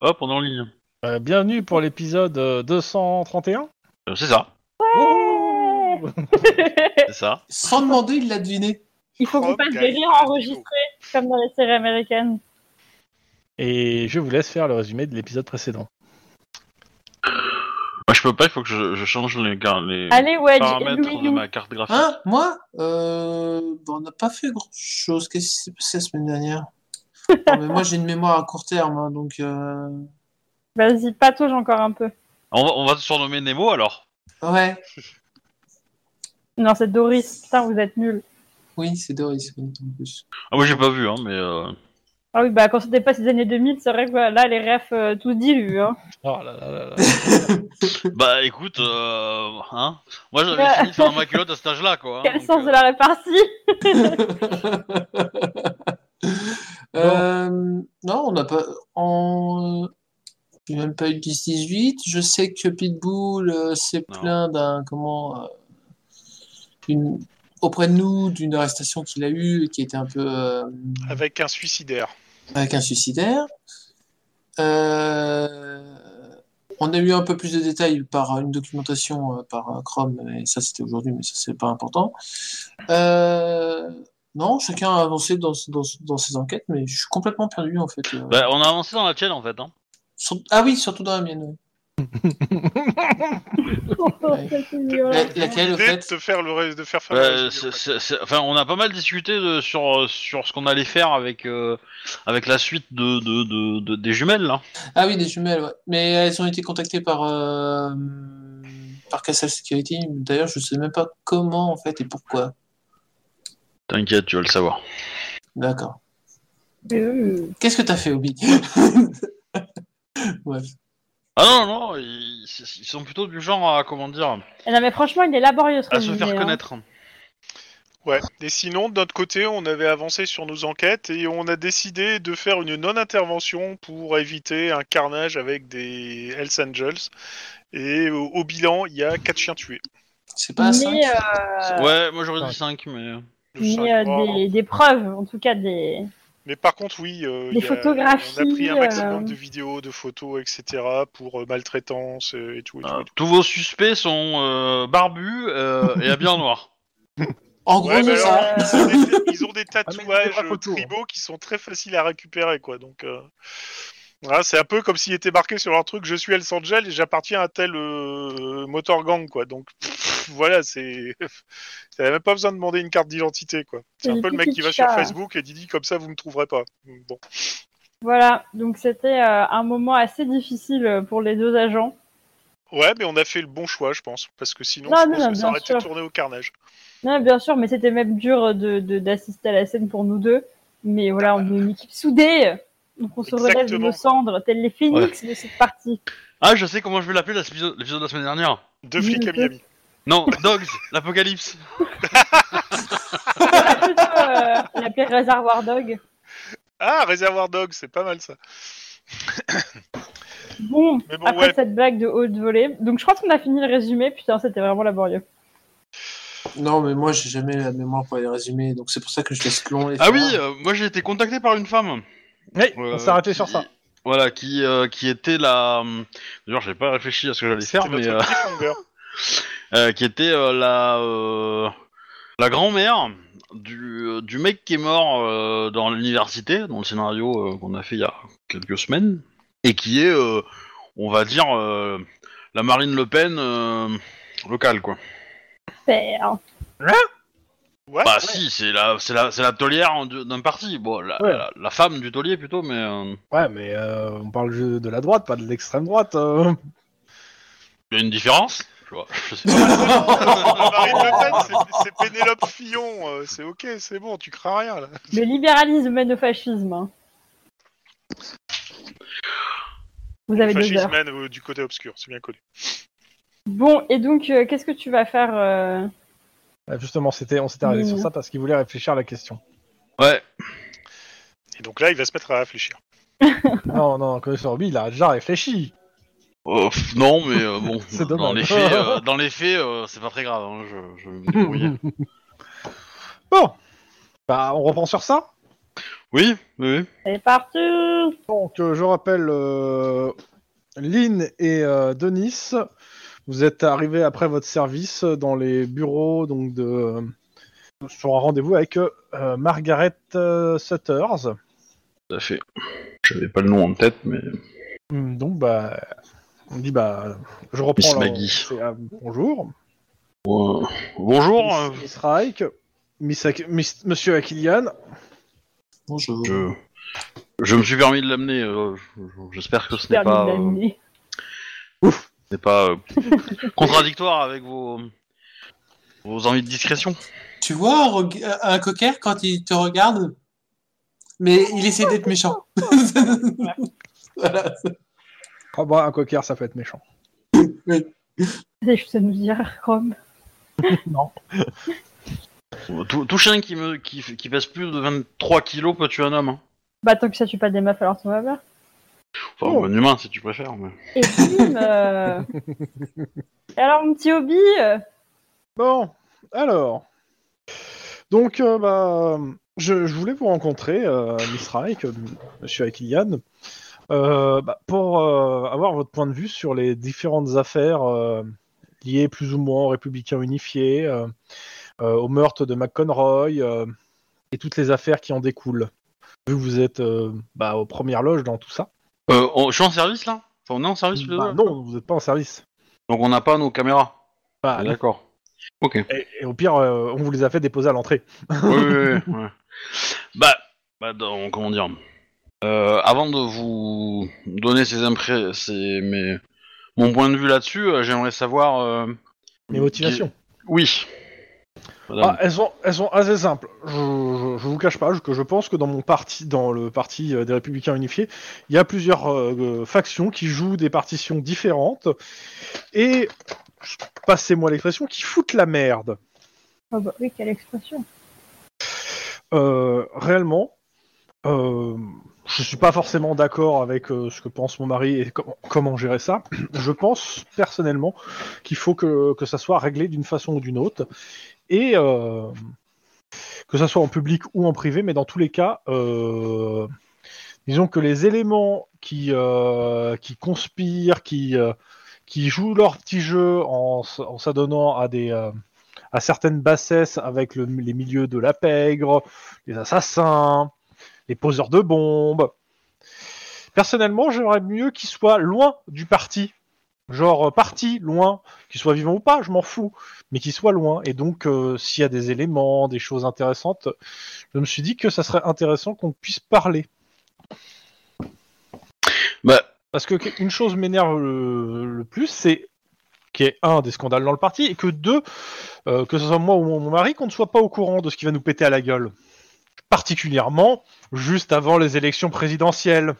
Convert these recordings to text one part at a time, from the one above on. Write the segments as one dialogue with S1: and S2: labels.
S1: Hop, on est en ligne.
S2: Euh, bienvenue pour l'épisode euh, 231.
S1: Euh, c'est ça,
S2: Wouhou
S3: Eh.
S1: c'est ça.
S4: Sans demander, il l'a deviné.
S3: Il faut qu'on
S5: Chrome,
S3: fasse des
S5: Gaël,
S3: rires
S5: Radio.
S3: enregistrés, comme dans les séries américaines.
S2: Et je vous laisse faire le résumé de l'épisode précédent.
S1: Moi, je peux pas, il faut que je, je change les, gar- les
S3: Allez, Wedge,
S1: Euh, paramètres de
S3: aiguille-nous.
S1: ma carte graphique.
S4: Hein Moi euh, bah, On n'a pas fait grand-chose. Qu'est-ce qui s'est passé la semaine dernière Non, mais Moi, j'ai une mémoire à court terme, hein, donc... euh,
S3: Vas-y, patauge encore un peu.
S1: on, va, on va te surnommer Nemo alors
S4: ah Ouais,
S3: Non, c'est Doris. Putain, vous êtes nuls.
S4: oui, c'est Doris, oui, en plus.
S1: Ah, moi j'ai pas vu, hein, mais. euh,
S3: Ah oui, bah quand c'était pas ces années 2000, c'est vrai que bah, là, les refs, euh, tout dilue. Hein.
S2: Oh là là là là.
S1: Bah écoute, euh, hein. Moi j'avais
S3: Ouais.
S1: fini de faire ma culotte à cet âge-là, quoi. hein,
S3: Quel
S1: donc,
S3: sens
S1: euh,
S3: de la répartie
S4: Euh, non, on n'a pas... En... J'ai même pas eu de 10-18. Je sais que Pitbull euh, s'est
S1: Non.
S4: plaint d'un... Comment... euh, d'une- auprès de nous, d'une arrestation qu'il a eue, et qui était un peu... euh,
S5: Avec un suicidaire.
S4: avec un suicidaire. Euh, on a eu un peu plus de détails par une documentation euh, par euh, Chrome, et ça c'était aujourd'hui, mais ça c'est pas important. Euh, non, chacun a avancé dans, dans, dans ses enquêtes, mais je suis complètement perdu en fait. euh.
S1: Bah, on a avancé dans la chaîne en fait, hein.
S4: Sur- Ah oui, surtout dans la mienne. Ouais.
S3: hein.
S4: La- laquelle au
S5: L'idée de
S4: fait Bah,
S5: te faire le ré- de faire
S2: Ah,
S5: faire.
S1: Euh,
S5: le
S1: c'est-
S5: résumé,
S1: c'est- c'est- enfin, on a pas mal discuté de, sur, sur ce qu'on allait faire avec, euh, avec la suite de, de, de- de- des jumelles là.
S4: Ah oui, des jumelles, ouais. Mais elles ont été contactées par, euh, par Castle Security. D'ailleurs, je sais même pas comment en fait et pourquoi.
S1: T'inquiète, tu vas le savoir.
S4: D'accord.
S3: Euh,
S4: Qu'est-ce que t'as fait, Obi Bref.
S1: Ah non, non, ils, ils sont plutôt du genre à, comment dire,
S3: Eh Non, mais franchement, il est laborieux ce
S1: à se
S3: résumé,
S1: faire
S3: hein.
S1: connaître.
S5: Ouais. Et sinon, de notre côté, on avait avancé sur nos enquêtes et on a décidé de faire une non-intervention pour éviter un carnage avec des Hells Angels. Et au, au bilan, il y a quatre chiens tués.
S4: C'est pas à 5
S3: Mais, euh,
S1: Ouais, Oh. moi j'aurais
S2: ouais.
S1: dit 5, mais.
S5: Le
S3: mais,
S5: cinq
S3: euh,
S5: morts.
S3: des, des preuves, en tout cas des.
S5: Mais par contre, oui, euh,
S3: Des
S5: il y a-
S3: photographies,
S5: on a pris un maximum
S3: euh,
S5: de vidéos, de photos, etc. pour euh, maltraitance euh, et tout. Et tout,
S1: Euh,
S5: et tout.
S1: tous vos suspects sont euh, barbus euh, et habillés en noir.
S4: En gros,
S5: Ouais,
S4: c'est
S5: mais alors,
S4: ça.
S5: ils, ont des, ils ont des
S2: mais c'est des
S5: tatouages
S2: vraies photos, hein.
S5: tribaux qui sont très faciles à récupérer, quoi. Donc, euh, voilà, c'est un peu comme s'il était marqué sur leur truc Je suis El Sangel et j'appartiens à tel euh, motor gang, quoi. Donc, pff, voilà, c'est. T'avais même pas besoin de demander une carte d'identité, quoi. C'est
S3: Et
S5: un
S3: les
S5: peu le mec qui
S3: petites
S5: va sur
S3: chats.
S5: Facebook et dit dit comme ça, vous me trouverez pas. Bon.
S3: Voilà, donc c'était euh, un moment assez difficile euh, pour les deux agents.
S5: Ouais, mais on a fait le bon choix, je pense. Parce que sinon,
S3: Non,
S5: je
S3: non,
S5: pense
S3: non,
S5: que ça
S3: bien
S5: aurait
S3: sûr.
S5: été tourné au carnage.
S3: Non, bien sûr, mais c'était même dur de de- d'assister à la scène pour nous deux. Mais voilà, on est une équipe soudée. Donc on se relève de
S5: Exactement.
S3: nos cendres, tels les phénix de cette partie.
S1: Ah, je sais comment je vais l'appeler la- l'épisode l'épisode de la semaine dernière.
S5: Deux flics à
S3: Oui,
S5: Miami.
S1: Non, Dogs, l'apocalypse.
S3: On va plutôt euh, l'appeler Réservoir Dog.
S5: Ah, Réservoir Dog, c'est pas mal ça.
S3: Bon,
S5: Mais bon,
S3: après
S5: ouais.
S3: cette blague de haute volée. Donc je crois qu'on a fini le résumé. Putain, c'était vraiment laborieux.
S4: Non, mais moi, j'ai jamais la mémoire pour les résumer, donc c'est pour ça que je laisse long.
S1: Ah oui, euh, moi j'ai été contacté par une femme.
S2: Oui,
S1: euh,
S2: on s'est arrêté
S1: qui-
S2: sur ça.
S1: Voilà, qui, euh, qui était la. euh, D'ailleurs, j'ai pas réfléchi à ce que j'allais faire,
S5: C'était
S1: mais.
S5: notre
S1: euh,
S5: cliffhanger.
S1: euh, qui était euh, la. euh, la grand-mère du, euh, du mec qui est mort euh, dans l'université, dans le scénario euh, qu'on a fait il y a quelques semaines, et qui est, euh, on va dire, euh, la Marine Le Pen euh, locale, quoi.
S3: Père.
S2: Ah,
S5: What
S1: Bah si, c'est la, c'est la, c'est la taulière en- d'un parti. Bon, la,
S2: Ouais.
S1: la, la femme du taulier plutôt, mais euh,
S2: Ouais, mais euh, on parle ju- de la droite, pas de l'extrême droite. euh.
S1: il y a une différence. Tu vois, je sais pas.
S5: Marine Le Pen, c'est- c'est Pénélope Fillon, euh, c'est ok, c'est bon, tu crains rien là.
S3: Le libéralisme mène au fascisme. hein. Vous avez deux heures.
S5: Fascisme euh, du côté obscur, c'est bien connu.
S3: Bon, et donc, euh, qu'est-ce que tu vas faire euh,
S2: Ouais, Justement, c'était, on s'était arrêté
S3: Mmh.
S2: sur ça parce qu'il voulait réfléchir à la question.
S1: Ouais.
S5: Et donc là, il va se mettre à réfléchir.
S2: non, non, connaisseur Obi, il a déjà réfléchi.
S1: Euh, pff, non, mais euh, bon,
S2: C'est
S1: dans
S2: dommage.
S1: les faits, euh, dans les faits, euh, c'est pas très grave. hein, je, je vais me débrouiller.
S2: bon, bah on reprend sur ça.
S1: Oui, oui, oui.
S3: C'est parti
S2: Donc, euh, je rappelle, euh, Lynn et euh, Denis, vous êtes arrivés après votre service dans les bureaux donc de sur un rendez-vous avec euh, Margaret euh, Sutters.
S1: Tout à fait. J'avais pas le nom en tête, mais
S2: Hum, Donc, bah, on dit, bah, je reprends.
S1: Miss
S2: leur-
S1: Maggie.
S2: c'est, euh, bonjour.
S1: Bon, euh, bonjour. euh,
S2: Miss Reich, Miss Ak- Miss- Monsieur Akilian.
S4: Bonjour.
S1: Je, je me suis permis de l'amener. euh, je- je- J'espère que ce n'est
S3: Permis
S1: pas, euh,
S3: d'amener.
S1: ce n'est pas euh, contradictoire avec vos vos envies de discrétion.
S4: Tu vois un, reg- un cocker quand il te regarde, mais il essaie d'être méchant. Voilà.
S2: Ah bah, un cocker, ça peut être méchant.
S3: C'est juste à nous dire, Chrome.
S1: Tout, tout chien qui me qui, qui pèse plus de 23 kilos peut tuer un homme. hein.
S3: Bah, tant que ça tue pas des meufs, alors ça va bien.
S1: Enfin,
S2: Oh.
S1: ou un humain si tu préfères. mais-
S3: Et bim euh, Et alors, mon petit hobby euh,
S2: Bon, alors. Donc, euh, bah, je, je voulais vous rencontrer, euh, Miss Reich, euh, monsieur Akilian, euh, bah, pour euh, avoir votre point de vue sur les différentes affaires euh, liées plus ou moins aux Républicains unifiés, euh, euh, au meurtre de McConroy euh, et toutes les affaires qui en découlent. Vu que vous êtes euh, bah, aux premières loges dans tout ça.
S1: Euh, on- je suis en service là. Enfin, on est en service tous les
S2: Bah,
S1: deux
S2: non, vous n'êtes pas en service.
S1: Donc on n'a pas nos caméras.
S2: Bah,
S1: Ah, D'accord. Ok.
S2: et, et au pire, euh, on vous les a fait déposer à l'entrée.
S1: oui, oui, oui, ouais. Bah, bah dans- comment dire Euh, Avant de vous donner ces impré- ces- mes- mon point de vue là-dessus, euh, j'aimerais savoir. euh,
S2: Les motivations.
S1: qui- Oui.
S2: Ah,
S1: Madame.
S2: elles, sont, elles sont assez simples. Je, je, je vous cache pas que je pense que dans mon parti, dans le parti euh, des Républicains Unifiés, il y a plusieurs euh, euh, factions qui jouent des partitions différentes et, passez-moi l'expression, qui foutent la merde.
S3: Oh bah oui, quelle expression.
S2: Euh, réellement, euh, je suis pas forcément d'accord avec euh, ce que pense mon mari et com- comment gérer ça. Je pense personnellement qu'il faut que, que ça soit réglé d'une façon ou d'une autre. Et euh, que ça soit en public ou en privé, mais dans tous les cas, euh, disons que les éléments qui, euh, qui conspirent, qui, euh, qui jouent leur petit jeu en, s- en s'adonnant à des. euh, à certaines bassesses avec le- les milieux de la pègre, les assassins, les poseurs de bombes. Personnellement, j'aimerais mieux qu'ils soient loin du parti. Genre, euh, parti, loin, qu'ils soient vivants ou pas, je m'en fous, mais qu'ils soient loin. Et donc, euh, s'il y a des éléments, des choses intéressantes, je me suis dit que ça serait intéressant qu'on puisse parler.
S1: Bah,
S2: Parce que une chose m'énerve le, le plus, c'est qu'il y ait un des scandales dans le parti, et que deux, euh, que ce soit moi ou mon, mon mari, qu'on ne soit pas au courant de ce qui va nous péter à la gueule. Particulièrement juste avant les élections présidentielles.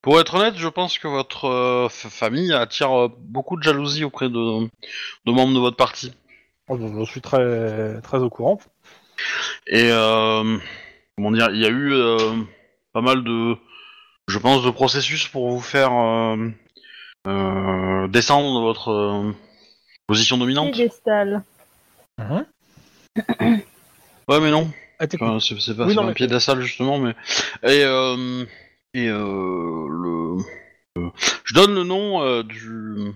S1: pour être honnête, je pense que votre euh, fa- famille attire euh, beaucoup de jalousie auprès de, de membres de votre parti.
S2: Oh, Je je suis très, très au courant.
S1: Et euh, comment dire, il y a eu euh, pas mal de, je pense, de processus pour vous faire euh, euh, descendre de votre euh, position dominante.
S3: Piédestal.
S1: Ouais, mais non,
S2: Mhm. Ah, t'es-
S1: Enfin, c'est c'est pas,
S2: Oui,
S1: c'est
S2: non,
S1: pas un
S2: mais-
S1: pied d'assaut justement, mais et euh, et euh, le, euh, je donne le nom euh, du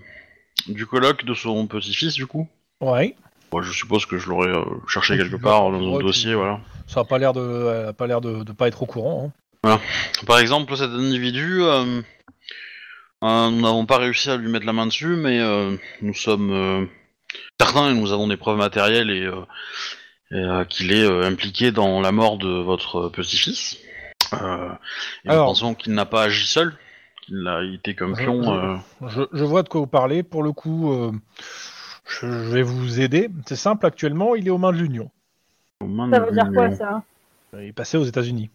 S1: du colloque de son petit-fils du coup.
S2: Ouais,
S1: Bon, je suppose que je l'aurais euh, cherché
S2: Oui,
S1: quelque
S2: tu
S1: part
S2: l'as-
S1: dans
S2: ouais,
S1: un
S2: tu-
S1: dossier, voilà.
S2: ça a pas l'air de, elle a pas l'air de, de pas être au courant. hein.
S1: Par exemple, cet individu, euh, euh, nous n'avons pas réussi à lui mettre la main dessus, mais euh, nous sommes euh, certains et nous avons des preuves matérielles et, euh, et, euh, qu'il est euh, impliqué dans la mort de votre petit-fils. Euh, et
S2: Alors-
S1: nous pensons qu'il n'a pas agi seul, qu'il a été comme
S2: Je-
S1: pion.
S2: je-
S1: euh.
S2: Je, je vois de quoi vous parlez. Pour le coup, euh, je, je vais vous aider. C'est simple, actuellement, il est aux mains de l'Union.
S1: aux mains
S3: Ça
S1: de
S3: veut dire quoi,
S1: l'Union.
S3: ça
S2: Il est passé aux États-Unis.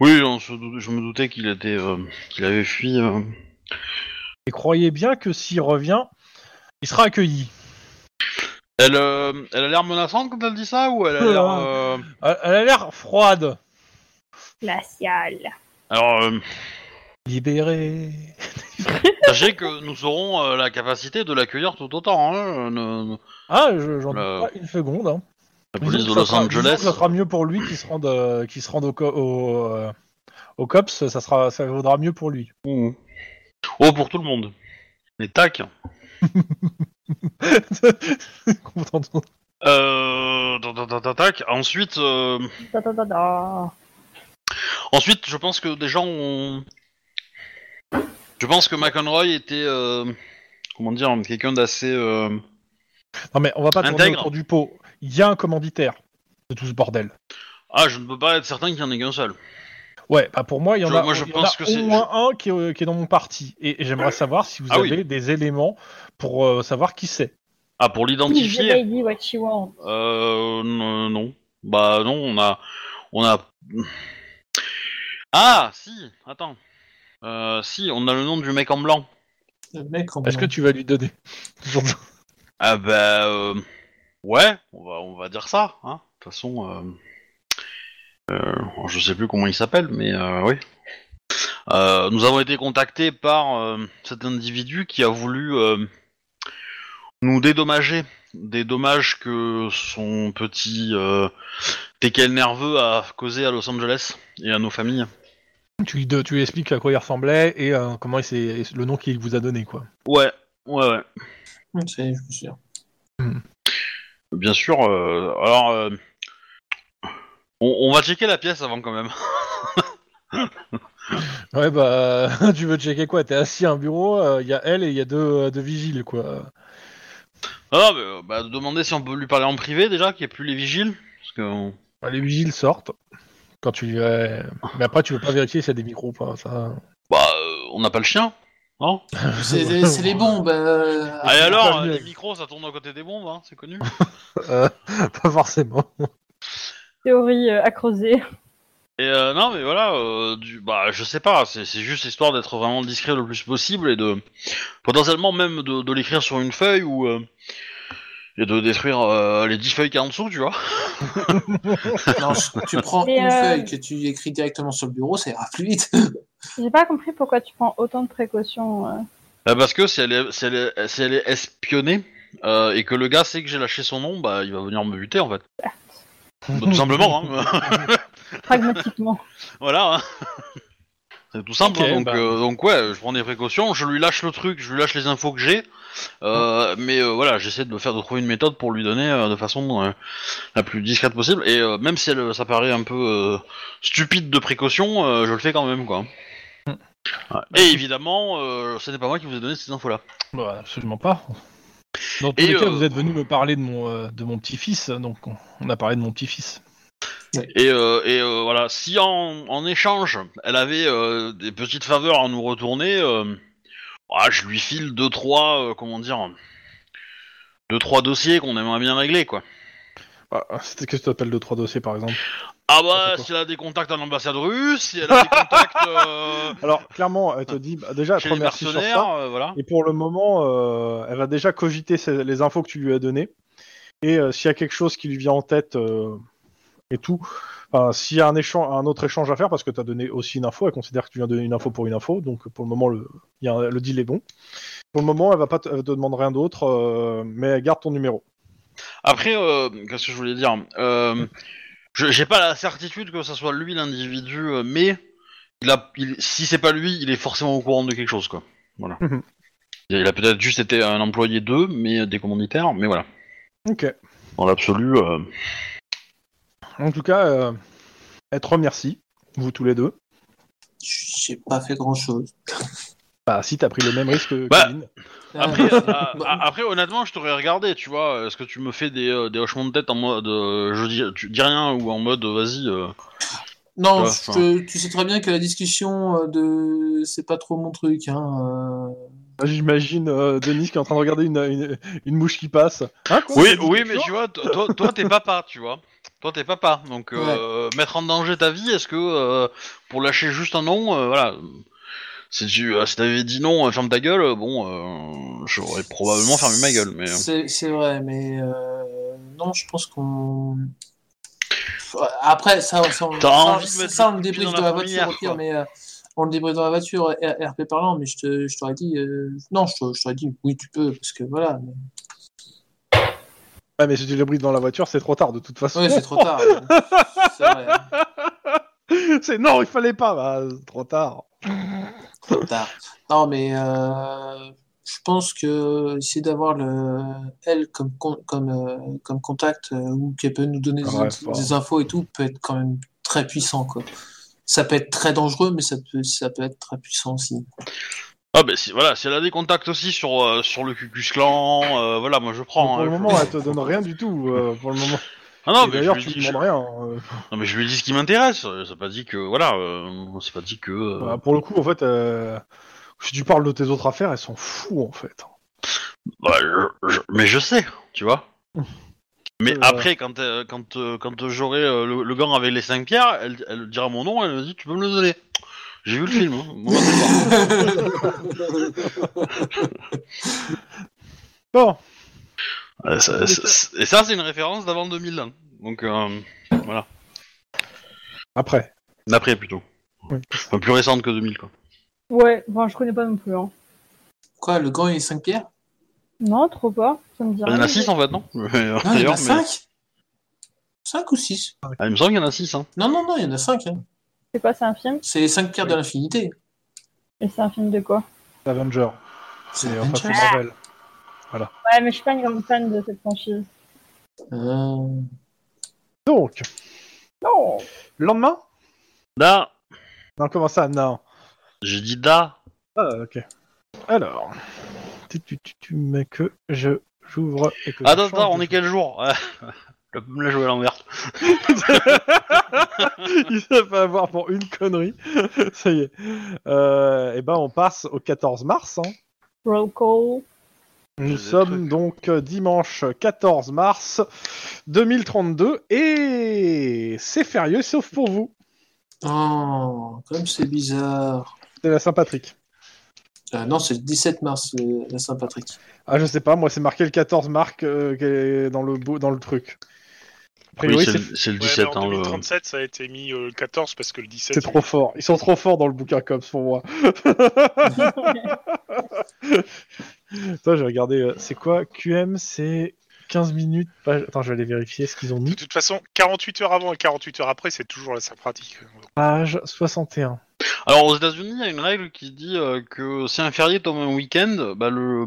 S1: Oui, on se dou- je me doutais qu'il était, euh, qu'il avait fui. euh.
S2: Et croyez bien que s'il revient, il sera accueilli.
S1: Elle, euh, elle a l'air menaçante quand elle dit ça, ou elle a l'air. euh,
S2: Elle, elle a l'air froide.
S3: Glacial.
S1: Alors. euh,
S2: Libéré.
S1: Sachez que nous aurons euh, la capacité de l'accueillir tout autant. Hein. euh, ne- ne-
S2: Ah, je- j'en doute
S1: Euh.
S2: pas une seconde. hein.
S1: La police de
S2: Disons que ça
S1: Los
S2: sera- disons que
S1: Angeles.
S2: Ça sera mieux pour lui qu'il se rende, euh, qu'il se rende au, co- au, euh, au COPS, ça, sera, ça vaudra mieux pour lui.
S1: Mmh. Oh, pour tout le monde. Mais tac.
S2: Content de-
S1: Euh, ta- ta- ta- ta- tac. Ensuite, euh,
S3: Ta, ta, ta, ta.
S1: ensuite, je pense que des gens ont. Je pense que McEnroy était, euh, comment dire, quelqu'un d'assez. euh,
S2: Non mais on va pas tourner
S1: Intègre.
S2: autour du pot. Il y a un commanditaire de tout ce bordel.
S1: Ah, je ne peux pas être certain qu'il y en ait qu'un seul.
S2: Ouais, bah pour moi, il y en
S1: Je-
S2: a,
S1: moi, je
S2: il y en
S1: pense
S2: a
S1: que
S2: au
S1: c'est-
S2: moins un qui est, euh, qui est dans mon parti. Et, et j'aimerais savoir si vous
S1: Ah oui.
S2: avez des éléments pour euh, savoir qui c'est.
S1: Ah, pour l'identifier.
S3: Lady what she wants.
S1: Euh, n- non. Bah non, on a, on a. Ah, si. Attends. Euh, si, on a le nom du mec en blanc.
S4: Le mec en
S2: Est-ce que tu vas lui donner
S1: Ah bah euh, ouais, on va on va dire ça. Hein. De toute façon, euh, euh, je sais plus comment il s'appelle, mais euh, oui. Euh, nous avons été contactés par euh, cet individu qui a voulu euh, nous dédommager des dommages que son petit euh, TKL nerveux a causé à Los Angeles et à nos familles.
S2: tu lui, de- tu lui expliques à quoi il ressemblait et euh, comment il s'est- et le nom qu'il vous a donné quoi.
S1: Ouais, ouais, ouais.
S4: Hum, ça y est, je me souviens.
S1: Bien sûr. euh, alors, euh, on, on va checker la pièce avant quand même.
S2: Ouais bah tu veux checker quoi T'es assis à un bureau, euh, il y a elle et il y a deux, euh, deux vigiles quoi.
S1: Ah, mais, euh, bah, demander si on peut lui parler en privé déjà, qu'il n'y ait plus les vigiles. Parce que. euh,
S2: Bah, les vigiles sortent. Quand tu lui- euh, Mais après tu veux pas vérifier s'il y a des micros ou pas ça.
S1: Bah, euh, on n'a pas le chien. hein. Non
S4: C'est les, c'est les bombes. euh,
S1: Allez alors,
S2: Ah, pas
S1: euh,
S2: mieux.
S1: les micros ça tourne à côté des bombes, hein, c'est connu.
S2: Euh, pas forcément.
S3: Théorie euh, à creuser.
S1: Et euh, non, mais voilà, euh, du, bah, je sais pas, c'est c'est juste histoire d'être vraiment discret le plus possible et de. potentiellement même de, de l'écrire sur une feuille ou. euh, et de détruire euh, les 10 feuilles qu'il y a en dessous, tu vois.
S4: Non, je- tu prends
S3: Mais,
S4: une
S3: euh,
S4: feuille que tu écris directement sur le bureau, ça ira plus vite.
S3: J'ai pas compris pourquoi tu prends autant de précautions. euh.
S1: Euh, parce que si elle est, si elle est, si elle est espionnée euh, et que le gars sait que j'ai lâché son nom, bah, il va venir me buter en fait. Bah, tout simplement, hein.
S3: pragmatiquement.
S1: Voilà. hein. C'est tout simple.
S2: Ok,
S1: hein, donc,
S2: bah.
S1: euh, donc ouais, je prends des précautions, je lui lâche le truc, je lui lâche les infos que j'ai. euh, mais euh, voilà, j'essaie de me faire de trouver une méthode pour lui donner euh, de façon euh, la plus discrète possible. Et euh, même si elle, ça paraît un peu euh, stupide de précaution, euh, je le fais quand même quoi.
S2: Mm.
S1: Ouais. Et évidemment, euh, ce n'est pas moi qui vous ai donné ces infos-là.
S2: Bah, absolument pas. Dans tous
S1: Et,
S2: les cas,
S1: euh,
S2: vous êtes venu me parler de mon, euh, de mon petit-fils, donc on, on a parlé de mon petit-fils.
S1: Et, euh, et euh, voilà, si en, en échange, elle avait euh, des petites faveurs à nous retourner, euh, ah, je lui file deux trois, euh, comment dire, deux trois dossiers qu'on aimerait bien régler, quoi.
S2: Ah, C'était qu'est-ce que tu appelles de trois dossiers par exemple
S1: Ah
S2: Ça fait
S1: bah,
S2: quoi
S1: si elle a des contacts à l'ambassade russe, si elle a des contacts euh,
S2: Alors clairement, elle te dit bah, déjà,
S1: chez les
S2: première sur
S1: mercenaires,
S2: ça.
S1: euh, voilà.
S2: Et pour le moment, euh, elle a déjà cogité ses- les infos que tu lui as données. Et euh, s'il y a quelque chose qui lui vient en tête euh, et tout, enfin, s'il y a un, échange, un autre échange à faire, parce que tu as donné aussi une info, elle considère que tu viens donner une info pour une info, donc pour le moment, le, il y a un- le deal est bon. Pour le moment, elle va pas te, elle te demande rien d'autre, euh, mais elle garde ton numéro.
S1: Après, euh, qu'est-ce que je voulais dire euh, je- J'ai pas la certitude que ça soit lui l'individu, euh, mais il a, il- si c'est pas lui, il est forcément au courant de quelque chose, quoi. Voilà.
S2: Mhm.
S1: il a peut-être juste été un employé d'eux, mais des commanditaires, mais voilà.
S2: Ok.
S1: Dans l'absolu, euh,
S2: En tout cas, euh, elle te remercie, vous tous les deux.
S4: J'ai pas fait grand chose.
S2: Bah, si t'as pris le même risque que
S1: Bah,
S2: Colin.
S4: Ah.
S1: Après, euh,
S4: Bah,
S1: a- après, honnêtement, je t'aurais regardé, tu vois. Est-ce que tu me fais des, euh, des hochements de tête en mode euh, je dis, tu dis rien ou en mode vas-y. euh, tu
S4: non,
S1: vois,
S4: je te- tu sais très bien que la discussion euh, de c'est pas trop mon truc. Hein. euh.
S2: J'imagine euh, Denis qui est en train de regarder une, une, une mouche qui passe. Hein, quoi
S1: Oui, oui, mais tu vois, to- toi, toi, t'es papa, tu vois. Toi, t'es papa, donc euh, mettre en danger ta vie, est-ce que euh, pour lâcher juste un nom, euh, voilà. Si tu euh, si t'avais dit non, euh, ferme ta gueule, euh, bon, euh, j'aurais probablement fermé ma gueule, mais. hein. euh.
S4: C'est c'est vrai, mais euh, non, je pense qu'on. Après, ça, ça, on-
S1: T'as
S4: ça,
S1: envie de
S4: ça,
S1: mettre
S4: ça, on
S1: le
S4: le
S1: pied
S4: débriefe
S1: dans
S4: dans,
S1: la
S4: la
S1: fourmilière,
S4: voiture, au pire,
S1: quoi.
S4: mais euh, on le débriefe dans la voiture, R- RP parlant, mais je te- je t'aurais dit, euh, non, je t'aurais- je t'aurais dit, oui, tu peux, parce que voilà. mais-
S2: Ah, mais si tu l'abrites dans la voiture, c'est trop tard de toute façon.
S4: Ouais, c'est trop tard. c'est vrai, hein,
S2: C'est- non, il fallait pas, bah, c'est trop tard.
S4: trop tard. Non, mais euh, je pense que essayer d'avoir le elle comme con- comme euh, comme contact euh, ou qu'elle peut nous donner des,
S2: Ouais,
S4: int-
S2: fort.
S4: des infos et tout peut être quand même très puissant quoi. Ça peut être très dangereux, mais ça peut ça peut être très puissant aussi.
S1: Ah ben si, voilà, si elle a des contacts aussi sur, euh, sur le Cucus Clan, euh, voilà, moi je prends.
S2: pour
S1: hein,
S2: le
S1: je-
S2: moment, elle te donne rien du tout. euh, pour le moment.
S1: Ah non,
S2: Et
S1: mais je
S2: D'ailleurs,
S1: lui
S2: tu
S1: dis,
S2: ne demandes rien. euh.
S1: non, mais je lui dis ce qui m'intéresse. euh, C'est pas dit que voilà, euh, c'est pas dit que. euh,
S2: Bah, pour le coup, en fait, euh, si tu parles de tes autres affaires, elles sont fous en fait.
S1: bah, je- je- mais je sais, tu vois. Mais
S2: Euh.
S1: après, quand euh, quand euh, quand j'aurai euh, le, le gant avec les cinq pierres, elle, elle dira mon nom, elle me dit tu peux me le donner. J'ai vu le film. hein, bon, bah, c'est bon.
S2: Bon,
S1: Euh, ça- ça- ça- Et ça, c'est une référence d'avant 2000. hein. Donc euh, voilà,
S2: après.
S1: d'après plutôt.
S2: Oui.
S1: Enfin, plus récente que 2000 quoi.
S3: Ouais, bon, je connais pas non plus. Hein.
S4: Quoi, le gant et les 5 pierres
S3: Non, trop pas. Ça me dit
S1: Il y en
S3: rien.
S1: a 6 en fait, non Mais, euh,
S4: Non, il y en
S1: d'ailleurs,
S4: a
S1: mais-
S4: 5 5 ou 6
S1: Ah, il me semble qu'il y en a 6. Hein.
S4: Non, non, non, il y en a 5.
S3: C'est quoi, c'est un film
S4: C'est les 5 pierres de l'infinité.
S3: Et c'est un film de quoi
S2: Avenger.
S4: C'est
S2: C'est enfin, c'est
S4: Avengers.
S2: Marvel.
S3: Ouais, mais je suis pas une grande fan de cette franchise.
S4: Euh,
S2: Donc,
S3: Non
S2: le lendemain
S1: Da,
S2: Non, comment ça Non.
S1: j'ai dit da.
S2: Ah, ok. Alors. Tu, tu, tu, tu mets que je. J'ouvre et que
S1: Attends,
S2: je change
S1: attends, Ah, on
S2: de-
S1: est quel jour Ah, Je peux me la jouer à l'envers.
S2: Il se fait avoir pour une connerie. Ça y est. et ben, on passe au 14 mars. hein.
S3: Roll call.
S2: Nous
S1: Des
S2: sommes donc euh, dimanche 14 mars 2032 et c'est férieux sauf pour vous.
S4: Oh, comme c'est bizarre.
S2: C'est la Saint-Patrick.
S4: Euh, non, c'est le 17 mars, euh, la Saint-Patrick.
S2: Ah, je sais pas, moi c'est marqué le 14 mars euh, qui est dans le, beau- dans le truc. A
S1: Oui,
S2: priori,
S1: c'est
S2: c'est-
S1: le- c'est le
S5: Ouais,
S1: 17.
S5: mais en
S1: hein, le-
S5: 2037, ça a été mis euh, le 14 parce que le 17.
S2: c'est trop
S5: c'est-
S2: fort. Ils sont trop forts dans le bouquin Cops pour moi. Attends, j'ai regardé. euh, c'est quoi QM C'est 15 minutes. page- Attends, je vais aller vérifier ce qu'ils ont
S5: De
S2: mis.
S5: toute façon, 48 heures avant et 48 heures après, c'est toujours la saint pratique.
S2: Page 61.
S1: Alors aux États-Unis, il y a une règle qui dit euh, que si un férié tombe un week-end, bah le.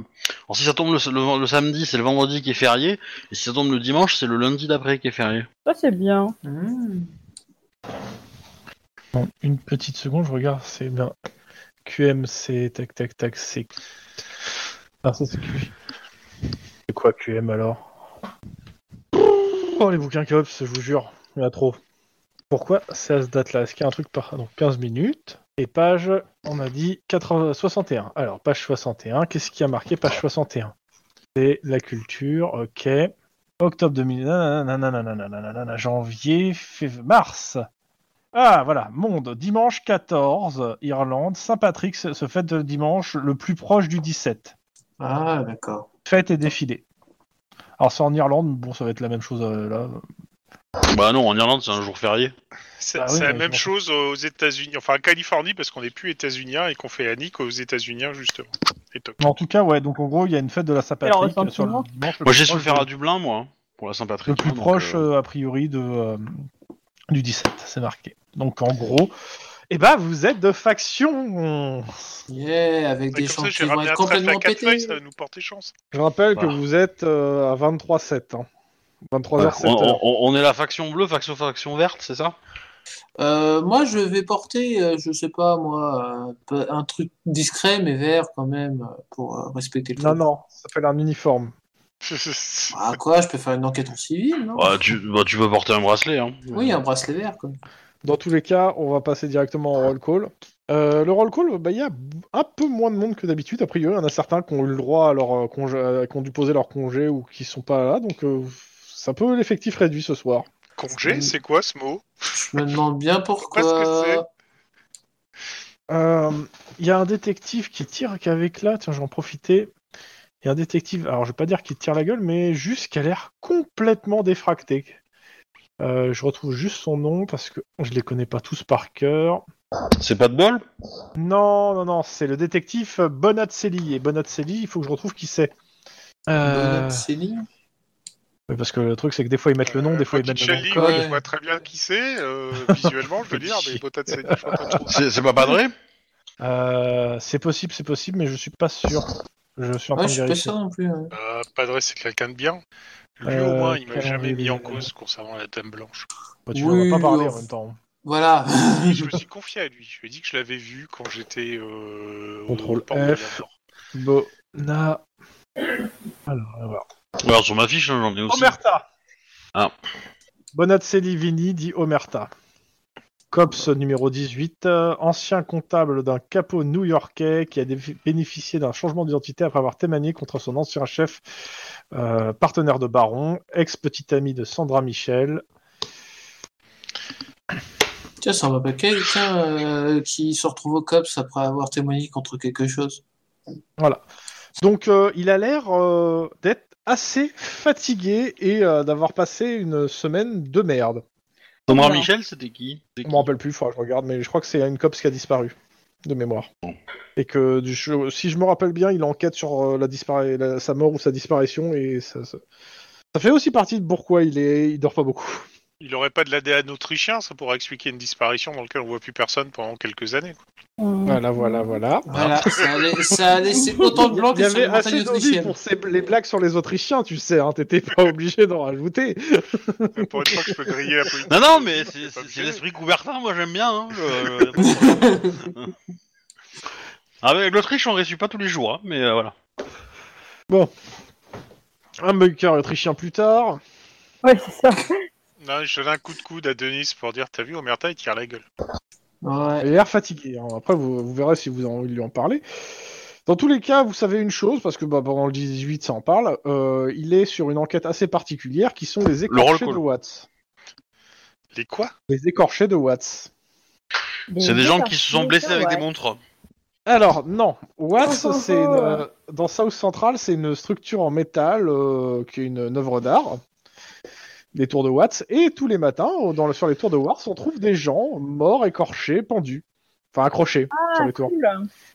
S1: Alors si ça tombe le, le- le samedi, c'est le vendredi qui est férié, et si ça tombe le dimanche, c'est le lundi d'après qui est férié.
S3: Ça, c'est bien.
S4: Hmm.
S2: Bon, une petite seconde, je regarde, c'est bien. QMC, tac, tac, tac, c'est. Ah, ça c'est QI. C'est quoi QM alors Oh, les bouquins Cops, je vous jure, il y en a trop. Pourquoi c'est à cette date-là Est-ce qu'il y a un truc par. Donc 15 minutes. Et page, on a dit 80 61. Alors, page 61, qu'est-ce qui a marqué page 61 C'est la culture, ok. Octobre 2000, nanana, nanana, nanana, janvier, fév- mars. Ah, voilà, monde, dimanche 14, Irlande, Saint-Patrick se se fête le dimanche le plus proche du 17.
S4: Ah, d'accord.
S2: Fête et défilé. Alors c'est en Irlande, bon, ça va être la même chose euh, là.
S1: Bah non, en Irlande, c'est un jour férié.
S5: C'est
S2: Ah
S4: Bah
S2: oui,
S5: c'est la
S2: mais
S5: même
S2: bon.
S5: chose aux États-Unis, enfin en Californie, parce qu'on n'est plus États-Uniens et qu'on fait Annie qu'aux États-Uniens, justement. Et toc.
S2: Mais en tout cas, ouais, donc en gros, il y a une fête de la
S3: Alors, le
S2: Saint-Patrick
S3: sentiment
S2: euh, sur le dimanche. le
S1: Moi,
S2: plus
S1: j'ai su le
S2: proche
S1: faire
S2: de-
S1: à Dublin, moi, hein, pour la Saint-Patrick.
S2: Le plus
S1: hein, donc,
S2: proche,
S1: euh,
S2: euh, a priori, de, euh, du 17, c'est marqué. Donc en gros, eh ben, vous êtes de faction
S4: Yeah, avec
S5: Ouais,
S4: des
S5: comme
S4: chants
S5: ça,
S4: qui
S5: j'ai
S4: vont
S5: ramené
S4: être
S5: un trèfle à
S4: complètement
S5: 4 feuilles,
S4: pétés.
S5: ça va nous porter chance.
S2: Je rappelle
S1: que
S2: que vous êtes euh, à hein. 23-7.
S1: ouais,
S2: 23h7.
S1: on, on- on est la faction bleue, faction faction verte, c'est ça
S4: Euh, moi, je vais porter, euh, je sais pas moi, euh, peu- un truc discret mais vert quand même euh, pour euh, respecter le
S2: Non,
S4: truc.
S2: non, ça fait un uniforme.
S4: Ah quoi, je peux faire une enquête en civil, non
S1: bah, tu, bah, tu peux porter un bracelet. Hein.
S4: Oui, un bracelet vert quoi.
S2: Dans tous les cas, on va passer directement au roll call. Euh, le roll call, bah, il y a un peu moins de monde que d'habitude. A priori, il y en a certains qui ont eu le droit à leur euh, congé, euh, qui ont dû poser leur congé ou qui sont pas là. Donc, euh, c'est un peu l'effectif réduit ce soir.
S5: Congé, c'est quoi ce mot
S4: Je me demande bien pourquoi.
S5: Qu'est-ce que c'est
S2: Euh, Il y a un détective qui tire qu'avec là. Tiens, je vais en profiter. Il y a un détective, alors je vais pas dire qu'il tire la gueule, mais juste qui a l'air complètement défracté. Euh, je retrouve juste son nom parce que je les connais pas tous par cœur.
S1: C'est pas de bol
S2: Non, non, non, c'est le détective Bonazzelli. Et Bonazzelli, il faut que je retrouve qui c'est. Euh,
S4: Bonnet Céline
S2: Mais Parce que le truc, c'est que des fois, ils mettent le nom,
S5: Euh,
S2: des fois, ils mettent le
S5: Patricelli,
S2: nom.
S4: nom.
S5: ouais,
S4: Ouais.
S5: je vois très bien qui c'est, euh, visuellement, je veux dire, mais Botatseni, je vois pas trop.
S1: C'est c'est pas padré
S2: Euh, c'est possible, c'est possible, mais je suis pas sûr. Je suis en train
S4: Ouais,
S2: de
S4: je suis pas
S2: vérifier.
S4: sûr non plus. hein. ouais.
S5: Euh, Padre, c'est quelqu'un de bien. Lui, au
S2: Euh,
S5: moins, il m'a jamais
S2: calendrier.
S5: mis en cause concernant la Dame Blanche.
S2: Bah, tu
S4: Oui,
S2: vas pas parler
S4: oui,
S2: en même temps.
S4: Voilà.
S5: Et je me suis confié à lui. Je lui ai dit que je l'avais vu quand j'étais euh, au
S2: Contrôle
S5: port de
S2: F.
S5: Labrador.
S2: Bona. Alors, on va voir.
S1: Alors sur ma fiche, hein, j'en ai
S2: Oh,
S1: aussi.
S2: Omerta
S1: Ah.
S2: Bonazzelli Vini dit Omerta. Cops numéro 18, euh, ancien comptable d'un capot new-yorkais qui a dé- bénéficié d'un changement d'identité après avoir témoigné contre son ancien chef, euh, partenaire de Baron, ex-petit ami de Sandra Michel.
S4: Tiens, ça m'a pas quelqu'un euh, qui se retrouve au COPS après avoir témoigné contre quelque chose.
S2: Donc euh, il a l'air euh, d'être assez fatigué et euh, d'avoir passé une semaine de merde.
S1: Sandra
S3: Non.
S1: Michel, c'était qui C'était
S2: Je
S1: qui
S2: me rappelle plus, il faudra que je regarde, mais je crois que c'est une copse qui a disparu, de mémoire.
S1: Bon.
S2: Et que, du- je- si je me rappelle bien, il enquête sur euh, la dispara- la- sa mort ou sa disparition, et ça, ça- ça fait aussi partie de pourquoi il, est... il dort pas beaucoup.
S5: Il aurait pas de l'ADN autrichien, ça pourrait expliquer une disparition dans laquelle on voit plus personne pendant quelques années. quoi.
S2: Voilà, voilà, voilà.
S5: Ah.
S4: Voilà, ça a, la- ça a laissé autant de blanc
S2: Il y
S4: que sur
S2: avait
S4: les
S2: assez
S4: montagnes
S2: d'audits
S4: autrichiennes.
S2: pour ces- les blagues sur les Autrichiens, tu sais, hein, t'étais pas obligé d'en rajouter.
S5: Euh, Pour une fois que je peux griller la politique.
S1: Non, non, mais c'est-
S5: Je peux pas
S1: c'est
S5: me
S1: c'est
S5: gêner.
S1: l'esprit Coubertin, moi j'aime bien. Hein, je- je- Ah, Avec l'Autriche, on réussit pas tous les jours, hein, mais euh, voilà.
S2: Un bunker autrichien plus tard.
S3: Ouais, c'est ça.
S5: Non, je donne un coup de coude à Denis pour dire T'as vu, Omerta, il tire la gueule.
S4: Ouais.
S2: Il a l'air fatigué. hein. Après, vous, vous verrez si vous avez envie de lui en parler. Dans tous les cas, vous savez une chose, parce que bah, pendant le 18, ça en parle, euh, il est sur une enquête assez particulière qui sont les
S1: roll
S2: écorchés
S1: call.
S2: de Watts.
S5: Les quoi
S2: Les écorchés de Watts.
S1: C'est des gens qui se sont blessés avec des montres.
S2: Alors, non. Watts,
S3: Oh, oh,
S2: c'est une,
S3: oh.
S2: euh, dans South Central, c'est une structure en métal euh, qui est une, une œuvre d'art. Les tours de Watts. Et tous les matins, au- dans le- sur les tours de Watts, on trouve des gens morts, écorchés, pendus. Enfin, accrochés sur les tours.
S3: Cool.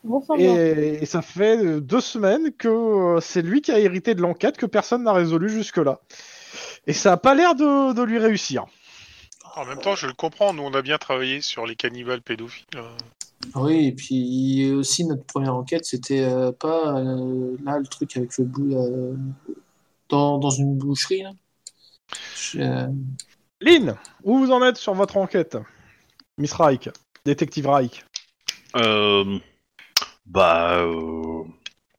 S3: Bon sang, bien.
S2: Et, et ça fait euh, deux semaines que euh, c'est lui qui a hérité de l'enquête que personne n'a résolu jusque-là. Et ça a pas l'air de, de lui réussir.
S5: En même temps, je le comprends, nous on a bien travaillé sur les cannibales pédophiles. euh.
S4: Oui, et puis aussi notre première enquête, c'était euh, pas euh, là le truc avec le bout euh, dans, dans une boucherie. Là. Je- euh,
S2: Lynn, où vous en êtes sur votre enquête Miss Reich, détective Reich.
S1: Euh, bah, euh,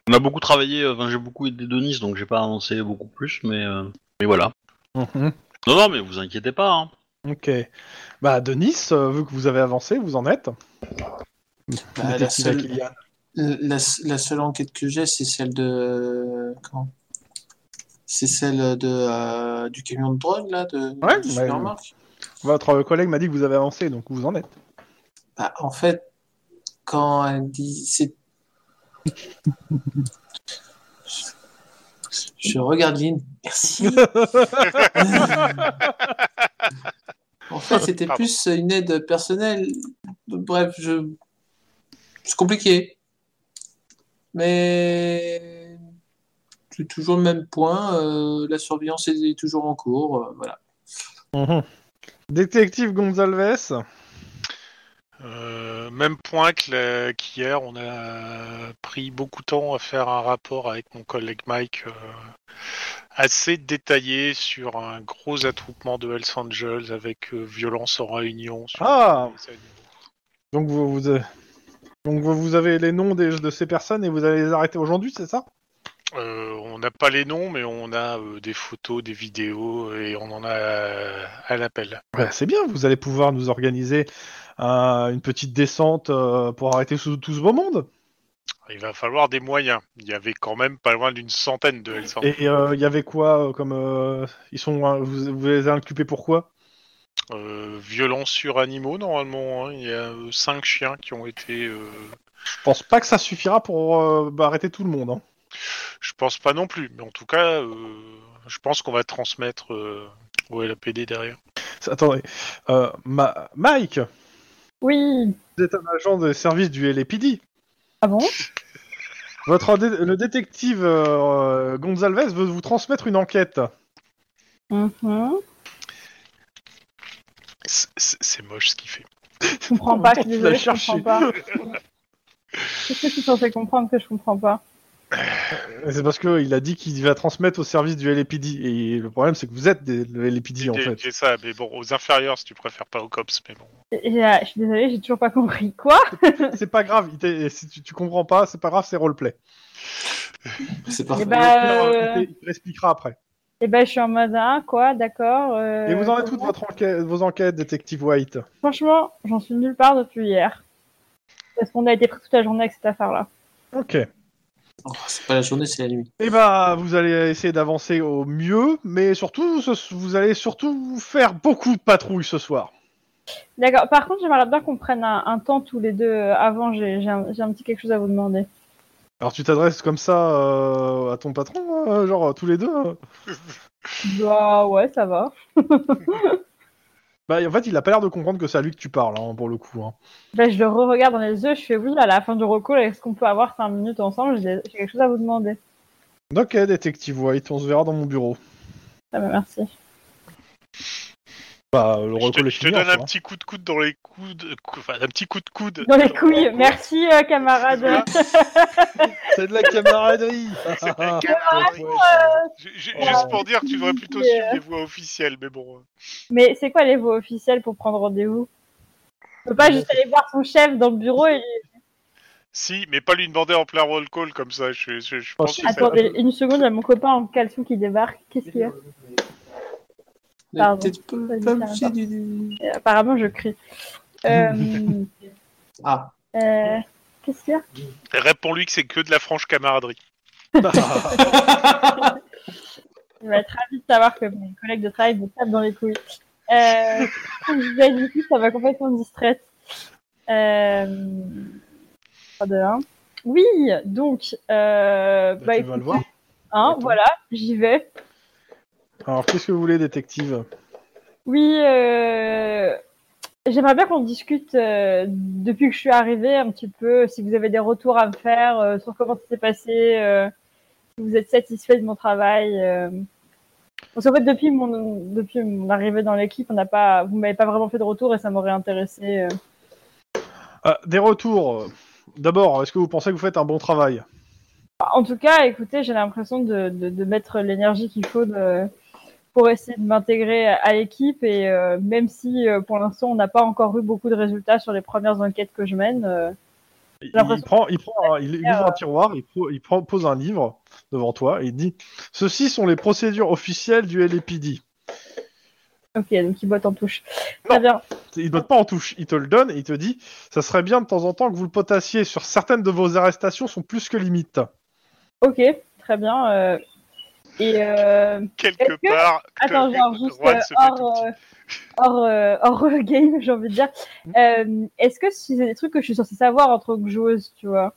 S1: on a beaucoup travaillé, euh, enfin j'ai beaucoup aidé Denis, donc j'ai pas avancé beaucoup plus, mais, euh, mais voilà.
S4: Mhm.
S1: Non, non, mais vous inquiétez pas. Hein.
S2: Ok. Bah, Denis, euh, vu que vous avez avancé, vous en êtes
S4: bah, la,
S2: Détective
S4: seule,
S2: Akilian.
S4: la, la seule enquête que j'ai, c'est celle de euh, comment C'est celle de euh, du camion de drogue là de,
S2: Ouais, bah,
S4: de Supermark.
S2: Votre euh, collègue m'a dit que vous avez avancé, donc vous en êtes.
S4: Bah, en fait, quand elle dit. c'est- Je regarde Lynn. Merci. en fait, c'était
S5: Pardon.
S4: plus une aide personnelle. Bref, je. C'est compliqué. Mais. C'est toujours le même point. euh, la surveillance est est toujours en cours. euh, voilà. Mhm.
S2: Détective Gonzalves.
S5: Euh, même point que la- qu'hier, on a pris beaucoup de temps à faire un rapport avec mon collègue Mike euh, assez détaillé sur un gros attroupement de Hells Angels avec euh, violence en réunion. sur-
S2: Ah Donc vous, vous, euh, donc vous- vous avez les noms des- de ces personnes et vous allez les arrêter aujourd'hui, c'est ça
S5: Euh, on n'a pas les noms, mais on a euh, des photos, des vidéos et on en a euh, à l'appel.
S2: Ouais, C'est bien, vous allez pouvoir nous organiser euh, une petite descente euh, pour arrêter sous- tout ce beau monde.
S5: Il va falloir des moyens. Il y avait quand même pas loin d'une centaine de Hells Angels.
S2: Et euh, il y avait quoi euh, comme euh, ils sont euh, vous, vous les avez inculpés pourquoi
S5: Euh, violence sur animaux, normalement. hein. Il y a euh, cinq chiens qui ont été. euh,
S2: Je pense pas que ça suffira pour euh, bah, arrêter tout le monde. hein.
S5: Je pense pas non plus, mais en tout cas, euh, je pense qu'on va transmettre euh, au LAPD derrière.
S2: Attendez, Euh, Ma- Mike,
S3: Oui.
S2: vous êtes un agent de service du LAPD.
S3: Ah bon
S2: Votre dé- le détective euh, Gonzalez veut vous transmettre une enquête.
S3: Mhm.
S5: C'est- C'est c'est moche ce qu'il fait.
S3: Je comprends pas, je suis
S2: Tu l'as
S3: désolée, je
S2: cherché.
S3: comprends pas. Qu'est-ce que je suis censée comprendre que je comprends pas
S2: C'est parce qu'il a dit qu'il va transmettre au service du LAPD. Et le problème, c'est que vous êtes des, le LAPD, en
S5: J'ai-
S2: fait.
S5: j'ai ça, mais bon, aux inférieurs si tu préfères pas aux cops, mais bon.
S3: Et- et, euh, Je suis désolée, j'ai toujours pas compris. Quoi
S2: C'est pas grave. il t'a- si tu, tu comprends pas, c'est pas grave, c'est roleplay.
S4: C'est parfait.
S3: Eh ben,
S2: Non,
S3: euh,
S2: Il te l'expliquera après.
S3: Eh ben, je suis en mode, hein, quoi, d'accord. euh,
S2: Et vous en êtes toutes votre enquête, vos enquêtes, détective White
S3: Franchement, j'en suis nulle part depuis hier. Parce qu'on a été pris toute la journée avec cette affaire-là.
S2: Ok.
S4: Oh, c'est pas la journée, c'est la nuit.
S2: Eh bah, vous allez essayer d'avancer au mieux, mais surtout, ce- vous allez surtout faire beaucoup de patrouilles ce soir.
S3: D'accord. Par contre, j'aimerais bien qu'on prenne un, un temps tous les deux euh, avant. J'ai j'ai un, j'ai un petit quelque chose à vous demander.
S2: Alors, tu t'adresses comme ça euh, à ton patron, euh, genre euh, tous les deux euh
S3: Bah ouais, ça va.
S2: Bah, en fait, il a pas l'air de comprendre que c'est à lui que tu parles, hein, pour le coup. hein.
S3: Là, Ben, je le re-regarde dans les yeux. Je fais oui, à la fin du recall, est-ce qu'on peut avoir cinq minutes ensemble J'ai j'ai quelque chose à vous demander.
S2: Ok, détective White, on se verra dans mon bureau.
S3: Ah bah, merci.
S2: Bah, le
S5: Je
S2: recul
S5: te,
S2: est
S5: je te
S2: fini,
S5: donne
S2: enfin,
S5: un
S2: hein.
S5: petit coup de coude dans les coudes, cou- enfin un petit coup de coude.
S3: Dans les
S5: le
S3: couilles.
S5: cou-
S3: Merci, euh, camarade.
S5: Voilà.
S2: C'est de la camaraderie
S5: C'est de la
S2: Ouais,
S5: camaraderie.
S2: ouais.
S5: Ju- ju-
S2: Ouais.
S5: Juste pour dire que tu devrais plutôt
S3: Yeah.
S5: suivre les voies officielles, mais bon. euh.
S3: Mais c'est quoi les voies officielles pour prendre rendez-vous On peut pas juste aller voir son chef dans le bureau et lui-
S5: Si, mais pas lui demander en plein roll call comme ça. Je, je, je pense
S2: si,
S5: que ça-
S2: attends.
S3: Attendez, une seconde, il y a mon copain en caleçon qui débarque. Qu'est-ce qu'il y a
S4: On est
S3: Pardon.
S4: peut-être pas-
S3: Vas-y,
S4: pas
S3: ça
S4: obligé du- du-
S3: Et Apparemment, je crie. Euh,
S4: Ah,
S3: euh, Qu'est-ce qu'il y a
S5: Réponds-lui que c'est que de la franche camaraderie.
S2: Bah,
S3: Il va être ravi de savoir que mes collègues de travail me tapent dans les couilles. Euh, comme je disais, du coup, ça va complètement distraite. Euh, trois, deux, un. Oui, donc, euh,
S2: Bah,
S3: bah,
S2: tu vas le
S3: écoutez,
S2: voir.
S3: hein,
S2: Attends.
S3: voilà, j'y vais.
S2: Alors, qu'est-ce que vous voulez, détective
S3: Oui, euh, j'aimerais bien qu'on discute euh, depuis que je suis arrivée un petit peu, si vous avez des retours à me faire euh, sur comment ça s'est passé, euh, si vous êtes satisfait de mon travail. euh. Parce qu'en fait, depuis mon, depuis mon arrivée dans l'équipe, on n'a pas, vous m'avez pas vraiment fait de retour et ça m'aurait intéressé. euh.
S2: Ah, Des retours. D'abord, est-ce que vous pensez que vous faites un bon travail
S3: En tout cas, écoutez, j'ai l'impression de, de, de mettre l'énergie qu'il faut de- pour essayer de m'intégrer à l'équipe. Et euh, même si euh, pour l'instant, on n'a pas encore eu beaucoup de résultats sur les premières enquêtes que je mène, euh,
S2: Il,
S3: J'ai l'impression-
S2: il prend, il prend, un- il
S3: Euh.
S2: ouvre un tiroir, il, pro- il prend- pose un livre devant toi et il dit Ceci sont les procédures officielles du LAPD.
S3: Ok, donc il botte en touche.
S2: Non.
S3: Très bien.
S2: Il ne doit pas en touche, il te le donne et il te dit Ça serait bien de temps en temps que vous le potassiez sur certaines de vos arrestations sont plus que limites.
S3: Ok, très bien. euh, Et euh,
S5: Quelque
S3: Est-ce que-
S5: part,
S3: attends,
S5: que-
S3: genre juste
S5: Juan
S3: euh,
S5: se fait tout
S3: hors,
S5: petit.
S3: euh, hors, euh, hors game, j'ai envie de dire. Euh, Est-ce que c'est des trucs que je suis censée savoir en tant que joueuse, tu vois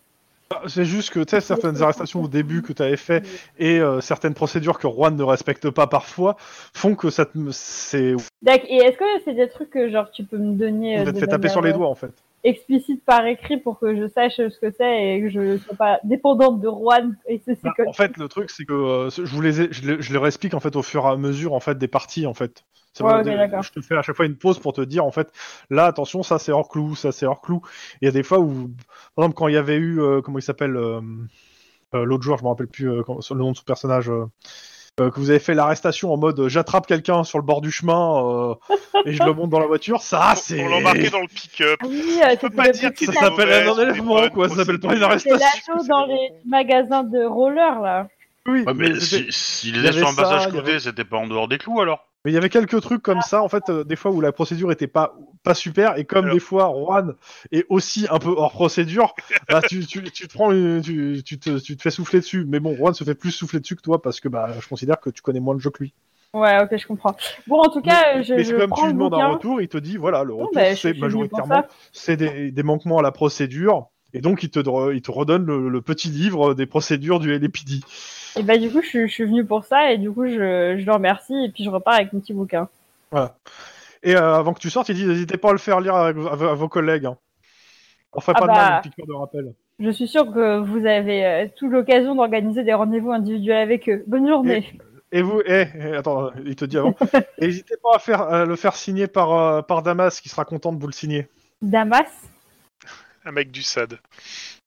S2: Ah, C'est juste que tu sais, certaines arrestations au début que tu avais fait et euh, certaines procédures que Juan ne respecte pas parfois font que ça te. C'est.
S3: D'ac- Et est-ce que c'est des trucs que genre tu peux me donner
S2: On
S3: euh,
S2: te
S3: de
S2: fait taper
S3: manière,
S2: sur les
S3: euh,
S2: doigts en fait.
S3: explicite par écrit pour que je sache ce que c'est et que je ne sois pas dépendante de Juan et c'est
S2: Bah, en fait, le truc, c'est que euh, je vous les ai- je, le- je leur explique en fait au fur et à mesure en fait des parties en fait. C'est
S3: Ouais,
S2: moi,
S3: ok,
S2: des-
S3: d'accord.
S2: je te fais à chaque fois une pause pour te dire en fait là attention ça c'est hors clou ça c'est hors clou. Il y a des fois où par exemple quand il y avait eu euh, comment il s'appelle euh, euh, l'autre joueur je me rappelle plus euh, quand- le nom de son personnage euh, euh, que vous avez fait l'arrestation en mode euh, j'attrape quelqu'un sur le bord du chemin euh, et je le monte dans la voiture ça
S5: Pour-
S2: Ah, c'est
S5: pour l'embarquer dans le pick-up.
S3: Oui, euh,
S5: Je peux pas dire
S2: ça
S5: qu'il est
S2: s'appelle
S5: mauvais,
S2: un
S5: c'est des
S2: enlèvement
S5: bonnes
S2: quoi ça s'appelle pas une
S5: procédures.
S3: c'est
S2: arrestation.
S3: l'anneau dans les magasins de roller là.
S2: Oui,
S1: Ouais, mais
S2: c'était-
S1: si- s'il
S2: il y
S1: était sur
S2: avait
S1: un passage
S2: ça, il y
S1: clouté, c'était pas en dehors des clous alors
S2: Mais il y avait quelques trucs comme ça, en fait, euh, des fois où la procédure était pas, pas super, et comme
S5: Alors.
S2: des fois Juan est aussi un peu hors procédure, bah, tu, tu, tu te prends, une- tu, tu, te, tu te fais souffler dessus. Mais bon, Juan se fait plus souffler dessus que toi parce que bah, je considère que tu connais moins le jeu que lui.
S3: Ouais, ok, je comprends. Bon, en tout cas, je,
S2: Mais
S3: je
S2: c'est comme
S3: prends
S2: tu lui
S3: le
S2: demandes un
S3: bouquin.
S2: retour, il te dit voilà, le retour,
S3: bah, je suis
S2: c'est
S3: venu pour
S2: majoritairement
S3: ça.
S2: c'est des, des manquements à la procédure, et donc il te, dre- il te redonne le, le petit livre des procédures du LPD.
S3: Et bah, du coup, je, suis- je suis venue pour ça et du coup, je, je le remercie et puis je repars avec mon petit bouquin.
S2: Voilà. Et euh, avant que tu sortes, il dit n'hésitez pas à le faire lire avec- à, vos- à vos collègues. Hein. On ferait
S3: Ah
S2: pas de
S3: bah.
S2: mal, une piqûre de rappel.
S3: Je suis sûre que vous avez euh, tout l'occasion d'organiser des rendez-vous individuels avec eux. Bonne journée.
S2: et vous, eh, eh, attends, il te dit avant. N'hésitez pas à faire à le faire signer par euh, par Damas, qui sera content de vous le signer.
S3: Damas
S5: Un mec du SAD.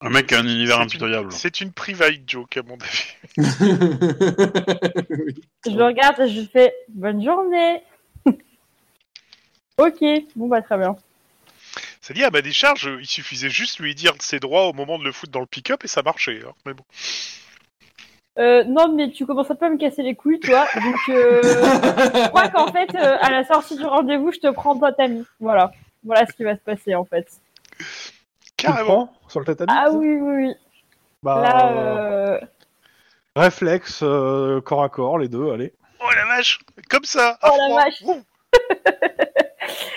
S1: Un mec qui a un univers
S5: C'est une-
S1: impitoyable.
S5: C'est une private joke, à mon avis.
S4: Oui.
S3: Je le regarde et je fais bonne journée. ok, bon bah très bien.
S5: Ça dit, ah bah des charges, il suffisait juste lui dire ses droits au moment de le foutre dans le pick-up et ça marchait. hein. Mais bon.
S3: Euh, non mais tu commences à pas me casser les couilles, toi. Donc euh, je crois qu'en fait euh, à la sortie du rendez-vous, je te prends pas tatami. Voilà, voilà ce qui va se passer en fait.
S2: Tu le
S5: Carrément.
S2: prends sur le tatami.
S3: Ah oui oui oui.
S2: Bah,
S5: Ah.
S3: Là,
S2: euh,
S3: euh,
S2: réflexe euh, corps à corps, les deux. Allez.
S5: Oh la vache Comme ça à
S3: Oh la
S5: froid.
S3: vache.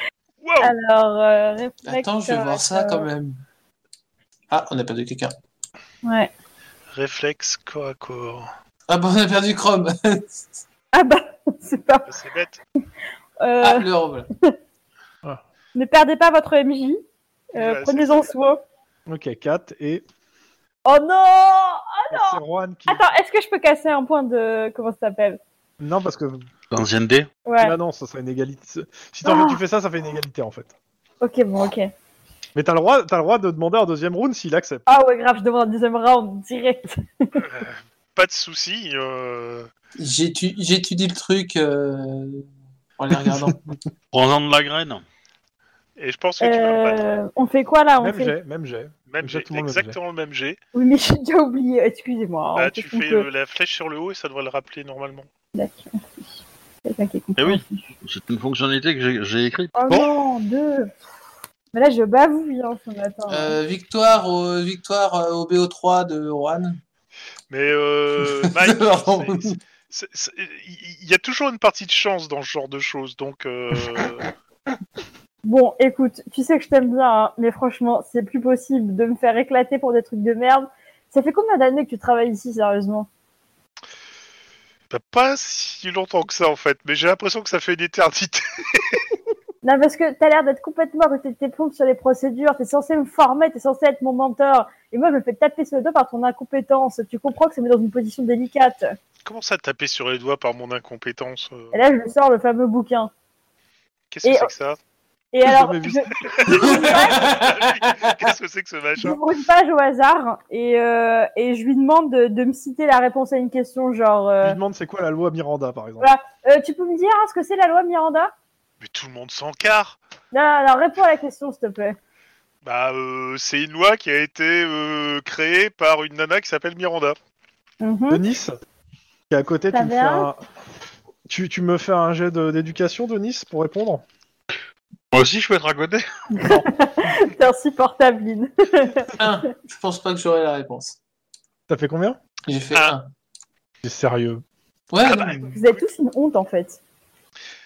S5: Ouh. Wow.
S3: alors euh, réflexe,
S4: Attends, je vais
S3: euh,
S4: voir ça
S3: euh,
S4: quand même. Ah, on a perdu quelqu'un.
S3: Ouais.
S5: Réflexe corps à corps.
S4: Ah bah on a perdu Chrome.
S3: Ah bah c'est pas.
S5: Bah, C'est bête.
S3: euh,
S4: ah, le revoilà.
S3: Ne perdez pas votre MJ. Euh,
S5: Ouais,
S3: Prenez-en soin.
S2: Ok, 4 et
S3: Oh Ah non
S2: c'est Rohan qui.
S3: Attends, est-ce que je peux casser un point de. Comment ça s'appelle
S2: Non, parce que
S1: D'ancienneté
S3: Ouais,
S5: Bah.
S2: là, non, ça serait une égalité. Si t'en
S3: Ah.
S2: veux, tu fais ça, ça fait une égalité en fait.
S3: ok, bon, ok.
S2: Mais t'as le droit, t'as le droit de demander un deuxième round s'il accepte.
S3: Ah ouais, grave, je demande un deuxième round direct.
S5: Pas de soucis. euh,
S4: J'étu- J'étudie le truc euh, en les regardant.
S1: Prends-en de la graine.
S5: Et je pense que tu vas le battre.
S3: Euh, on fait quoi là on
S2: Même
S3: fait...
S2: j'ai, même j'ai.
S5: Même jet,
S2: exactement le même jet.
S5: exactement le même jet.
S3: Oui, mais j'ai déjà oublié, excusez-moi.
S5: Bah,
S3: on
S5: tu
S3: fait ce qu'on
S5: fais
S3: peut.
S5: euh, la flèche sur le haut et ça devrait le rappeler normalement.
S3: Tac, merci. Quelqu'un qui est
S1: Eh oui.
S3: compréhensif.
S1: C'est une fonctionnalité que j'ai- j'ai écrite.
S3: Oh
S1: Bon.
S3: non, deux Mais là, je bavouille hein, ce matin.
S4: Euh, victoire au, victoire euh, au BO3 de Juan.
S5: Mais euh, Mike,
S4: Pardon.
S5: c'est- c'est- c'est- il y a toujours une partie de chance dans ce genre de choses, donc euh,
S3: Bon, écoute, tu sais que je t'aime bien, hein, mais franchement, c'est plus possible de me faire éclater pour des trucs de merde. Ça fait combien d'années que tu travailles ici, sérieusement
S5: bah, pas si longtemps que ça en fait. Mais j'ai l'impression que ça fait une éternité.
S3: Non, parce que t'as l'air d'être complètement à côté de tes pompes sur les procédures. T'es censé me former, t'es censé être mon mentor. Et moi, je me fais taper sur le dos par ton incompétence. Tu comprends que ça me met dans une position délicate.
S5: Comment ça taper sur les doigts par mon incompétence euh,
S3: Et là, je sors le fameux bouquin.
S5: Qu'est-ce que
S3: Et-
S5: c'est que ça
S3: Et alors,
S2: jamais vu
S3: je, j'ouvre une page-
S5: Qu'est-ce que c'est que ce machin
S3: j'ouvre une page au hasard et, euh, et je lui demande de, de me citer la réponse à une question genre
S2: Je lui
S3: euh,
S2: demande c'est quoi la loi Miranda par exemple.
S3: Voilà. Euh, Tu peux me dire hein, ce que c'est la loi Miranda
S5: Mais tout le monde s'en carre.
S3: Non, non, non, réponds à la question, s'il te plaît.
S5: Bah, euh, c'est une loi qui a été euh, créée par une nana qui s'appelle Miranda.
S3: Mhm.
S2: Denis, qui est à côté, tu me, fais
S3: Taverne.
S2: un... tu, tu me fais un jet de- d'éducation, Denis, pour répondre
S1: Moi aussi, je peux être à côté.
S3: T'es insupportable, Lynn.
S4: Un. Je pense pas que j'aurai la réponse.
S2: Ça fait combien
S4: J'ai fait
S5: Un.
S4: un.
S2: C'est sérieux.
S4: Ouais,
S5: Ah
S4: non,
S5: bah.
S4: mais-
S3: Vous êtes tous une honte, en fait.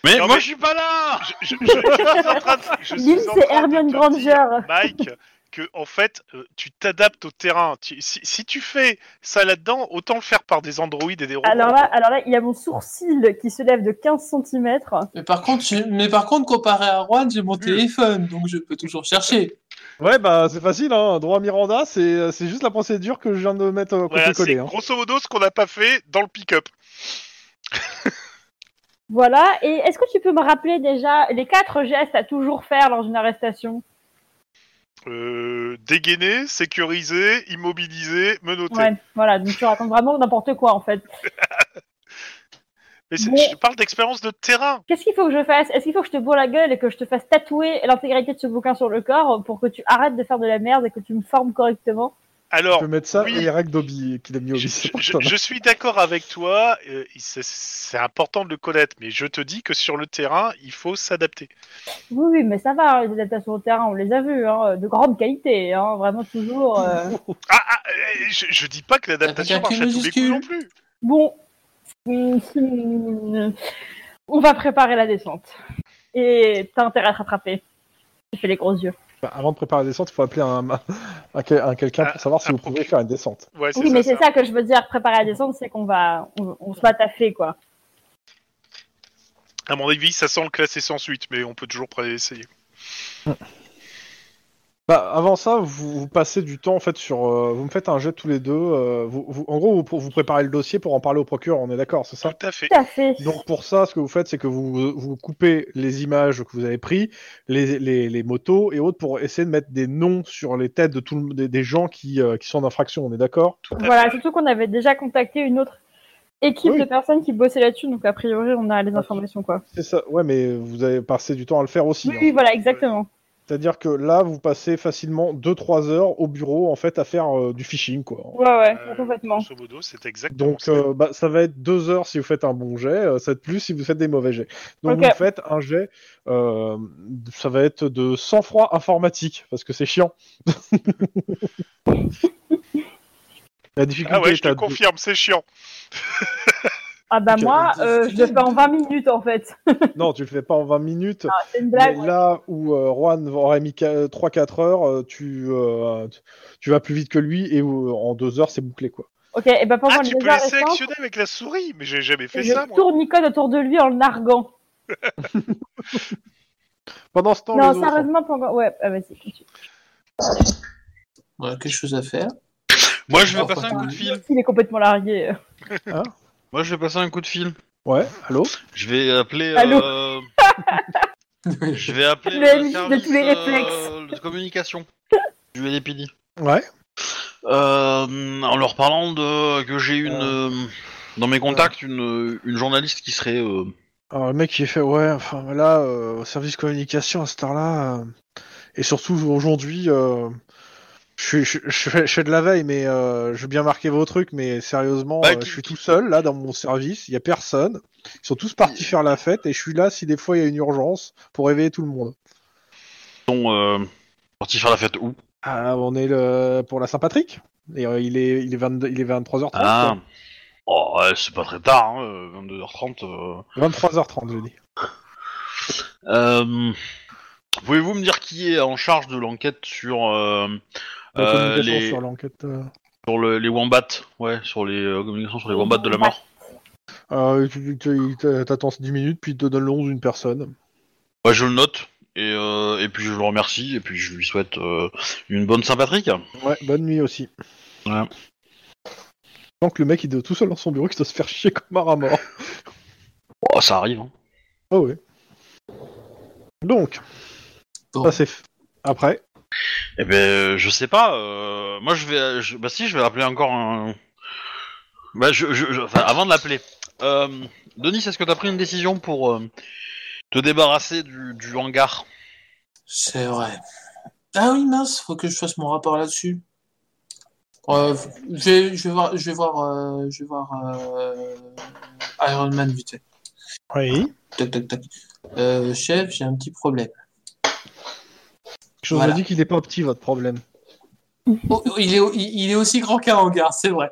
S1: Mais
S5: Non,
S1: moi,
S5: mais-
S1: je suis pas là
S5: Je, je- je suis en train de- je suis Oh.
S3: Lynn,
S5: en
S3: c'est
S5: train de
S3: Hermione
S5: te
S3: Granger.
S5: dire, Mike, que en fait, euh, tu t'adaptes au terrain. Tu- si, si tu fais ça là-dedans, autant le faire par des androïdes et des robots.
S3: Alors là, alors là, il y a mon sourcil qui se lève de 15 cm.
S4: mais par contre, j'ai- mais par contre, comparé à Juan, j'ai
S5: Hmm.
S4: mon téléphone, donc je peux toujours chercher.
S2: Ouais, bah c'est facile, hein. droit Miranda, c'est euh, c'est juste la procédure que je viens de mettre euh,
S5: Voilà,
S2: copier-coller.
S5: c'est
S2: hein.
S5: grosso modo ce qu'on n'a pas fait dans le pick-up.
S3: Voilà. Et est-ce que tu peux me rappeler déjà les quatre gestes à toujours faire lors d'une arrestation
S5: Euh, dégainer, sécuriser, immobiliser, menotter.
S3: Ouais, voilà. Donc tu racontes vraiment n'importe quoi, en fait.
S5: Mais c'est-
S3: Mais-
S5: je parle d'expérience de terrain.
S3: Qu'est-ce qu'il faut que je fasse Est-ce qu'il faut que je te bourre la gueule et que je te fasse tatouer l'intégralité de ce bouquin sur le corps pour que tu arrêtes de faire de la merde et que tu me formes correctement
S2: Je
S5: Alors,
S2: peux mettre ça
S5: oui.
S2: et les règles d'Obi qu'il a mis au
S5: je,
S2: lycée.
S5: je- je suis d'accord avec toi. euh, c'est- c'est important de le connaître, mais je te dis que sur le terrain, il faut s'adapter.
S3: Oui, oui, mais ça va. hein, Les adaptations au terrain, on les a vues, hein, de grande qualité, hein, vraiment toujours. euh,
S5: Ah, ah, euh, je, je dis pas que l'adaptation
S4: Avec un
S5: marche
S4: cul
S5: à tous les coups
S4: minuscule.
S5: non plus.
S3: Bon, euh, on va préparer la descente. Et t'as intérêt à te rattraper. Tu fais les gros yeux.
S2: Bah, avant de préparer la descente, il faut appeler un, un, un quelqu'un pour savoir si
S5: un
S2: vous pouvez
S5: procureur.
S2: faire une descente.
S5: Ouais, c'est
S3: Oui,
S5: ça,
S3: mais
S5: ça.
S3: c'est ça que je veux dire, préparer la descente, c'est qu'on va, on, on se bat à fait, quoi.
S5: À mon avis, ça sent le classer sans suite, mais on peut toujours pré- essayer.
S2: Bah, avant ça, vous, vous passez du temps en fait sur. euh, vous me faites un jet tous les deux. euh, vous, vous- en gros, vous, vous préparez le dossier pour en parler au procureur. On est d'accord, c'est ça
S5: Tout à fait.
S3: Tout à fait.
S2: Donc pour ça, ce que vous faites, c'est que vous, vous coupez les images que vous avez prises, les, les, les motos et autres pour essayer de mettre des noms sur les têtes de tout le- des, des gens qui, euh, qui sont en infraction, on est d'accord
S3: Voilà, surtout qu'on avait déjà contacté une autre équipe
S2: Oui.
S3: de personnes qui bossaient là-dessus, donc a priori, on a les informations, quoi.
S2: C'est ça, ouais, mais vous avez passé du temps à le faire aussi.
S3: Oui,
S2: hein.
S3: oui, voilà, exactement.
S2: C'est-à-dire que là, vous passez facilement 2-3 heures au bureau en fait à faire euh, du phishing, quoi.
S3: Ouais, ouais,
S5: Euh,
S3: complètement.
S5: Grosso modo, c'est exactement
S2: Donc
S5: ça.
S2: euh, bah, ça va être deux heures si vous faites un bon jet, euh, ça va être plus si vous faites des mauvais jets. Donc
S3: Ok.
S2: vous faites un jet, euh, ça va être de sang-froid informatique, parce que c'est chiant. La difficulté
S5: Ah ouais, je
S2: est
S5: te
S2: à deux.
S5: confirme, c'est chiant.
S3: Ah bah
S2: Ok.
S3: moi, euh, je le fais en 20 minutes, en fait.
S2: Non, tu le fais pas en 20 minutes.
S3: Ah, C'est une blague.
S2: mais là où euh, Juan aurait mis 3-4 heures, euh, tu, euh, tu- tu vas plus vite que lui et euh, en deux heures c'est bouclé quoi.
S3: Ok, et ben pendant
S5: Ah,
S3: les
S5: tu
S3: deux
S5: peux
S3: heures
S5: les
S3: restantes,
S5: sélectionner avec la souris, mais j'ai jamais fait ça,
S3: je
S5: moi.
S3: tournicole autour de lui en le narguant.
S2: Pendant ce temps,
S3: Non,
S2: les autres-
S3: sérieusement, pendant... Ouais, ah, vas-y.
S4: On a quelque chose à faire.
S1: Moi, je vais
S4: Oh,
S1: passer un
S4: putain.
S1: coup de fil.
S3: Il est complètement largué.
S1: Moi, je vais passer un coup de fil.
S2: Ouais, allô
S1: Je vais appeler.
S3: Allô
S1: euh, je vais appeler
S3: Le
S1: euh,
S3: MJ de
S1: service,
S3: tous les
S1: euh,
S3: réflexes.
S1: de communication du LAPD.
S2: Ouais.
S1: Euh, en leur parlant de que j'ai une euh, dans mes contacts une, une journaliste qui serait euh,
S2: Alors le mec il fait ouais, enfin là, euh, au service communication à cette heure-là, euh, et surtout aujourd'hui, euh, je, suis- je- je fais, je fais de la veille, mais euh, je veux bien marquer vos trucs, mais sérieusement,
S1: Bah,
S2: euh,
S1: qui-
S2: je suis tout seul là dans mon service, il y a personne, ils sont tous partis faire la fête, et je suis là si des fois il y a une urgence pour réveiller tout le monde.
S1: dont, euh, partie faire la fête où
S2: Ah, on est le, pour la Saint-Patrick, et euh, il est il est 22, il est 23h30,
S1: Ah. Oh, ouais, c'est pas très tard, hein, euh, 22h30. euh.
S2: 23h30 je dis.
S1: Euh, Pouvez-vous me dire qui est en charge de l'enquête sur euh,
S2: La
S1: euh,
S2: communication
S1: les,
S2: sur
S1: sur,
S2: l'enquête. euh.
S1: le- les wombats, ouais, sur les euh, communications sur les wombats de la mort.
S2: Euh, tu- tu- tu- T'attends 10 minutes, puis il te donne le nom d'une personne.
S1: Ouais, je le note et, euh, et puis je le remercie et puis je lui souhaite euh, une bonne Saint-Patrick.
S2: Ouais, bonne nuit aussi.
S1: Ouais.
S2: Donc le mec il est tout seul dans son bureau qui doit se faire chier comme un rat mort.
S1: Oh, ça arrive. hein.
S2: Ah ouais. Donc,
S4: Bon.
S2: ça c'est f- après.
S1: Eh ben, je sais pas. euh, moi, je vais. je- bah, si, je vais appeler encore un. Bah, je, je- je- enfin, avant de l'appeler. Euh, Denis, est-ce que t'as pris une décision pour euh, te débarrasser du, du hangar
S4: C'est vrai. Ah oui, mince, faut que je fasse mon rapport là-dessus. Euh, je, vais, je vais voir, je vais voir, euh, je vais voir euh, Iron Man vite fait.
S2: Oui.
S4: Tac, tac, tac. Euh, chef, j'ai un petit problème.
S2: Je vous
S4: Voilà.
S2: ai dit qu'il est pas petit votre problème.
S4: Oh, oh, il, est, au- il, il est aussi grand qu'un hangar, c'est vrai.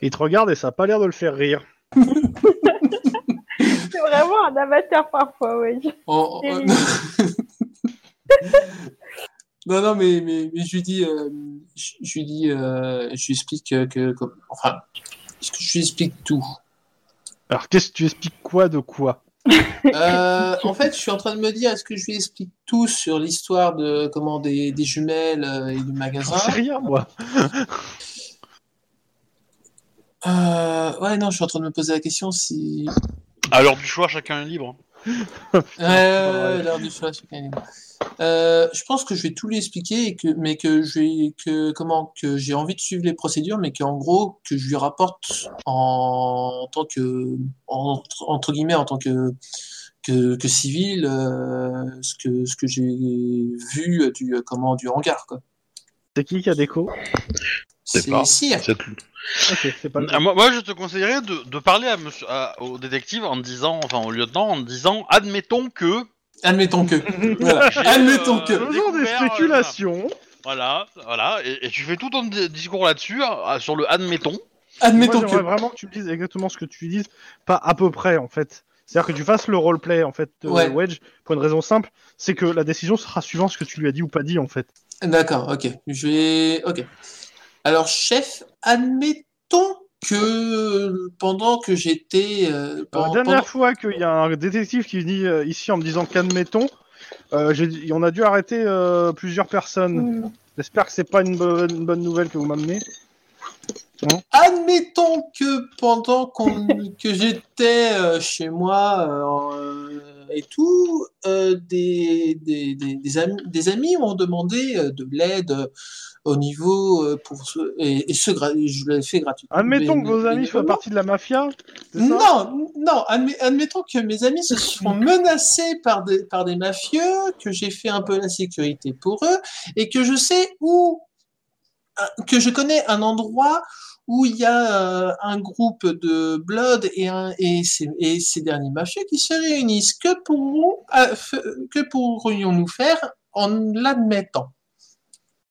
S2: Il te regarde et ça a pas l'air de le faire rire.
S3: C'est vraiment un amateur parfois, ouais.
S4: On- on-
S3: Et-
S4: oh. non, non, mais, mais, mais je lui dis, euh, je, je lui dis, euh, je lui explique euh, que, comme- enfin, je lui explique tout.
S2: Alors qu'est-ce que tu expliques quoi de quoi
S4: Euh, en fait, je suis en train de me dire, est-ce que je lui explique tout sur l'histoire de comment des, des jumelles euh, et du magasin
S2: J'en sais rien moi.
S4: Euh, Ouais, non, je suis en train de me poser la question si.
S1: Alors du choix, chacun est libre. hein.
S4: Ouais, ouais, ouais, l'heure du choix, chacun est libre. Euh, je pense que je vais tout lui expliquer et que, mais que je vais- que comment que j'ai envie de suivre les procédures, mais qu'en gros que je lui rapporte en, tant que entre, entre guillemets en tant que que, que civil euh, ce que ce que j'ai vu du euh, comment du hangar quoi.
S2: C'est qui qui a déco
S1: C'est
S4: C'est
S1: pas-
S4: Cyr.
S1: C'est
S2: Ok, c'est pas le
S1: Ah, Moi, moi, je te conseillerais de, de parler à monsieur, à- au détective en disant, enfin au lieutenant, en disant, admettons que.
S4: Admettons que. Voilà.
S1: j'ai,
S4: Admettons que.
S2: Ce genre des
S1: découvert, euh,
S2: spéculations.
S1: voilà, voilà, et, et tu fais tout ton di- discours là-dessus, euh, sur le admettons.
S2: Moi,
S4: Admettons que.
S2: j'aimerais vraiment que tu me dises exactement ce que tu dises, pas à peu près en fait. C'est-à-dire que tu fasses le roleplay en fait, euh,
S4: Ouais.
S2: Wedge, pour une raison simple, c'est que la décision sera suivant ce que tu lui as dit ou pas dit en fait.
S4: D'accord, ok. Je vais. Ok. Alors, chef, admettons que pendant que j'étais. euh,
S2: Euh,
S4: pen-
S2: la dernière
S4: pendant-
S2: euh, fois qu'il y a un détective qui dit ici en me disant qu'admettons, Euh, j'ai dit- on a dû arrêter euh, plusieurs personnes.
S4: Hmm.
S3: Mm.
S2: J'espère que c'est pas une bonne, une bonne nouvelle que vous m'amenez.
S4: Admettons que pendant qu'on- que j'étais euh, chez moi euh, euh, et tout, euh, des, des, des, des amis, des amis m'ont demandé euh, de l'aide euh, au niveau euh, pour ce- et, et ce gra- je l'ai fait gratuitement.
S2: Admettons
S4: Mais-
S2: que vos amis
S4: mais-
S2: soient partis de la mafia. c'est
S4: Mm.
S2: ça
S4: Non, non, admet- admettons que mes amis se sont menacés par des, par des mafieux, que j'ai fait un peu la sécurité pour eux, et que je sais où, euh, que je connais un endroit où il y a euh, un groupe de Blood et, un, et, ces, et ces derniers mafieux qui se réunissent. Que pourrons, ah, fe- que pourrions-nous faire en l'admettant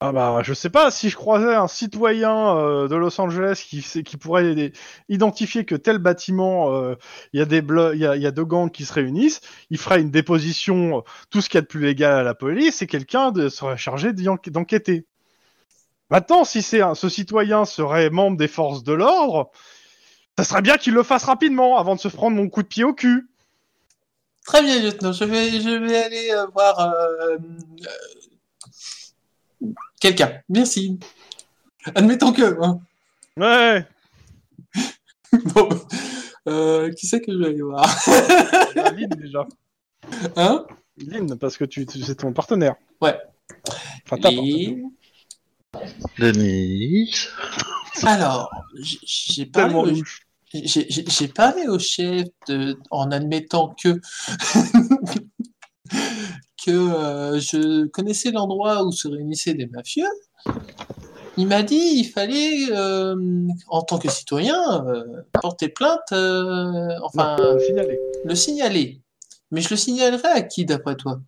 S2: Ah bah je sais pas si je croisais un citoyen euh, de Los Angeles qui sait- qui pourrait aider- identifier que tel bâtiment euh, il y a des blo- il y a, il y a deux gangs qui se réunissent, il ferait une déposition euh, tout ce qu'il y a de plus légal à la police et quelqu'un de- serait chargé d'y enqu- d'enquêter. Maintenant si c'est un- ce citoyen serait membre des forces de l'ordre, ça serait bien qu'il le fasse rapidement avant de se prendre mon coup de pied au cul.
S4: Très bien, lieutenant. Je vais, je vais aller euh, voir euh, euh, quelqu'un. Merci. Admettons que. hein.
S2: Ouais.
S4: Bon. Euh, qui c'est que je vais aller voir
S2: Lynn déjà.
S4: hein
S2: Lynn parce que tu, tu- c'est ton partenaire.
S4: Ouais.
S2: Enfin ta partenaire.
S4: Et-
S1: Denis.
S4: Alors, j- j'ai parlé,
S2: Tellement
S4: au...
S2: louche.
S4: j'ai- j'ai- j'ai parlé au chef de- en admettant que. que euh, je connaissais l'endroit où se réunissaient des mafieux. Il m'a dit il fallait, euh, en tant que citoyen, euh, porter plainte, euh, enfin,
S2: Non, signaler.
S4: le signaler. Mais je le signalerai à qui, d'après toi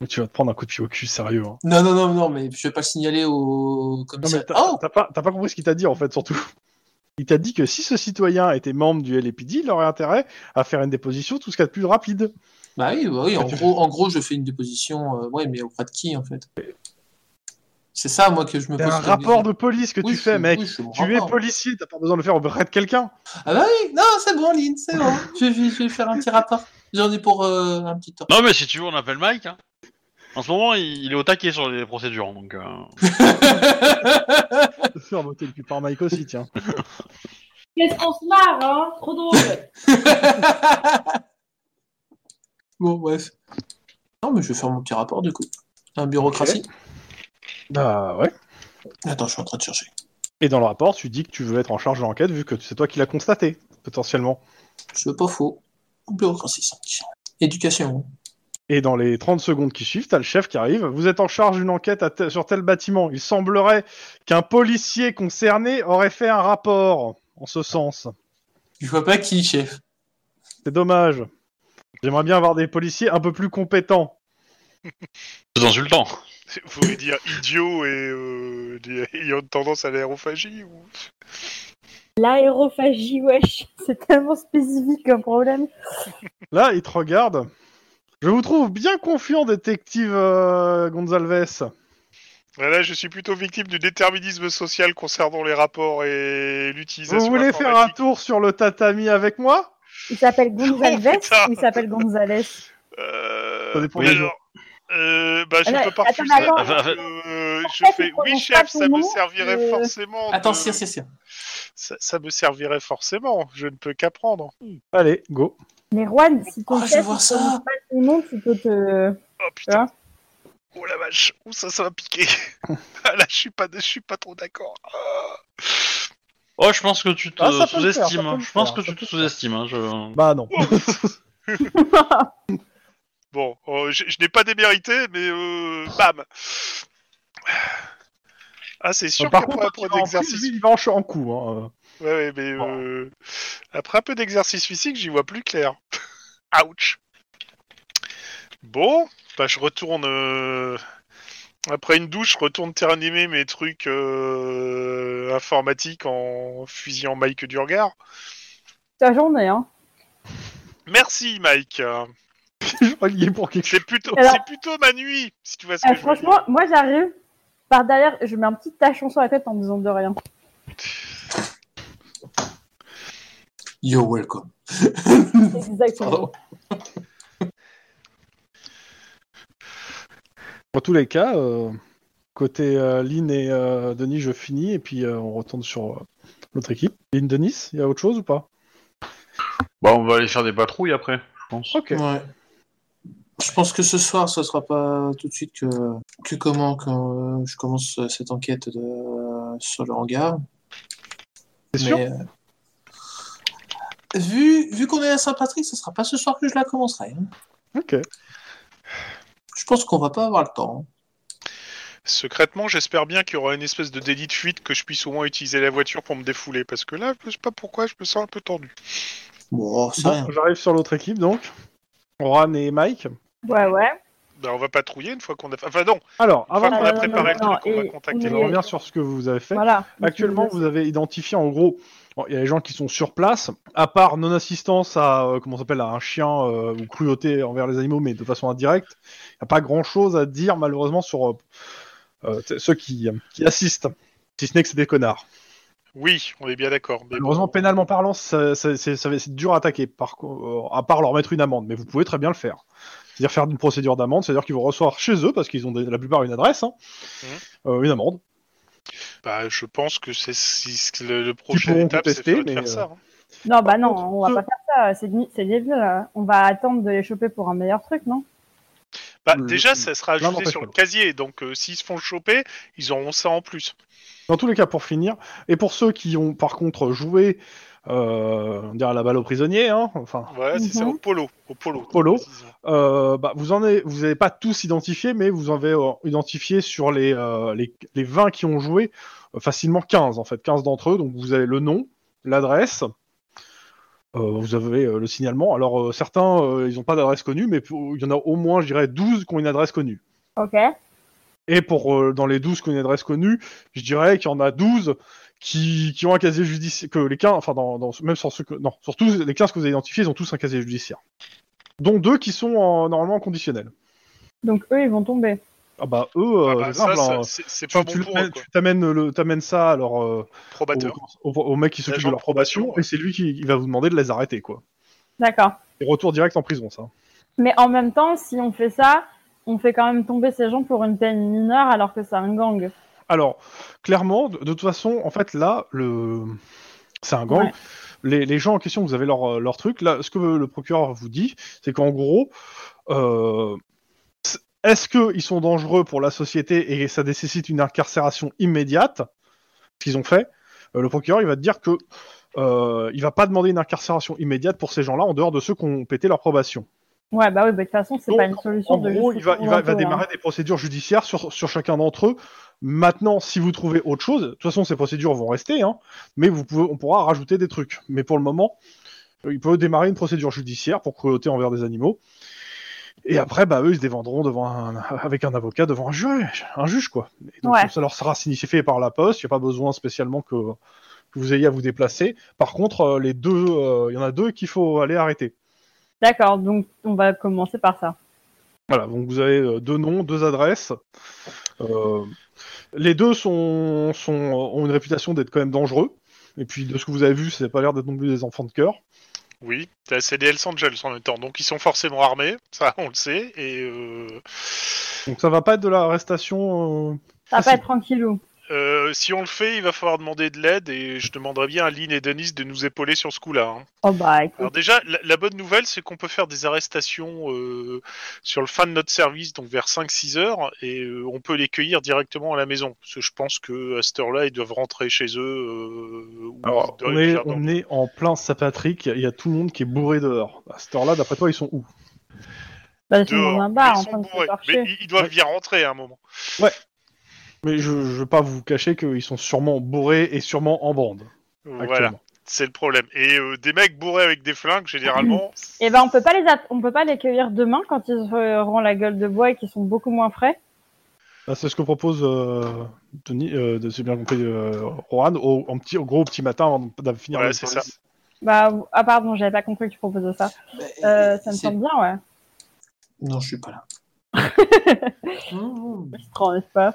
S2: Mais tu vas te prendre un coup de pied au cul, sérieux. Hein.
S4: Non, non, non, non, mais je vais pas le signaler au
S2: Non, mais
S4: commissaire.
S2: t'as
S4: Oh
S2: t'as pas, t'as pas compris ce qu'il t'a dit, en fait, surtout. Il t'a dit que si ce citoyen était membre du LPD, il aurait intérêt à faire une déposition tout ce qu'il y a de plus rapide.
S4: Bah oui, bah oui, en
S2: tu-
S4: gros, en gros, je fais une déposition, euh, ouais, mais auprès de qui, en fait C'est ça, moi, que je me
S2: C'est
S4: pose
S2: un
S4: comme
S2: rapport
S4: question.
S2: de police que
S4: Oui,
S2: tu
S4: je-
S2: fais, mec.
S4: oui, je fais mon
S2: tu es
S4: rapport.
S2: policier, t'as pas besoin de le faire auprès de quelqu'un.
S4: Ah bah oui, non, c'est bon, Lynn, c'est bon. je, vais, je vais faire un petit rapport. J'en ai pour euh, un petit temps.
S1: Non, mais si tu veux, on appelle Mike. hein. En ce moment, il, il est au taquet sur les procédures, donc. euh,
S2: Je suis remonté le cul par Mike aussi, tiens.
S3: Qu'est-ce qu'on se marre, hein Trop drôle.
S4: bon, bref. Non, mais je vais faire mon petit rapport, du coup. Un bureaucratie.
S2: Bah ouais.
S4: Attends, je suis en train de chercher.
S2: Et dans le rapport, tu dis que tu veux être en charge de l'enquête vu que c'est toi qui l'as constaté, potentiellement.
S4: C'est pas faux. Bureaucratie 5. Éducation. hein.
S2: Et dans les 30 secondes qui suivent, t'as le chef qui arrive. Vous êtes en charge d'une enquête à te- sur tel bâtiment. Il semblerait qu'un policier concerné aurait fait un rapport en ce sens.
S4: Je vois pas qui, chef.
S2: C'est dommage. J'aimerais bien avoir des policiers un peu plus compétents.
S1: C'est insultant.
S5: Vous voulez dire idiot et euh, des- ayant tendance à l'aérophagie ou...
S3: L'aérophagie, wesh. C'est tellement spécifique comme problème.
S2: Là, ils te regardent. Je vous trouve bien confiant, détective euh, Gonzalves.
S5: Voilà, je suis plutôt victime du déterminisme social concernant les rapports et l'utilisation.
S2: Vous voulez faire un
S5: informatique.
S2: tour sur le tatami avec moi
S3: Il s'appelle Gonzalez
S4: Oh,
S5: putain.
S3: ou il s'appelle Gonzalez
S5: Euh,
S2: Ça dépend
S5: oui,
S2: des
S5: alors, euh, bah, je
S3: Ah, mais
S5: peux pas
S3: attends,
S5: refuser.
S3: mais alors,
S5: parce que, euh, je
S3: fait,
S5: fais
S3: il
S5: oui,
S3: prononce pas
S5: chef,
S3: son
S5: ça me
S3: nom,
S5: servirait
S3: euh,
S5: forcément.
S4: Attends,
S5: de-
S4: si, si, si.
S5: Ça, ça me servirait forcément. Je ne peux qu'apprendre.
S2: Allez, go.
S3: Mais Juan, si ton
S4: Oh, je
S3: chef
S4: vois
S3: ne
S4: ça.
S3: prononce pas ton nom, tu peux te.
S5: Oh putain.
S3: Ah.
S5: Oh la vache. Ouh, ça, ça va piquer. Ah, Là, je suis pas, je suis pas trop d'accord. Ah.
S1: Oh, je pense que tu te
S2: Ah, ça peut le faire, ça peut
S1: sous-estimes.
S2: le
S1: Je pense
S2: faire,
S1: que
S2: ça
S1: tu
S2: peut
S1: te
S2: le
S1: sous-estimes. hein, je-
S2: Bah non.
S5: Bon, euh, je, je n'ai pas démérité, mais euh, bam. Ah, c'est sûr
S2: Par
S5: qu'après
S2: contre,
S5: un
S2: il
S5: peu
S2: va en prise,
S5: d'exercice,
S2: lui, il va en, ch- en coup. hein.
S5: ouais, ouais, mais euh, après un peu d'exercice physique, j'y vois plus clair. Ouch. Bon, bah je retourne. euh, Après une douche, je retourne terminer mes trucs euh, informatiques en fusillant Mike du regard.
S3: Ta journée, hein.
S5: Merci Mike.
S2: Je crois qu'il est pour quelque
S5: C'est plutôt,
S3: Alors-
S5: c'est plutôt ma nuit, si tu vois ce
S3: Eh,
S5: que je veux dire.
S3: franchement, moi j'arrive par derrière, je mets un petit tachon sur la tête en me disant de rien.
S4: You're welcome.
S3: Exactement.
S4: Pardon.
S2: En tous les cas, euh, côté euh, Lynn et euh, Denis, je finis et puis euh, on retourne sur euh, l'autre équipe. Lynn, Denis, il y a autre chose ou pas
S1: Bah, on va aller faire des patrouilles après, je pense.
S2: Ok.
S4: Ouais. Je pense que ce soir, ce sera pas tout de suite que, que comment quand euh, je commence cette enquête de, euh, sur le hangar.
S2: C'est sûr
S4: Mais, euh, vu vu qu'on est à Saint-Patrick, ce sera pas ce soir que je la commencerai. hein.
S2: Ok.
S4: Je pense qu'on va pas avoir le temps. hein.
S5: Secrètement, j'espère bien qu'il y aura une espèce de délit de fuite que je puisse au moins utiliser la voiture pour me défouler, parce que là, je sais pas pourquoi, je me sens un peu tendu.
S4: Bon, oh, c'est rien.
S2: Bon, j'arrive sur l'autre équipe donc. Oran et Mike.
S3: Ouais, ouais.
S5: Ben, on va patrouiller une fois qu'on a. Enfin, non,
S2: Alors, avant
S5: Enfin,
S2: de
S5: on a préparé le
S3: non,
S5: truc, on va
S3: et-
S5: contacter
S3: oui,
S2: Je
S5: les-
S2: reviens sur ce que vous avez fait.
S3: Voilà.
S2: Actuellement, vous avez identifié en gros, bon, il y a les gens qui sont sur place, à part non-assistance à, euh, comment ça s'appelle, à un chien euh, ou cruauté envers les animaux, mais de façon indirecte, il n'y a pas grand-chose à dire malheureusement sur euh, euh, t- ceux qui, qui assistent, si ce n'est que c'est des connards.
S5: Oui, on est bien d'accord. mais
S2: Malheureusement,
S5: bon.
S2: pénalement parlant, ça- ça- c'est ça va- c'est dur à attaquer, par, co- euh, à part leur mettre une amende, mais vous pouvez très bien le faire. C'est-à-dire faire une procédure d'amende, c'est-à-dire qu'ils vont recevoir chez eux, parce qu'ils ont des- la plupart une adresse, hein, euh, une amende.
S5: Bah, je pense que c'est si- ce- le, le prochain
S2: pourront
S5: étape, c'est
S2: contester,
S5: faire, de
S2: mais,
S5: faire
S2: euh,
S5: ça. hein.
S3: Non, bah non,
S2: contre,
S3: on va
S2: ce-
S3: pas faire ça. C'est ni- c'est des vieux, là. On va attendre de les choper pour un meilleur truc, non
S5: Bah,
S2: le-
S5: déjà, ça sera
S2: l'un
S5: ajouté
S2: n'empêche
S5: sur
S2: pas
S5: le casier, donc euh, s'ils se font choper, ils auront ça en plus.
S2: Dans tous les cas, pour finir, et pour ceux qui ont par contre joué, euh, on dirait la balle aux prisonniers, hein, enfin,
S5: Ouais, c'est ça,
S3: Mhm.
S5: au polo. Au polo.
S2: Polo. euh, bah, vous en avez, vous avez pas tous identifié, mais vous en avez euh, identifié sur les, euh, les, les 20 qui ont joué, euh, facilement 15 en fait, 15 d'entre eux, donc vous avez le nom, l'adresse, euh, vous avez euh, le signalement, alors euh, certains, euh, ils n'ont pas d'adresse connue, mais pour- il y en a au moins, je dirais, 12 qui ont une adresse connue.
S3: Ok.
S2: Et pour euh, dans les 12 qui ont une adresse connue, je dirais qu'il y en a 12 qui, qui ont un casier judiciaire. Que les 15, enfin, dans, dans- même sur ceux que. Non, sur tous les 15 que vous avez identifiés, ils ont tous un casier judiciaire. Dont deux qui sont en- normalement conditionnels.
S3: Donc eux, ils vont tomber.
S2: Ah bah, eux, euh,
S5: Ah bah,
S2: c'est
S5: ça,
S2: simple,
S5: ça,
S2: hein.
S5: c'est c'est
S2: Tu,
S5: pas bon
S2: tu
S5: pour eux,
S2: l'amènes-
S5: quoi. Bah,
S2: tu t'amènes le- t'amènes ça à leur, euh,
S5: Probateur.
S2: au, au- au mec qui s'occupe
S5: L'agent
S2: de leur
S5: de probation,
S2: probation, et c'est lui qui, qui va vous demander de les arrêter, quoi.
S3: D'accord.
S2: Et retour direct en prison, ça.
S3: Mais en même temps, si on fait ça, on fait quand même tomber ces gens pour une peine mineure alors que c'est un gang.
S2: Alors, clairement, de, de toute façon, en fait, là, le... c'est un gang.
S3: Ouais.
S2: Les, les gens en question, vous avez leur, euh, leur truc. Là, ce que le procureur vous dit, c'est qu'en gros, euh, c- est-ce qu'ils sont dangereux pour la société et ça nécessite une incarcération immédiate, ce qu'ils ont fait Euh, Le procureur, il va te dire que euh, il va pas demander une incarcération immédiate pour ces gens-là, en dehors de ceux qui ont pété leur probation.
S3: Ouais, bah oui, bah de toute façon, c'est
S2: Donc,
S3: pas une solution
S2: En
S3: de
S2: gros,
S3: juste
S2: il va, il va, il va
S3: tout, hein.
S2: démarrer des procédures judiciaires sur, sur chacun d'entre eux. Maintenant, si vous trouvez autre chose, de toute façon, ces procédures vont rester, hein, mais vous pouvez, on pourra rajouter des trucs. Mais pour le moment, euh, il peut démarrer une procédure judiciaire pour cruauté envers des animaux. Et après, bah, eux, ils se défendront devant un- avec un avocat devant un juge, un juge quoi. Et donc,
S3: Ouais.
S2: Ça leur sera signifié par la poste. Il n'y a pas besoin spécialement que, que vous ayez à vous déplacer. Par contre, euh, les deux, euh, il y en a deux qu'il faut aller arrêter.
S3: D'accord, donc on va commencer par ça.
S2: Voilà, donc vous avez euh, deux noms, deux adresses. Euh, les deux sont, sont, euh, ont une réputation d'être quand même dangereux. Et puis de ce que vous avez vu, ça n'a pas l'air d'être non plus des enfants de cœur.
S5: Oui, t'as- c'est des Hells Angels en même temps, donc ils sont forcément armés, ça on le sait, et euh,
S2: Donc ça va pas être de l'arrestation. euh,
S3: Ça va
S2: Facile.
S3: pas être tranquillou.
S5: euh, si on le fait, il va falloir demander de l'aide, et je demanderai bien à Lynn et Denis de nous épauler sur ce coup-là. hein.
S3: Oh bah
S5: Alors
S3: écoute,
S5: déjà, la, la bonne nouvelle, c'est qu'on peut faire des arrestations euh, sur le fin de notre service, donc vers 5-6 heures, et euh, on peut les cueillir directement à la maison, parce que je pense que à cette heure-là, ils doivent rentrer chez eux. euh, ou
S2: Alors,
S5: ils doivent
S2: on est,
S5: faire
S2: on
S5: dans-
S2: est en plein Saint-Patrick, il y a tout le monde qui est bourré dehors. À cette heure-là, d'après toi, ils sont où
S3: bah, ils sont
S5: dehors.
S3: dans un bar
S5: Ils
S3: en
S5: sont
S3: train de se
S5: bourrés,
S3: torcher.
S5: mais ils- ils doivent bien rentrer à un moment.
S2: Mais je ne veux pas vous cacher qu'ils sont sûrement bourrés et sûrement en bande.
S5: Voilà,
S2: actuellement.
S5: c'est le problème. Et euh, des mecs bourrés avec des flingues, généralement,
S3: Et ben on peut pas les at- on peut pas les cueillir demain quand ils auront la gueule de bois et qu'ils sont beaucoup moins frais.
S2: Bah, c'est ce que propose euh, Denis, euh, de- j'ai bien compris, euh, Rohan, au, en, petit, au gros petit matin avant de finir
S5: Voilà,
S2: le
S5: c'est ça.
S3: Bah ah pardon, j'avais pas compris que tu proposais ça.
S4: Mais-
S3: Euh, ça me
S4: c'est-
S3: semble bien, ouais.
S4: Non, je suis pas là. Non, non.
S3: Frustrant, n'est-ce pas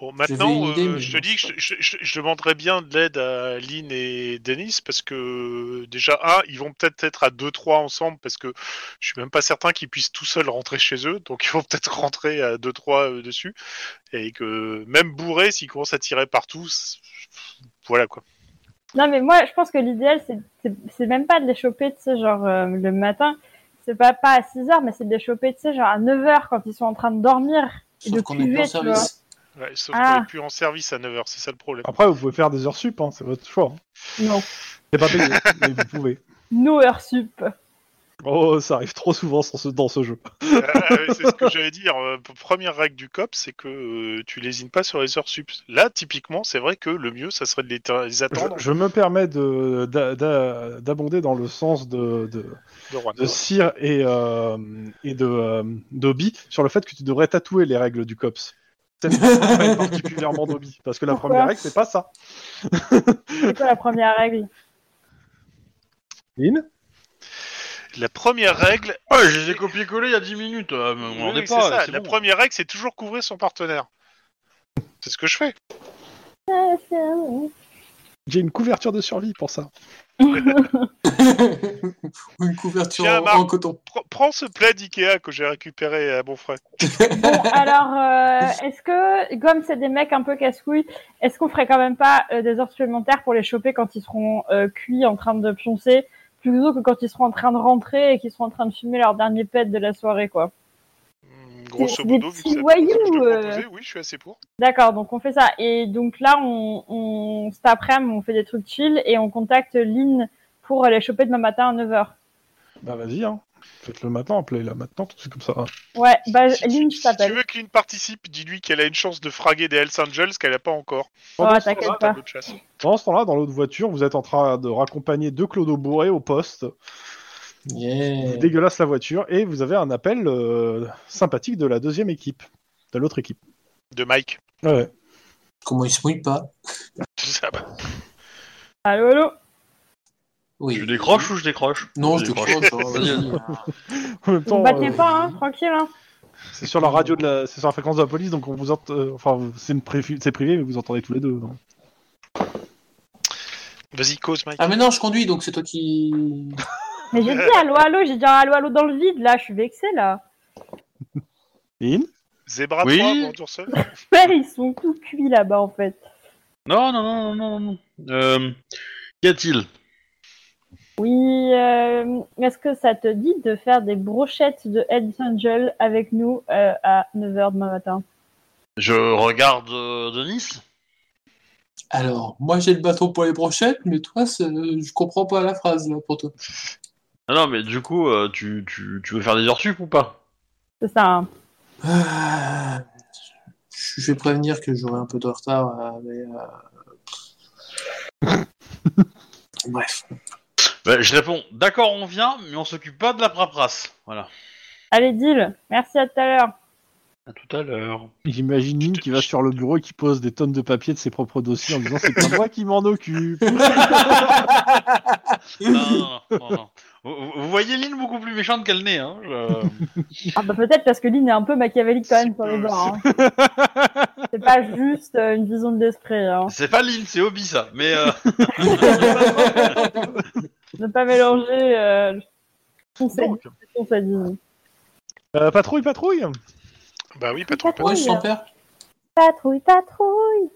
S5: Bon, maintenant,
S4: une idée,
S5: euh,
S4: mais
S5: je te
S4: bon.
S5: dis que je, je- je- je demanderais bien de l'aide à Lynn et Denis parce que euh, déjà, un, ils vont peut-être être à 2-3 ensemble parce que je suis même pas certain qu'ils puissent tout seuls rentrer chez eux, donc ils vont peut-être rentrer à 2-3 euh, dessus et que même bourré, s'ils commencent à tirer partout, c'est- voilà quoi.
S3: Non, mais moi, je pense que l'idéal, c'est- c'est c'est même pas de les choper, tu sais, genre euh, le matin. C'est pas, pas à 6 heures, mais c'est de les choper, tu sais, genre à 9 heures quand ils sont en train de dormir. Et de
S4: Sauf qu'on est
S3: cuver,
S4: plus en
S3: tu
S4: service.
S5: Ouais, sauf
S3: Ah.
S5: qu'on est plus en service à 9h, c'est ça le problème.
S2: Après, vous pouvez faire des heures sup, hein, c'est votre choix. hein.
S3: Non.
S2: C'est pas payé, mais vous pouvez.
S3: No heures sup.
S2: Oh, ça arrive trop souvent sur ce- dans ce jeu.
S5: Ah, ouais, c'est ce que j'allais dire. euh, p- Première règle du COP, c'est que euh, tu lésines pas sur les heures sup. Là, typiquement, c'est vrai que le mieux, ça serait de les, ta- les
S2: Je,
S5: attendre
S2: je me permets de- d'a- d'a- d'abonder dans le sens de, de,
S5: de Rouen.
S2: de Cyr et, euh, et de euh, d'Obi sur le fait que tu devrais tatouer les règles du COPS. Cette règle particulièrement d'Obi, parce que la
S3: Pourquoi
S2: première règle, c'est pas ça.
S3: C'est quoi la première règle
S2: Lynn
S5: La première règle,
S1: Ouais, je les ai copié-collé il y a 10 minutes. euh, me
S5: Oui,
S1: demandez
S5: oui,
S1: pas.
S5: c'est ça.
S1: c'est
S5: La
S1: bon.
S5: première règle, c'est toujours couvrir son partenaire. C'est ce que je fais.
S2: J'ai une couverture de survie pour ça.
S4: Ou une couverture
S5: Tiens,
S4: en,
S5: Marc.
S4: en coton.
S5: Pr- prends ce plaid Ikea que j'ai récupéré à mon frère.
S3: Bon, alors, euh, est-ce que, comme c'est des mecs un peu casse-couilles, est-ce qu'on ferait quand même pas euh, des heures supplémentaires pour les choper quand ils seront euh, cuits en train de pioncer plutôt que quand ils seront en train de rentrer et qu'ils seront en train de fumer leur dernier pet de la soirée, quoi
S5: Hmm, Grosso
S3: C'est des
S5: modo, vu que
S3: petits
S5: c'est la personne que je te
S3: voyous, euh.
S5: proposais, oui, je suis assez pour.
S3: D'accord, donc on fait ça. Et donc là, on, on cet après-midi, on fait des trucs chill et on contacte Lynn pour les choper demain matin à 9h.
S2: Bah vas-y, hein. faites-le maintenant, appelez-la maintenant, tout de suite comme ça. hein.
S3: Ouais, bah
S5: Si tu-
S3: Lynn, je
S5: si tu
S3: t'appelle.
S5: veux que Lynn participe, dis-lui qu'elle a une chance de fraguer des Hells Angels qu'elle n'a pas encore.
S3: Oh,
S2: Pendant ce
S3: t'inquiète
S2: temps-là-
S3: pas.
S5: Tableau de chasse.
S2: Pendant ce temps-là, dans l'autre voiture, vous êtes en train de raccompagner deux clodos bourrés au poste.
S4: Yeah.
S2: Vous dégueulasse la voiture et vous avez un appel euh, sympathique de la deuxième équipe, de l'autre équipe.
S5: De Mike.
S2: Ouais.
S4: Comment il se mouille pas
S5: Ça bah, va.
S3: Allô, allô
S4: Oui.
S1: Tu décroches ou je décroche
S4: Non, je
S1: Je
S4: décroche.
S1: Vas-y.
S4: hein, vas-y.
S2: En même
S3: Vous
S2: temps,
S3: battez
S2: euh,
S3: pas, hein, tranquille, hein.
S2: c'est sur la radio de la, c'est sur la fréquence de la police, donc on vous ent- euh, enfin c'est une pré- c'est privé, mais vous entendez tous les deux. hein.
S5: Vas-y, cause, Mike.
S4: Ah mais non, je conduis, donc c'est toi qui...
S3: Mais j'ai dit allô, allô, j'ai dit allô, allô dans le vide, là, je suis vexée, là.
S2: In
S5: Zebra
S1: Oui.
S5: 3, Mordur seul.
S3: Ouais, ils sont tout cuits là-bas, en fait.
S1: Non, non, non, non, non, non. Euh, Qu'y a-t-il
S3: Oui, euh, est-ce que ça te dit de faire des brochettes de Hells Angel avec nous euh, à 9h demain matin
S1: Je regarde euh, Denis.
S4: Alors, moi j'ai le bateau pour les brochettes, mais toi, c'est- je comprends pas la phrase là pour toi.
S1: Ah non, mais du coup, euh, tu, tu, tu veux faire des heures sup ou pas
S3: C'est ça, hein.
S4: Ah, Je vais prévenir que j'aurai un peu de retard, euh, mais... euh, Bref.
S1: Bah, Je réponds, d'accord, on vient, mais on s'occupe pas de la paperasse. Voilà.
S3: Allez, deal, merci à tout à l'heure.
S1: À tout à l'heure.
S2: J'imagine Lynn qui va sur le bureau et qui pose des tonnes de papier de ses propres dossiers en disant c'est pas moi qui m'en occupe.
S1: Non, non, non, non, non. Vous, vous voyez Lynn beaucoup plus méchante qu'elle n'est. Hein je-
S3: Ah bah peut-être parce que Lynn est un peu machiavélique quand même sur les bords. hein. C'est pas juste euh, une vision de l'esprit. Hein.
S1: C'est pas Lynn, c'est Obi ça. Mais euh,
S3: Ne pas mélanger euh, son sadisme
S2: Donc,
S3: et son sadisme.
S2: euh, patrouille, patrouille.
S5: Bah oui, patrouille. patrouille.
S4: Ouais, je t'en perds.
S3: Patrouille, patrouille.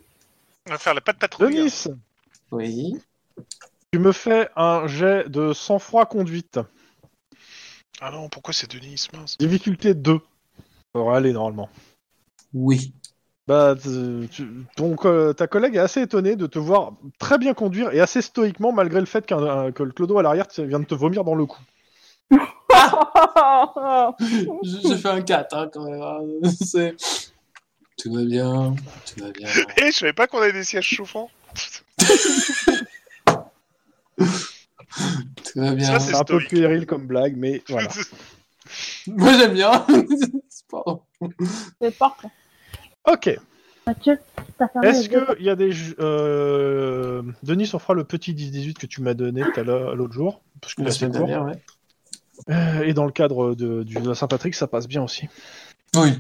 S5: On va faire la patte patrouille. hein.
S2: Denis,
S4: Oui.
S2: tu me fais un jet de sang-froid conduite,
S5: Ah non, pourquoi c'est Denis, mince
S2: difficulté 2. Ça devrait aller normalement.
S4: Oui.
S2: Bah, t- tu- ton co- ta collègue est assez étonnée de te voir très bien conduire et assez stoïquement malgré le fait qu'un un- que le clodo à l'arrière t- vient de te vomir dans le cou.
S4: Je- J'ai fait un 4 hein, quand même. hein. C'est- Tout va bien, tout va bien.
S5: Eh, je savais pas qu'on avait des sièges chauffants.
S4: Tout va bien.
S5: Ça,
S2: C'est un peu
S5: stoïque.
S2: puéril comme blague, mais voilà.
S4: Moi j'aime bien. C'est pas-
S3: C'est fort. ça.
S2: Ok.
S3: Mathieu, t'as fermé
S2: Est-ce
S3: les yeux.
S2: que il y a des ju- euh... Denis, on fera le petit 10-18 que tu m'as donné tout à l'heure- l'autre jour, parce que
S4: La semaine
S2: court.
S4: dernière, ouais.
S2: Euh, Et dans le cadre de, du- de la Saint-Patrick, ça passe bien aussi.
S4: Oui.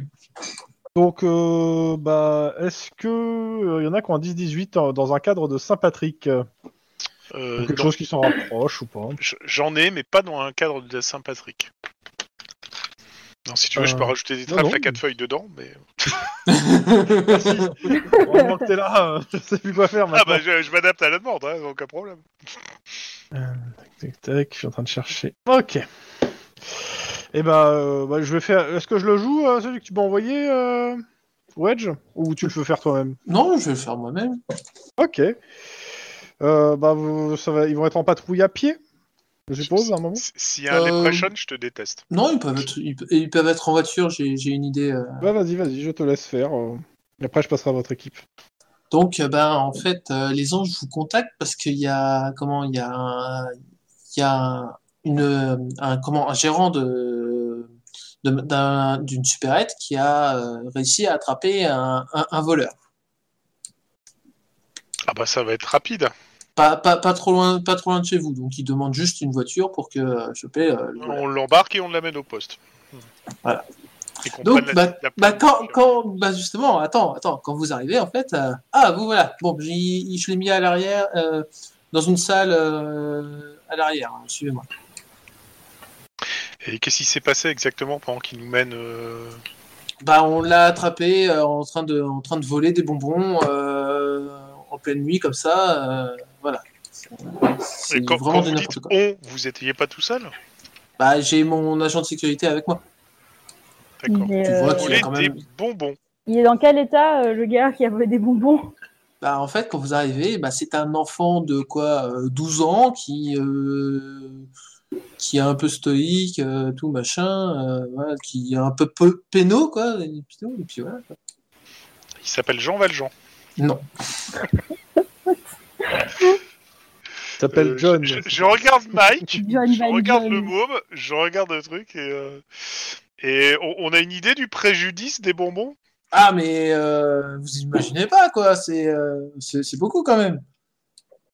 S2: Donc, euh, bah, est-ce que euh, il y en a qui ont un 10-18 en- dans un cadre de Saint-Patrick euh,
S5: Euh,
S2: Quelque
S5: dans-
S2: chose qui s'en rapproche ou pas
S5: j- J'en ai, mais pas dans un cadre de Saint-Patrick. Non, si tu veux, je peux
S2: Euh,
S5: rajouter des
S2: non,
S5: trèfles
S2: non.
S5: à quatre feuilles dedans, mais...
S2: Merci. Heureusement que t'es là, euh, je sais plus quoi faire
S5: Ah
S2: maintenant.
S5: bah, je, je m'adapte à la demande, hein, aucun problème.
S2: Tac, tac, je suis en train de chercher. Ok. Et bah, euh, bah, je vais faire. Est-ce que je le joue, euh, celui que tu m'as envoyé, euh, Wedge Ou tu le veux faire toi-même
S4: Non, je vais le faire moi-même.
S2: Ok. Euh, bah, vous- ça va... ils vont être en patrouille à pied, je suppose, à un moment.
S5: S- S'il y a un
S4: Euh,
S5: impression, je te déteste.
S4: Non, ils peuvent être, ils, pe- ils peuvent être en voiture, j'ai j'ai une idée. euh.
S2: Bah, vas-y, vas-y, je te laisse faire. euh, et Après, je passerai à votre équipe.
S4: Donc, euh, ben, en fait, euh, les anges vous contactent parce qu'il y a, comment, il y a, un- il y a un- une, euh, un, comment, un gérant de, de- d'un- d'une supérette qui a euh, réussi à attraper un, un- un voleur.
S5: Ah bah, ça va être rapide.
S4: Pas, pas, pas trop loin, pas trop loin de chez vous. Donc, il demande juste une voiture pour que euh, choper euh, le voleur.
S5: On l'embarque et on l'amène au poste.
S4: Voilà.
S5: Et qu'on prenne
S4: Donc,
S5: la-
S4: bah,
S5: la-
S4: bah, quand, quand, bah, justement, attends, attends, quand vous arrivez, en fait, euh, ah, vous voilà, bon, j'y- je l'ai mis à l'arrière, euh, dans une salle euh, à l'arrière, hein, suivez-moi.
S5: Et qu'est-ce qui s'est passé exactement pendant qu'il nous mène euh,
S4: Bah, on l'a attrapé euh, en, train de, en train de voler des bonbons euh, en pleine nuit, comme ça, euh, voilà. C'est-
S5: Et
S4: C'est
S5: quand, quand
S4: vraiment du
S5: vous dites
S4: n'importe quoi.
S5: on, vous étiez pas tout seul
S4: Bah, j'ai mon agent de sécurité avec moi.
S5: D'accord.
S3: Il est,
S4: Tu
S3: euh,
S4: vois
S5: Vous
S4: qu'il y
S5: voulez
S4: a quand
S5: des
S4: même.
S5: bonbons.
S3: il est dans quel état, euh, le gars qui a volé des bonbons
S4: Bah, en fait, quand vous arrivez, bah, c'est un enfant de quoi euh, 12 ans qui, euh, qui est un peu stoïque, euh, tout machin, euh, voilà, qui est un peu, peu pénaud, quoi. Et puis, tout, et puis voilà.
S5: Il s'appelle Jean Valjean.
S4: Non.
S2: T'appelles
S5: Euh,
S2: John.
S5: Je, je regarde Mike,
S3: John
S5: je
S3: Van
S5: regarde
S3: John.
S5: le môme, je regarde le truc et, euh, et on, on a une idée du préjudice des bonbons
S4: Ah, mais euh, vous imaginez pas, quoi. C'est euh, c'est c'est beaucoup quand même.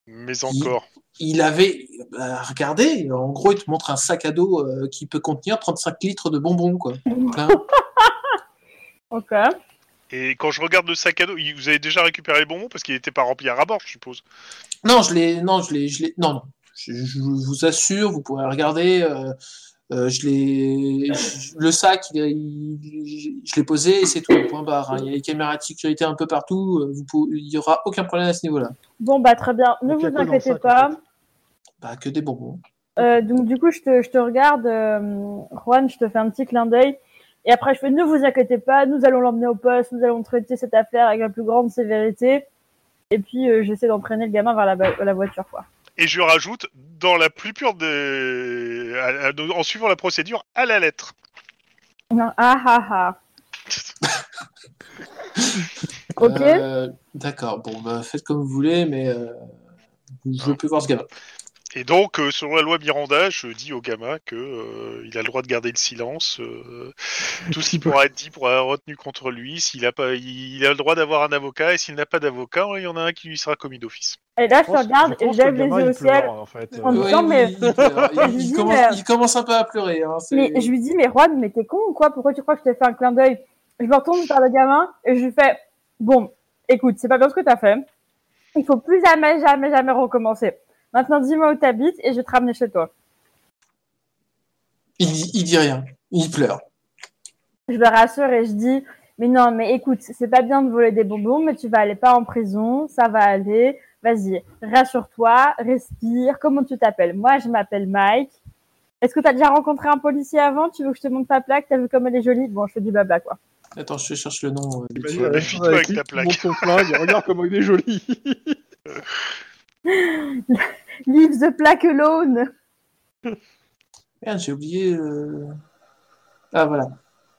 S5: Mais encore.
S4: Il avait. Bah, regardez, en gros, il te montre un sac à dos euh, qui peut contenir 35 litres de bonbons, quoi. Plein.
S3: Ok.
S5: Et quand je regarde le sac à dos, il- vous avez déjà récupéré les bonbons parce qu'il n'était pas rempli à rabord, je suppose.
S4: Non, je l'ai, non, je l'ai, je l'ai, non, non. Je, je vous assure, vous pourrez regarder. euh, euh, je l'ai, je- le sac, il est- il- je l'ai posé et c'est tout. Point barre. hein. Il y a les caméras de sécurité un peu partout. euh, Vous pou- il y aura aucun problème à ce niveau-là.
S3: Bon, bah très bien, ne
S2: Donc, il y a
S3: vous
S2: quoi dans le
S3: inquiétez
S2: sac, en
S3: pas.
S4: Bah, que des bonbons.
S3: Euh, donc du coup, je te, je te regarde, euh, Juan, je te fais un petit clin d'œil. Et après, je fais, ne vous inquiétez pas, nous allons l'emmener au poste, nous allons traiter cette affaire avec la plus grande sévérité. Et puis, euh, j'essaie d'entraîner le gamin vers la, ba- la voiture, quoi.
S5: Et je rajoute, dans la plus pure des. à- à- en suivant la procédure, à la lettre.
S3: Non, ah ah ah. Ok.
S4: Euh, d'accord. Bon, bah, faites comme vous voulez, mais euh, je veux plus voir ce gamin.
S5: Et donc, euh, selon la loi Miranda, je dis au gamin que euh, il a le droit de garder le silence. euh, tout ce qui pourra être dit pourra être retenu contre lui. S'il a pas, il a le droit d'avoir un avocat. Et s'il n'a pas d'avocat, il y en a un qui lui sera commis d'office.
S3: Et là,
S2: Je
S3: je te
S2: pense-
S3: regarde
S2: je
S3: et
S2: pense que
S3: j'aime
S2: le
S3: les
S2: gamin,
S3: yeux au
S2: il pleure,
S3: ciel.
S2: en fait.
S3: En me disant,
S4: oui,
S3: mais-
S4: oui, il, pleure. Il-
S3: Je
S4: il
S3: dis,
S4: commence,
S3: mais-
S4: il commence un peu à pleurer. Hein, c'est-
S3: Mais je lui dis, mais Juan, mais t'es con ou quoi Pourquoi tu crois que je t'ai fait un clin d'œil Je me retourne vers le gamin et je lui fais, bon, écoute, c'est pas bien ce que t'as fait. Il faut plus jamais, jamais, jamais recommencer. Maintenant, dis-moi où t'habites et je vais te ramener chez toi.
S4: Il, il dit rien. Il pleure.
S3: Je le rassure et je dis, mais non, mais écoute, c'est pas bien de voler des bonbons, mais tu vas aller pas en prison, ça va aller. Vas-y, rassure-toi, respire. Comment tu t'appelles Moi, je m'appelle Mike. Est-ce que t'as déjà rencontré un policier avant Tu veux que je te montre ta plaque T'as vu comme elle est jolie Bon, je fais du blabla, quoi.
S4: Attends, je cherche le nom. euh, du
S5: Imagine
S4: tueur.
S5: la méfie-toi avec ta plaque.
S2: Montre son flingue, regarde comment il est joli.
S3: Leave the plaque alone
S4: Merde, j'ai oublié. euh, Ah, voilà.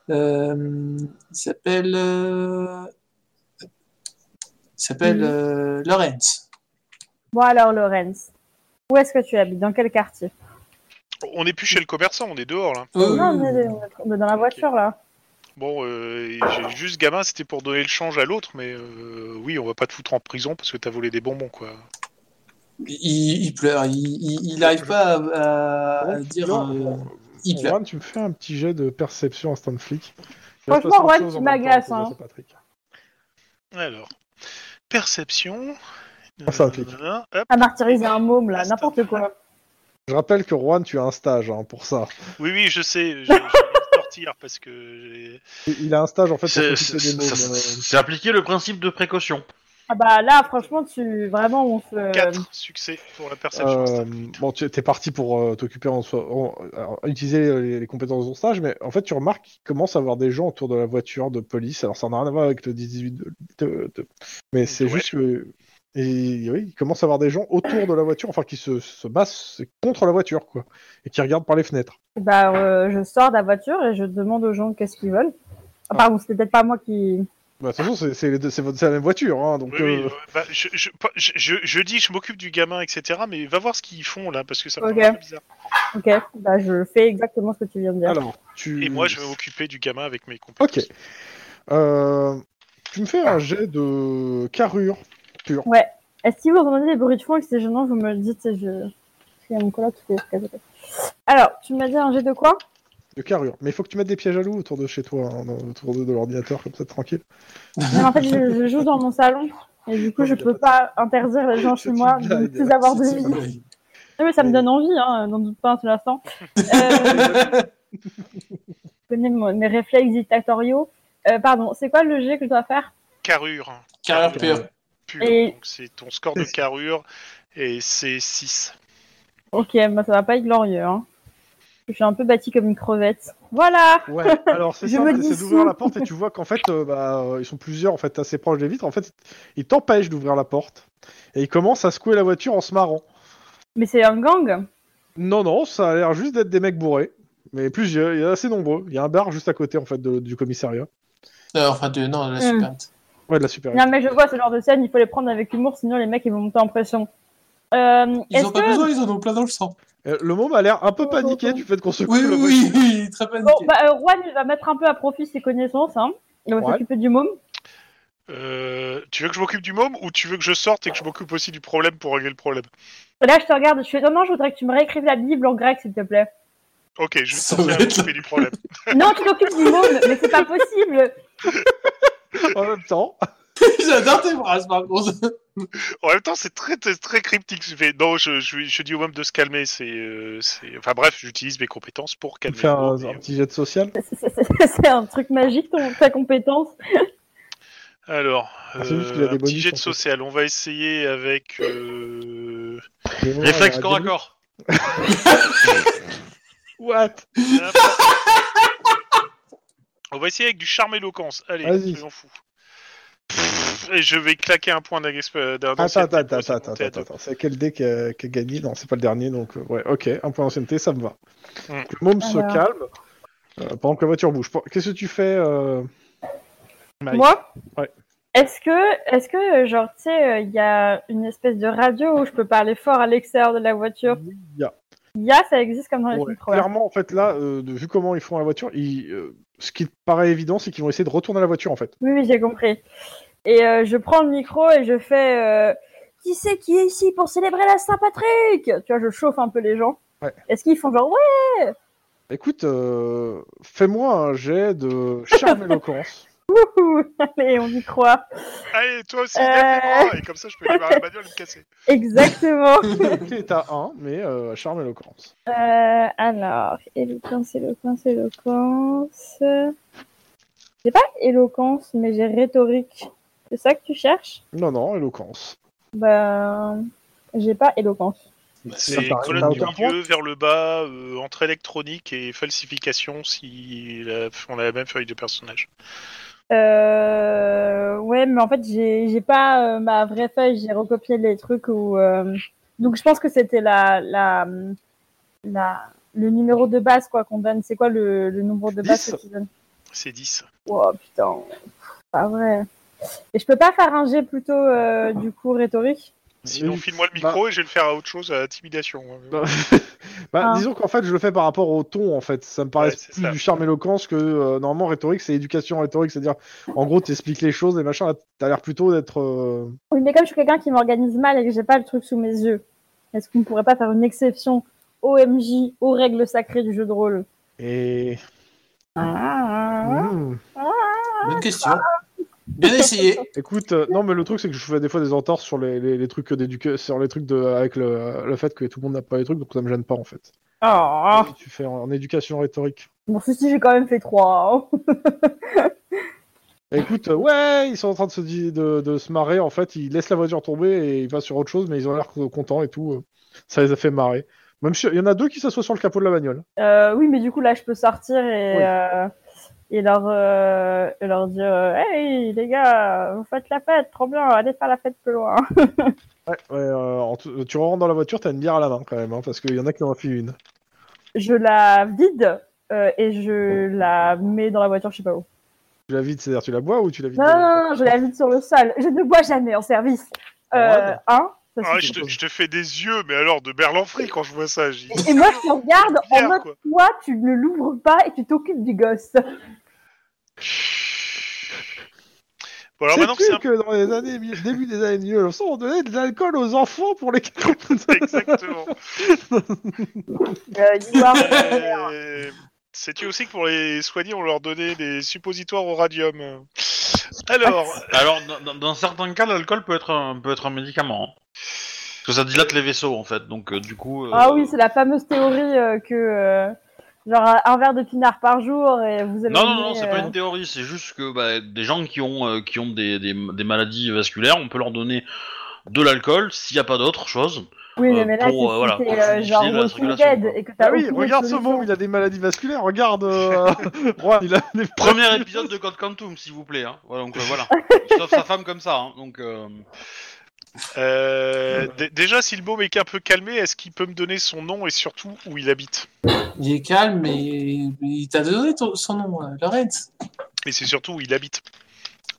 S4: Euh, il s'appelle. euh, Il s'appelle
S3: Mhm.
S4: euh, Lawrence.
S3: Bon alors, Lorenz, où est-ce que tu habites Dans quel quartier
S5: On n'est plus chez le commerçant, on est dehors là.
S4: Oh,
S3: Non,
S4: oui,
S3: on
S4: oui,
S3: est,
S4: oui.
S3: on est dans la voiture, là.
S5: Bon, euh, et j'ai juste gamin, c'était pour donner le change à l'autre, mais euh, oui, on va pas te foutre en prison parce que t'as volé des bonbons quoi.
S4: Il, il pleure. Il- Il il n'arrive pas à, à- à dire. euh, il pleure.
S2: Juan, tu me fais un petit jet de perception instant flic. Il y a
S3: Franchement,
S2: 60
S3: Juan,
S2: choses
S3: tu
S2: en même temps,
S3: m'agaces,
S2: c'est ça,
S3: hein.
S2: c'est Patrick.
S5: Alors, perception.
S2: Ah, ça clique.
S5: Nanana, hop.
S3: À martyriser un môme, là, n'importe quoi.
S2: Je rappelle que Juan, tu as un stage hein, pour ça.
S5: Oui, oui, je sais. Je je vais me sortir parce que j'ai-
S2: Il il a un stage en fait pour
S1: C'est
S2: s'occuper des
S1: c'est- ça-
S2: mômes, euh,
S1: c'est appliquer le principe de précaution.
S3: Ah bah là, franchement, tu. Vraiment, on se.
S5: 4 succès pour la perception.
S2: Euh, bon, tu es parti pour euh, t'occuper en, soi- en- alors, utiliser euh, les, les compétences de ton stage, mais en fait, tu remarques qu'il commence à avoir des gens autour de la voiture de police. Alors, ça n'a rien à voir avec le 18 de, de- de- mais c'est
S5: Ouais.
S2: juste que. Et oui, il commence à avoir des gens autour de la voiture, enfin qui se, se massent contre la voiture, quoi, et qui regardent par les fenêtres.
S3: Bah, euh, je sors de la voiture et je demande aux gens qu'est-ce qu'ils veulent. Ah, pardon, c'était peut-être pas moi qui.
S2: Bah, de toute façon, c'est- c'est les deux- c'est votre- c'est la même voiture, hein, donc.
S5: Oui, oui,
S2: euh,
S5: ouais, bah, je, je, pas- je- je- je dis, je m'occupe du gamin, etc. Mais va voir ce qu'ils font là, parce que ça me
S3: Ok.
S5: paraît un peu bizarre.
S3: Ok, bah, je fais exactement ce que tu viens de dire.
S2: Alors, tu.
S5: Et moi, je vais m'occuper du gamin avec mes compétences.
S2: Hmm. Ok. Euh, tu me fais un jet de carrure.
S3: Est-ce que si vous entendez des bruits de fond et que c'est gênant, vous me le dites et je. Il y a mon collègue qui fait ce qu'elle fait. Alors, tu m'as dit un jet de quoi
S2: de carrure. Mais il faut que tu mettes des pièges à loup autour de chez toi, hein, dans- autour de, de l'ordinateur, comme ça, tranquille.
S3: Non, mais en fait, je, je joue dans mon salon et du coup, je peux pas interdire les gens chez
S2: C'est
S3: moi
S2: une
S3: de ne
S2: blague.
S3: plus avoir de
S4: C'est
S3: vie.
S4: pas vrai.
S3: Non, mais ça me donne envie, hein, n'en doute pas un seul instant. Euh, je connais mon- mes réflexes dictatoriaux. Euh, pardon, c'est quoi le jet que je dois faire
S5: Carrure. hein.
S4: Carrure pure.
S5: pure.
S3: Et-
S5: Donc, c'est ton score de carrure et c'est 6.
S3: Ok, bah, ça va pas être glorieux. Hein. Je suis un peu bâtie comme une crevette. Voilà
S2: Ouais, alors c'est
S3: Euh, Je
S2: simple,
S3: me
S2: c'est
S3: dissous.
S2: d'ouvrir la porte et tu vois qu'en fait, euh, bah, euh, ils sont plusieurs, en fait, assez proches des vitres. En fait, ils t'empêchent d'ouvrir la porte. Et ils commencent à secouer la voiture en se marrant.
S3: Mais c'est un gang
S2: Non, non, ça a l'air juste d'être des mecs bourrés. Mais plusieurs, il y en a assez nombreux. Il y a un bar juste à côté, en fait, de- du commissariat.
S4: Non, enfin, de, non, la
S3: Hmm.
S4: super.
S2: Ouais, de la super.
S3: Non, mais je vois ce genre de scène, il faut les prendre avec humour, sinon les mecs ils vont monter en pression. Euh,
S4: Ils
S3: Est-ce
S4: ont pas
S3: que.
S4: besoin, ils en ont plein dans le sang.
S2: Euh, Le môme a l'air un peu paniqué du fait qu'on secoue
S4: Oui,
S2: la
S4: oui,
S2: voiture.
S4: oui, oui, très paniqué.
S3: Bon, bah, euh, Juan, il va mettre un peu à profit ses connaissances, hein. Il va
S2: Ouais.
S3: s'occuper du môme.
S5: Euh, tu veux que je m'occupe du môme ou tu veux que je sorte et que je m'occupe aussi du problème pour régler le problème
S3: Là, je te regarde, je fais oh non, non, je voudrais que tu me réécrives la Bible en grec, s'il te plaît.
S5: Ok, je vais
S4: Ça
S5: sortir
S4: va
S5: et
S4: être-
S5: m'occuper du problème.
S3: non, tu t'occupes du môme, mais c'est pas possible.
S2: En même temps,
S4: J'adore tes phrases, par contre.
S5: En même temps, c'est très, très, très cryptique. Je fais, non, je, je, je dis au môme de se calmer. C'est, euh, c'est- enfin bref, j'utilise mes compétences pour calmer.
S2: faire
S5: le
S2: un,
S5: môme et-
S2: un petit jet de social.
S3: C'est- c'est- C'est un truc magique, ton, ta compétence.
S5: Alors,
S2: Ah, c'est juste
S5: euh,
S2: qu'il a des
S5: un petit
S2: bonus,
S5: jet
S2: en
S5: de
S2: fait.
S5: social. On va essayer avec. euh,
S2: Le môme a
S1: Réflexe
S2: l'air
S1: corps à
S2: débile.
S1: corps.
S2: What
S5: On va essayer avec du charme éloquence. Allez,
S2: Vas-y.
S5: soyons fous. Pff, Et je vais claquer un point euh, d'agressif-
S2: Attends,
S5: d'ancienneté.
S2: attends, attends,
S5: pour cette
S2: attends,
S5: montée à
S2: attends, attends. C'est quel dé qui a, qui a gagné Non, c'est pas le dernier, donc euh, ouais, ok, un point d'ancienneté, ça me va.
S5: Mm.
S2: Le môme se
S3: Alors.
S2: calme euh, pendant que la voiture bouge. Pour- Qu'est-ce que tu fais euh, Mike
S3: Moi
S2: Ouais.
S3: Est-ce que, est-ce que, genre, tu sais, euh, il y a une espèce de radio où je peux parler fort à l'extérieur de la voiture
S2: Il y a-
S3: Il y a, ça existe comme dans les
S2: ouais.
S3: films trop.
S2: Clairement, en fait, là, euh, de- vu comment ils font la voiture, ils, euh, ce qui te paraît évident, c'est qu'ils vont essayer de retourner la voiture, en fait.
S3: Oui, oui, j'ai compris. Et euh, je prends le micro et je fais euh, Qui c'est qui est ici pour célébrer la Saint-Patrick Tu vois, je chauffe un peu les gens.
S2: Ouais.
S3: Est-ce qu'ils font genre Ouais
S2: Écoute, euh, fais-moi un jet de charme éloquence.
S3: ouh, Allez, on y croit.
S5: Allez, toi aussi,
S3: Euh.
S5: défie-moi, Et comme ça, je peux démarrer la bagnole et me casser.
S3: Exactement.
S2: Il est à 1, mais euh, charme éloquence.
S3: Euh, alors, éloquence, éloquence, éloquence. C'est pas éloquence, mais j'ai rhétorique. C'est ça que tu cherches
S2: Non, non, éloquence.
S3: Ben, j'ai pas éloquence.
S2: Ça
S5: C'est
S2: me paraît-
S5: colonne du
S2: t'as aucun point
S5: milieu vers le bas, euh, entrée électronique et falsification si la- on a la même feuille de personnage.
S3: Euh, ouais, mais en fait, j'ai j'ai pas euh, ma vraie feuille, j'ai recopié les trucs où. euh, Donc, je pense que c'était la, la, la, le numéro de base quoi qu'on donne. C'est quoi le, le nombre de base
S2: Dix.
S3: que tu donnes
S5: C'est 10.
S3: Oh putain, pas vrai. Et je peux pas faire un jet plutôt euh, du coup rhétorique
S5: Sinon,
S2: Oui.
S5: file-moi le micro et je vais le faire à autre chose, à intimidation. hein.
S2: Bah,
S3: Ah.
S2: Disons qu'en fait, je le fais par rapport au ton, en fait. Ça me paraît
S5: Ouais, c'est
S2: plus
S5: ça.
S2: du charme éloquence que euh, normalement rhétorique, c'est éducation rhétorique, c'est-à-dire en gros, t'expliques les choses et machin. Là, T'as l'air plutôt d'être. euh,
S3: Oui, mais comme je suis quelqu'un qui m'organise mal et que j'ai pas le truc sous mes yeux, est-ce qu'on pourrait pas faire une exception OMJ aux règles sacrées du jeu de rôle
S2: Et
S3: ah,
S2: Mmh.
S4: Bonne question. Bien essayé.
S2: Écoute, euh, non, mais le truc, c'est que je fais des fois des entorses sur les, les- les trucs d'éducation, sur les trucs de, avec le, le fait que tout le monde n'a pas les trucs, donc ça me gêne pas en fait.
S3: Ah.
S2: Tu fais en, en éducation rhétorique.
S3: Bon, ceci, j'ai quand même fait hein. 3.
S2: Écoute, euh, ouais, ils sont en train de se, di- de, de se marrer. En fait, ils laissent la voiture tomber et ils va sur autre chose, mais ils ont l'air co- contents et tout. euh, Ça les a fait marrer. Même si il y en a deux qui s'assoient sur le capot de la bagnole.
S3: Euh, oui, mais du coup, là, je peux sortir et,
S2: Oui.
S3: euh, et, leur, euh, et leur dire euh, Hey, les gars, vous faites la fête, trop bien, allez faire la fête plus loin.
S2: Ouais, ouais, euh, en tout- tu rentres dans la voiture, t'as une bière à la main quand même, hein, parce qu'il y en a qui en ont fait une.
S3: Je la vide euh, et je la mets dans la voiture, je sais pas où.
S2: Tu la vides, c'est-à-dire tu la bois ou tu la vides
S3: Non, non, non, je la vide sur le sol. Je ne bois jamais en service. Euh,
S2: Malade.
S3: hein Ça
S5: Ah,
S3: suffit.
S5: je, te, je te fais des yeux, mais alors de Berlanfri quand je vois ça. j'y-
S3: Et moi, je te regarde en
S5: Pierre,
S3: mode
S5: quoi.
S3: Toi, tu ne l'ouvres pas et tu t'occupes du gosse.
S5: Bon,
S2: Ah,
S5: alors maintenant que c'est un
S2: Sais-tu que dans les années, mi- début des années 1900, on donnait de l'alcool aux enfants pour les
S5: peu
S3: Ah
S5: exactement.
S3: Euh, dis-moi.
S5: Euh, Sais-tu aussi que pour les soigner, on leur donnait des suppositoires au radium Alors,
S1: Alors, dans- dans, dans certains cas, l'alcool peut être un, peut être un médicament. hein. Parce que ça dilate les vaisseaux, en fait. Donc, euh, du coup. euh,
S3: Ah oui, c'est la fameuse théorie euh, que euh, genre un verre de pinard par jour et vous allez.
S1: Non, non, non, c'est
S3: euh,
S1: pas une théorie, c'est juste que bah, des gens qui ont, euh, qui ont des, des- des maladies vasculaires, on peut leur donner de l'alcool s'il n'y a pas d'autre chose.
S3: Oui, mais,
S1: euh,
S3: là,
S1: pour,
S3: c'est
S1: euh, voilà,
S3: si
S1: pour
S3: t'es, euh, genre
S1: faciliter la
S3: Walking
S1: circulation,
S3: Dead
S1: quoi.
S3: et que t'as
S2: Ah oui,
S3: aucune
S2: regarde ce
S3: solution.
S2: môme, il a des maladies vasculaires, regarde euh... Juan, il a des
S1: Premier épisode de Code Quantum, s'il vous plaît. hein. Voilà, donc euh, voilà. Sauf sa femme comme ça. hein, Donc, euh,
S3: Ah,
S5: euh, d- déjà, si le baume est un peu calmé, est-ce qu'il peut me donner son nom et surtout où il habite
S4: Il est calme, mais mais il t'a donné ton- son nom, euh, Lorenz.
S5: Et c'est surtout où il habite.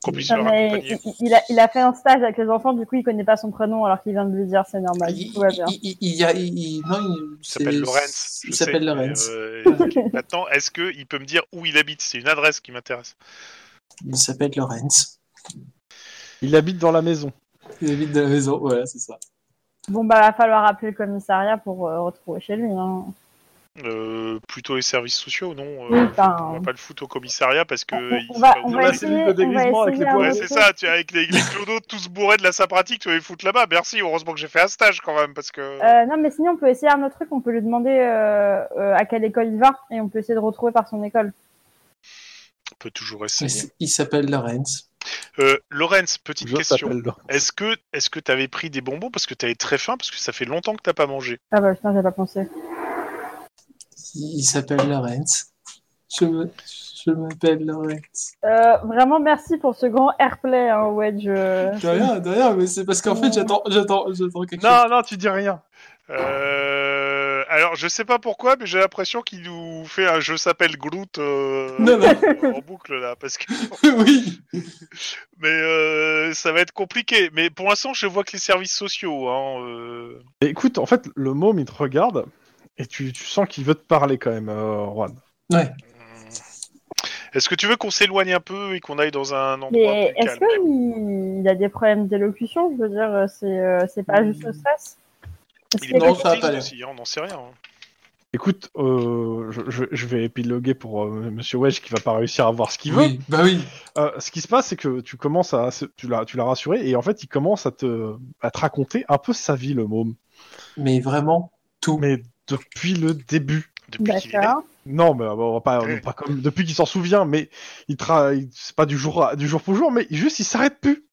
S5: Qu'on puisse
S3: Non,
S5: leur
S3: Ah, mais
S5: accompagner.
S3: il, il a, il a fait un stage avec les enfants, du coup, il connaît pas son prénom alors qu'il vient de lui dire, c'est normal.
S4: Ah, Il,
S3: Bah, Tout va bien.
S4: il- il- il y a, il, il- non, il,
S5: Il s'appelle
S4: c'est-
S5: Lorenz. je
S4: Il
S5: sais,
S4: s'appelle
S5: mais,
S4: Lorenz.
S5: euh, maintenant, est-ce qu'il peut me dire où il habite C'est une adresse qui m'intéresse.
S4: Il s'appelle Lorenz.
S2: Il habite dans la maison.
S4: Il habite dans la maison, voilà, c'est ça.
S3: Bon, bah, va falloir appeler le commissariat pour euh, retrouver chez lui. Hein.
S5: Euh, plutôt les services sociaux, non
S3: Oui,
S5: Euh,
S3: enfin,
S5: On va pas le foutre au commissariat parce que.
S3: on-
S5: il
S3: on
S5: sait
S3: va-
S5: pas où
S3: on
S5: il
S3: va
S5: habite.
S3: essayer-
S2: de déguisement
S3: on va
S2: avec les
S3: essayer un
S5: Ouais,
S2: bois.
S3: autre-
S5: c'est ça, tu es avec les, les clodos tous bourrés de la pratique, tu vas les foutre là-bas. Merci, heureusement que j'ai fait un stage quand même, parce que.
S3: Euh, non, mais sinon, on peut essayer un autre truc. On peut lui demander euh, euh, à quelle école il va et on peut essayer de retrouver par son école.
S5: On peut toujours
S4: Il
S5: essayer.
S4: s- Il s'appelle Lorenz.
S5: Euh, Lorenz, petite
S2: Je
S5: question.
S2: t'appelle.
S5: Est-ce que est-ce que t'avais pris des bonbons parce que t'avais très faim parce que ça fait longtemps que t'as pas mangé
S3: Ah, bah, putain, j'ai pas pensé.
S4: Il il s'appelle Lorenz. Je me- je m'appelle Lorenz.
S3: Euh, vraiment, merci pour ce grand airplay, hein, Wedge. euh.
S4: De rien, de rien, mais c'est parce qu'en fait, j'attends, j'attends, j'attends quelque chose.
S2: Non, non, tu dis rien.
S5: Euh, Alors je sais pas pourquoi, mais j'ai l'impression qu'il nous fait un je s'appelle Groot euh,
S4: Non,
S5: en boucle là, parce que
S4: oui.
S5: mais euh, ça va être compliqué. Mais pour l'instant, je vois que les services sociaux. Hein, euh,
S2: Écoute, en fait, le môme, il te regarde et tu, tu sens qu'il veut te parler quand même, euh, Juan.
S4: Ouais.
S5: Est-ce que tu veux qu'on s'éloigne un peu et qu'on aille dans un endroit
S3: Mais
S5: plus
S3: est-ce
S5: calme
S3: qu'il a des problèmes d'élocution Je veux dire, euh, c'est euh, c'est pas juste le stress Est-ce qu'il
S5: Il
S3: y
S5: est
S3: a
S4: Non,
S5: non,
S3: quelque-
S4: ça a pas l'air.
S5: aussi, hein, on n'en sait rien. hein.
S2: Écoute, euh, je, je- je vais épiloguer pour euh, Monsieur Wedge qui va pas réussir à voir ce qu'il veut.
S4: Oui, bah oui.
S2: Euh, ce qui se passe, c'est que tu commences à, c'est- tu l'as, tu l'as rassuré et en fait, il commence à te, à te raconter un peu sa vie, le môme.
S4: Mais vraiment, tout.
S2: Mais depuis le début.
S5: Depuis qu'il est né.
S3: D'accord.
S2: Non, mais bon, on va pas,
S5: Ouais.
S2: non, pas comme depuis qu'il s'en souvient, mais il travaille, c'est pas du jour, à- du jour pour jour, mais juste il s'arrête plus.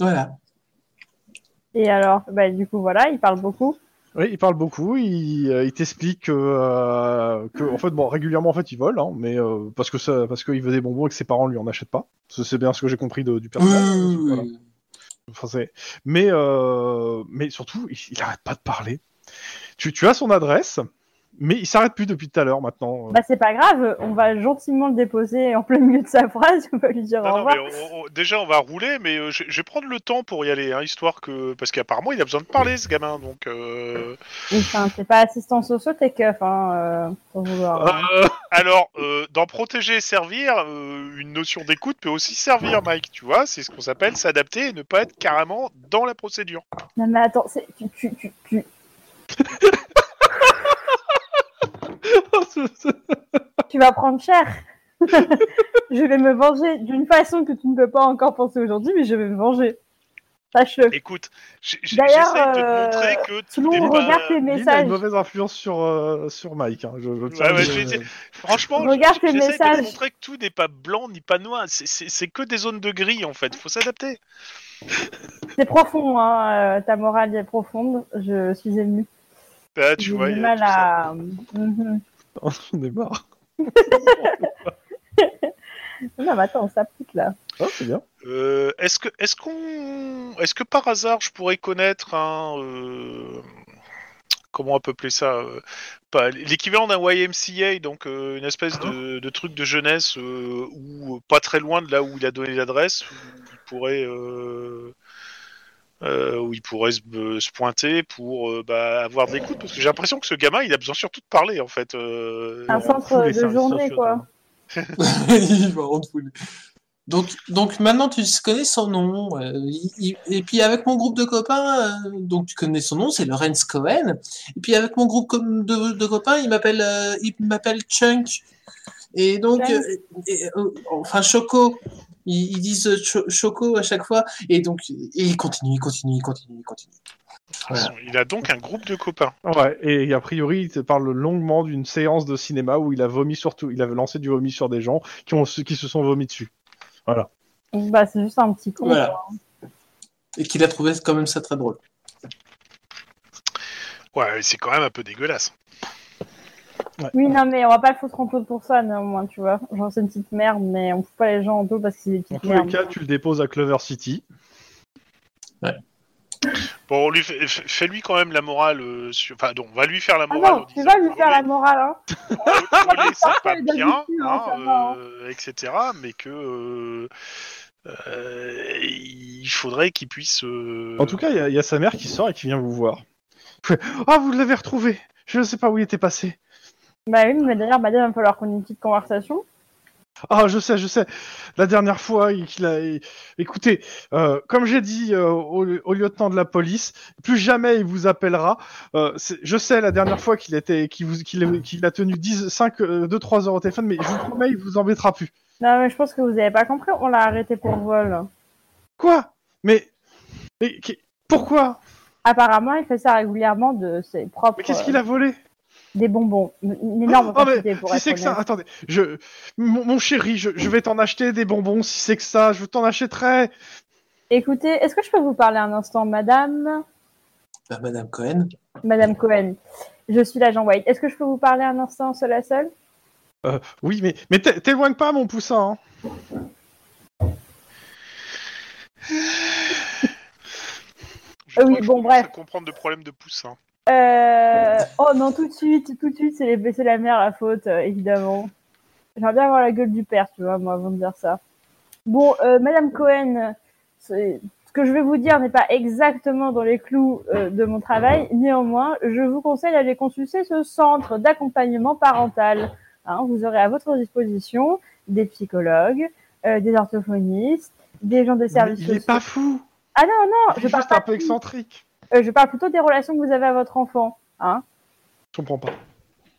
S4: Voilà.
S3: Et alors, bah, du coup, voilà, il parle beaucoup.
S2: Oui, il parle beaucoup, il, euh, il t'explique que, euh, que, en fait, bon, régulièrement, en fait, il vole, hein, mais euh, parce que ça, parce qu'il veut des bonbons et que ses parents lui en achètent pas. Ça, C'est bien ce que j'ai compris de- du
S4: Oui,
S2: personnage.
S4: oui, oui.
S2: Voilà. Enfin, c'est- mais, euh, mais surtout, il, il arrête pas de parler. Tu, tu as son adresse, mais il s'arrête plus depuis tout à l'heure maintenant. euh.
S3: Bah, c'est pas grave, on va gentiment le déposer en plein milieu de sa phrase, on va lui dire au
S5: Non, non,
S3: revoir.
S5: mais on- on- déjà, on va rouler, mais euh, je, je vais prendre le temps pour y aller, hein, histoire que. Parce qu'apparemment, il a besoin de parler, ce gamin, donc. euh,
S3: Mais, Enfin, c'est pas assistance au saut, t'es keuf, hein, euh, pour vouloir. hein.
S5: Euh, alors, euh, dans protéger et servir, euh, une notion d'écoute peut aussi servir, Mike, tu vois, c'est ce qu'on s'appelle s'adapter et ne pas être carrément dans la procédure.
S3: Non, mais attends, c'est- tu, tu, tu, tu- tu vas prendre cher. Je vais me venger d'une façon que tu ne peux pas encore penser aujourd'hui, mais je vais me venger. Sache-le.
S5: Écoute, j- j- j'essaye
S3: D'ailleurs,
S5: de
S3: euh,
S5: te montrer que tu
S3: Sinon,
S5: n'es
S3: on
S5: pas-
S3: regarde tes
S2: Lynn a
S3: messages.
S2: une mauvaise influence sur, euh, sur Mike. hein, Je, je tiens à
S5: ouais,
S2: le-
S5: je vais essayer- Franchement,
S3: Regarde tes
S5: j'essaie de
S3: messages.
S5: te montrer que tout n'est pas blanc ni pas noir. C'est- C'est c'est que des zones de gris en fait. Faut s'adapter.
S3: C'est profond, hein, euh, ta morale est profonde. Je suis émue.
S5: Bah, tu
S3: J'ai
S5: vois. il
S3: du
S5: y a
S3: mal
S5: tout ça.
S3: à. Mhm.
S2: J'en ai marre.
S3: Non, mais attends, ça pique là.
S2: Ah, c'est bien.
S5: Euh, est-ce que est-ce qu'on est-ce que par hasard je pourrais connaître un euh, comment on peut appeler ça euh, pas l'équivalent d'un YMCA donc euh, une espèce de, de truc de jeunesse euh, ou euh, pas très loin de là où il a donné l'adresse où il pourrait euh, euh, où il pourrait se, euh, se pointer pour euh, bah, avoir de l'écoute parce que j'ai l'impression que ce gamin il a besoin surtout de parler en fait euh,
S3: Un centre de journée, quoi.
S4: Il va rendre fou. donc, donc maintenant tu connais son nom. euh, il- il- et puis avec mon groupe de copains, euh, donc tu connais son nom, c'est Lorenz Cohen. Et puis avec mon groupe com- de, de copains, il m'appelle euh, il m'appelle Chunk. Et donc,
S3: Chunk.
S4: euh, et- et, euh, enfin Choco. Ils, ils disent euh, Cho- Choco à chaque fois. Et donc, et il continue, il continue, il continue, il continue.
S5: façon. il a donc un groupe de copains
S2: Ouais, et a priori, il te parle longuement d'une séance de cinéma où il a vomi sur tout. Il avait lancé du vomi sur des gens qui, ont, qui se sont vomis dessus.
S3: Bah, c'est juste un petit con.
S4: Voilà. Et qu'il a trouvé quand même ça très drôle.
S5: ouais c'est quand même un peu dégueulasse
S3: Oui, non, mais on va pas le foutre en tôle pour ça, néanmoins, tu vois. Genre, c'est une petite merde, mais on fout pas les gens en tôle parce que c'est des
S2: En
S3: petites
S2: tous les
S3: merdes.
S2: cas, tu le déposes à Clover City.
S5: Bon, on lui fait- f- fais-lui quand même la morale. euh, sur... Enfin, non, on va lui faire la
S3: Ah
S5: morale.
S3: non, tu vas lui faire la morale, hein.
S5: morale.
S3: On va
S5: C'est
S3: pas
S5: pas
S3: lui donner
S5: bien,
S3: dessus, hein,
S5: hein,
S3: ça va,
S5: euh, etc. Mais que euh, euh, il faudrait qu'il puisse. euh,
S2: En tout cas, il y a- il y, a sa mère qui sort et qui vient vous voir. Fait, Ah, vous l'avez retrouvé Je ne sais pas où il était passé.
S3: Bah oui, mais d'ailleurs, madame, il va falloir qu'on ait une petite conversation.
S2: Ah, je sais, je sais. La dernière fois, il, qu'il a... il- Écoutez, euh, comme j'ai dit euh, au, au lieutenant de la police, plus jamais il vous appellera. Euh, c'est- je sais, la dernière fois qu'il était, qu'il vous- qu'il a- qu'il a tenu 10, 5, 2, 3 heures au téléphone, mais je vous promets, il vous embêtera plus.
S3: Non, mais je pense que vous avez pas compris, on l'a arrêté pour vol.
S2: Quoi Mais... mais qui- Pourquoi
S3: Apparemment, il fait ça régulièrement de ses propres. euh,
S2: Mais qu'est-ce qu'il a volé
S3: Des bonbons. Une- Une énorme
S2: Oh, mais
S3: quantité, pour
S2: Si
S3: être
S2: c'est que ça,
S3: honnête.
S2: attendez, je, mon, mon chéri, je, je vais t'en acheter des bonbons. Si c'est que ça, je t'en achèterai.
S3: Écoutez, est-ce que je peux vous parler un instant, madame
S4: Bah, Madame Cohen.
S3: Madame Cohen, je suis l'agent White. Est-ce que je peux vous parler un instant, seul à seul
S2: Oui, mais, mais t'é- t'éloigne pas, mon poussin. hein.
S5: je
S3: Ah oui,
S5: crois que je
S3: bon,
S5: commence à
S3: bref.
S5: comprendre de problème de hein. poussin.
S3: Euh, Oh non, tout de suite, tout de suite, c'est les... c'est la mère la faute, euh, évidemment. J'aimerais bien avoir la gueule du père, tu vois, moi, avant de dire ça. Bon, euh, Madame Cohen, c'est- ce que je vais vous dire n'est pas exactement dans les clous euh, de mon travail. Néanmoins, je vous conseille d'aller consulter ce centre d'accompagnement parental. Hein, vous aurez à votre disposition des psychologues, euh, des orthophonistes, des gens des
S2: Mais
S3: services
S2: Il est
S3: sociaux.
S2: pas fou.
S3: Ah non, non,
S2: Il
S3: je
S2: est
S3: parle
S2: juste un
S3: pas
S2: peu excentrique.
S3: euh, je parle plutôt des relations que vous avez à votre enfant. Hein.
S2: Je comprends pas.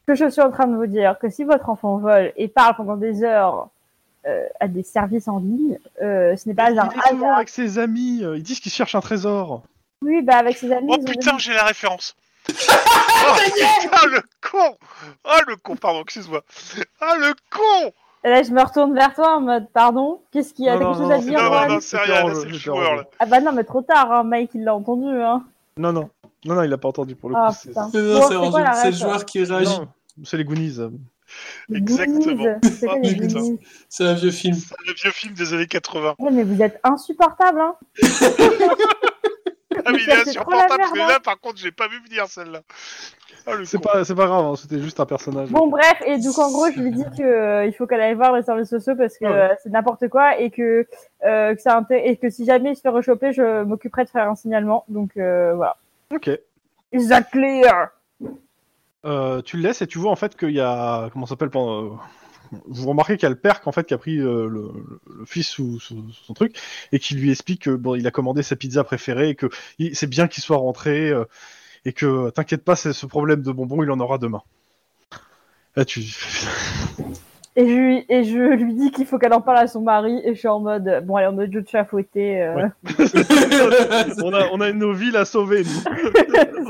S3: Ce Que je suis en train de vous dire, que si votre enfant vole et parle pendant des heures euh, à des services en ligne, euh, ce n'est pas
S2: il
S3: un
S2: est souvent
S3: hasard.
S2: avec ses amis. euh, Ils disent qu'ils cherchent un trésor.
S3: Oui, bah avec ses amis.
S5: Oh
S3: ils ont
S5: putain,
S3: des-
S5: j'ai la référence. oh putain, le con. Ah le con, pardon, excuse-moi. Ah le con.
S3: Et Là, je me retourne vers toi en mode, pardon, qu'est-ce qu'il y a
S2: Non,
S3: quelque
S2: non,
S3: chose
S2: non,
S3: à
S2: c'est-
S3: dire,
S5: Non non
S3: Juan
S5: non,
S2: c'est
S5: c'est rien, là,
S2: horrible,
S5: c'est le
S2: c'est
S5: joueur là.
S3: Ah bah non, mais trop tard, hein, Mike, il l'a entendu. Hein.
S2: Non, non, non, non, il a pas entendu pour le
S3: Ah
S2: coup. c'est-
S3: putain.
S4: C'est
S3: Bon,
S4: c'est
S3: c'est quoi la
S4: c'est le
S3: ref
S4: joueur qui réagit.
S2: Non, c'est les Goonies. euh.
S5: Exactement.
S3: Goonies, c'est quoi
S5: Ah,
S3: les
S4: putain.
S3: Goonies
S4: C'est un vieux film.
S5: C'est un vieux film des années 80.
S3: Ouais, mais vous êtes insupportable, hein.
S5: Ah mais il est
S3: C'est trop la
S5: insupportable parce que
S3: merde, hein.
S5: là par contre j'ai pas vu venir celle-là. Ah le
S2: C'est
S5: con.
S2: pas, c'est pas grave. hein, C'était juste un personnage.
S3: Bon bref, et donc en gros, je lui dis que euh, il faut qu'elle aille voir les services sociaux parce que
S2: Ah Ouais.
S3: euh, c'est n'importe quoi et que euh, que ça inté- et que si jamais il se fait rechoper, je m'occuperai de faire un signalement. Donc euh, voilà.
S2: Ok.
S3: Exactly.
S2: Euh, tu le laisses et tu vois en fait qu'il y a comment ça s'appelle pendant- euh, vous remarquez qu'il y a le père qu'en fait qui a pris euh, le, le fils sous, sous- sous son truc et qui lui explique que bon il a commandé sa pizza préférée et que il- c'est bien qu'il soit rentré euh, et que euh, Eh, t'inquiète pas c'est ce problème de bonbons il en aura demain. Là, tu
S3: Et je, lui- et je lui dis qu'il faut qu'elle en parle à son mari, et je suis en mode, bon, elle est en mode jeu de chafauté. euh,
S2: Ouais. on, a, on a nos villes à sauver, nous.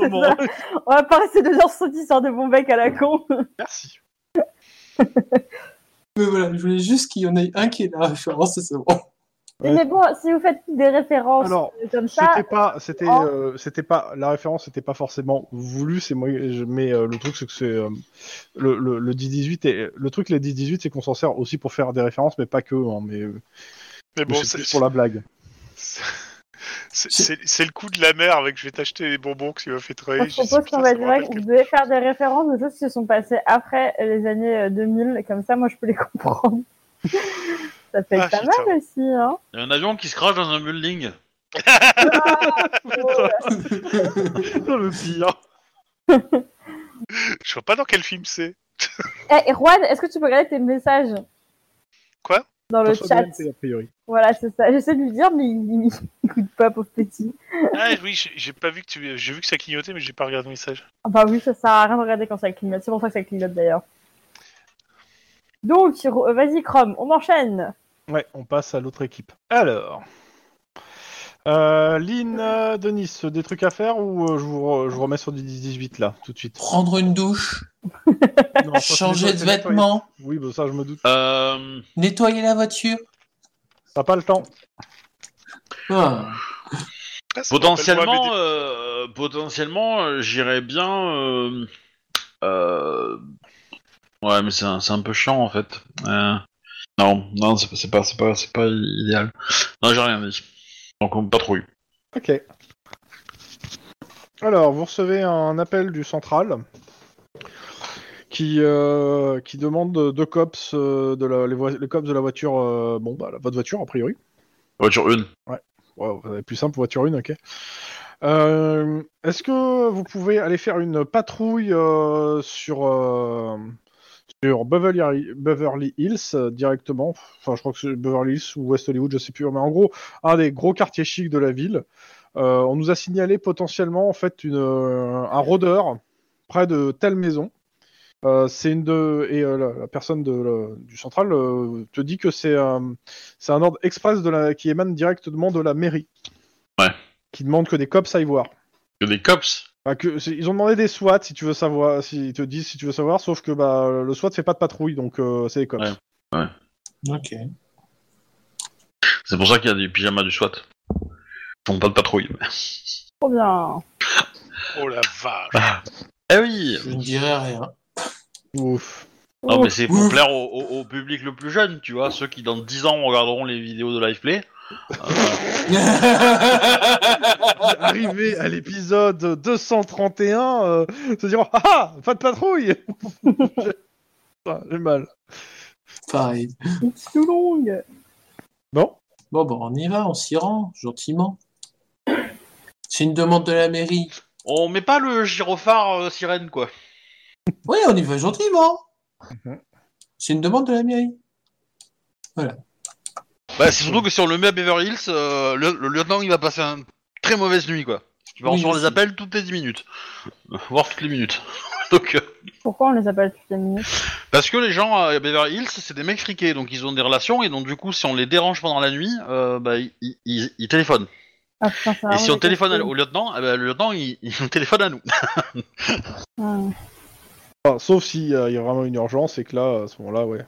S3: c'est
S2: Bon.
S3: ça. On va pas rester deux heures sur dix heures de bon bec à la con.
S5: Merci.
S4: Mais voilà, je voulais juste qu'il y en ait un qui ait la référence, c'est bon.
S2: Ouais.
S3: Mais bon, si vous faites des références
S2: Alors,
S3: euh, comme ça,
S2: C'était pas, c'était,
S3: Oh.
S2: euh, c'était pas la référence, c'était pas forcément voulu. C'est moi, je- mais euh, le truc c'est que c'est euh, le, le, le 10-18 et le truc les 10-18 c'est qu'on s'en sert aussi pour faire des références, mais pas que. hein, mais euh,
S5: Mais bon,
S2: c'est
S5: c'est
S2: plus pour la blague.
S5: c'est- c'est- c'est le coup de la mer avec je vais t'acheter des bonbons que tu m'as fait
S3: moi,
S5: travailler.
S3: je propose qu'on va direct, vous devez faire des références aux choses qui se sont passées après les années euh, 2000, comme ça, moi, je peux les comprendre. ça peut être
S5: Ah,
S3: pas
S5: putain.
S3: mal aussi, hein.
S1: Il y a un avion qui se crache dans un building.
S3: Ah,
S2: le pire.
S5: Je vois pas dans quel film c'est.
S3: Eh, et Juan, est-ce que tu peux regarder tes messages
S5: Quoi
S3: Dans le chat.
S2: a priori.
S3: Voilà, c'est ça. J'essaie de lui dire, mais il il- il écoute pas, pauvre petit.
S5: Ah oui, j'ai j'ai pas vu que tu... j'ai vu que ça clignotait, mais j'ai pas regardé le message.
S3: Ah bah oui, ça sert à rien de regarder quand ça clignote. C'est pour ça que ça clignote d'ailleurs. Donc, Ro- euh, vas-y, Chrome, on enchaîne.
S2: Ouais, on passe à l'autre équipe. Alors. Euh, Lynn, euh, Denis, des trucs à faire ou euh, je, vous re- je vous remets sur du 10-18 là, tout de suite
S4: Prendre une douche,
S2: Non, ça, c'est
S4: changer
S2: nettoyer-
S4: de
S2: c'est nettoyer.
S4: vêtements,
S2: Oui, bah, ça je me doute.
S1: Euh,
S4: nettoyer la voiture.
S2: T'as pas le temps.
S4: Ah.
S5: Ah, ça me rappelle
S1: potentiellement,
S5: moi,
S1: euh, potentiellement, euh, j'irais bien. euh, euh, ouais, mais c'est un, c'est un peu chiant en fait. Euh, non, non, c'est pas, c'est pas, c'est pas, c'est pas idéal. Non, j'ai rien dit. Donc on patrouille.
S2: Ok. Alors, vous recevez un appel du central qui, euh, qui demande deux cops, euh, de la, les, voi- les cops de la voiture. euh, bon, bah, la- votre voiture, a priori.
S1: Voiture 1.
S2: Ouais, vous avez plus simple, voiture une, ok. Euh, Est-ce que vous pouvez aller faire une patrouille euh, sur, euh, sur Beverly, Beverly Hills euh, directement Enfin, je crois que c'est Beverly Hills ou West Hollywood, je sais plus. Mais en gros, un des gros quartiers chics de la ville. Euh, on nous a signalé potentiellement en fait une, euh, un rôdeur près de telle maison. Euh, c'est une de et euh, la, la personne de, la- du central euh, te dit que c'est euh, c'est un ordre express de la, qui émane directement de la mairie.
S1: Ouais.
S2: Qui demande que des cops aillent voir.
S1: Que des cops.
S2: Enfin, que, c'est- ils ont demandé des SWAT si tu veux savoir, si ils te disent si tu veux savoir, sauf que bah, le SWAT fait pas de patrouille, donc euh, c'est les cops.
S1: Ouais.
S4: Ok.
S1: C'est pour ça qu'il y a des pyjamas du SWAT. Ils font pas de patrouille. Ah,
S3: Trop bien.
S5: des- Oh la vache.
S1: eh oui.
S4: Je ne dirai rien.
S2: Ouf.
S1: Non,
S3: Oh,
S1: mais c'est pour
S4: Ouf.
S1: plaire au, au- au public le plus jeune, tu vois, ceux qui dans 10 ans regarderont les vidéos de Euh, Liveplay.
S2: Arrivé à l'épisode 231, euh, se dire ah, ah pas de patrouille. Putain, J'ai mal.
S4: Pareil.
S3: It's too long.
S2: Bon.
S4: Bon, bon, on y va, on s'y rend, gentiment. C'est une demande de la mairie.
S1: On met pas le gyrophare euh, sirène, quoi.
S4: Oui, on y va gentiment.
S2: Mhm.
S4: C'est une demande de la mairie.
S1: Bah, c'est surtout que si on le met à Beverly Hills, euh, le, le lieutenant il va passer une très mauvaise nuit quoi. Il va
S4: Oui,
S1: recevoir
S4: aussi.
S1: des appels toutes les 10 minutes, Euh, voire toutes les minutes. donc, euh,
S3: Pourquoi on les appelle toutes les minutes
S1: parce que les gens euh, à Beverly Hills, c'est des mecs friqués, donc ils ont des relations et donc du coup, si on les dérange pendant la nuit, euh, bah, ils, ils- ils- ils téléphonent.
S3: Ah, putain, c'est
S1: et
S3: vraiment
S1: si on
S3: des
S1: téléphone
S3: questions.
S1: au lieutenant, eh ben, le lieutenant il, il téléphone à nous.
S3: Hmm.
S2: Enfin, sauf si euh, il y a vraiment une urgence et que là, à ce moment-là, ouais.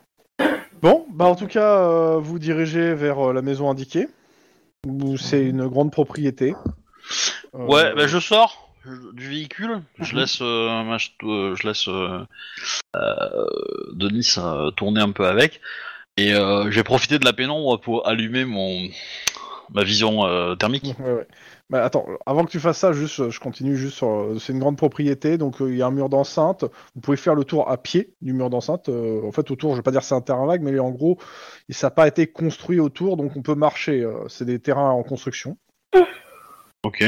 S2: Bon, bah en tout cas, euh, vous dirigez vers euh, la maison indiquée, où c'est une grande propriété. Euh, Mhm.
S1: Ouais, bah, je sors je- du véhicule, je laisse, euh, ma ch- euh, je laisse euh, euh, Denis euh, tourner un peu avec, et euh, j'ai profité de la pénombre pour allumer mon ma vision euh, thermique.
S2: Ouais, ouais. Bah, attends, avant que tu fasses ça, juste, euh, je continue juste sur. euh, C'est une grande propriété, donc euh, il y a un mur d'enceinte. Vous pouvez faire le tour à pied du mur d'enceinte. Euh, en fait, autour, je vais pas dire c'est un terrain vague, mais en gros, ça n'a pas été construit autour, donc on peut marcher. euh, c'est des terrains en construction.
S1: Ok.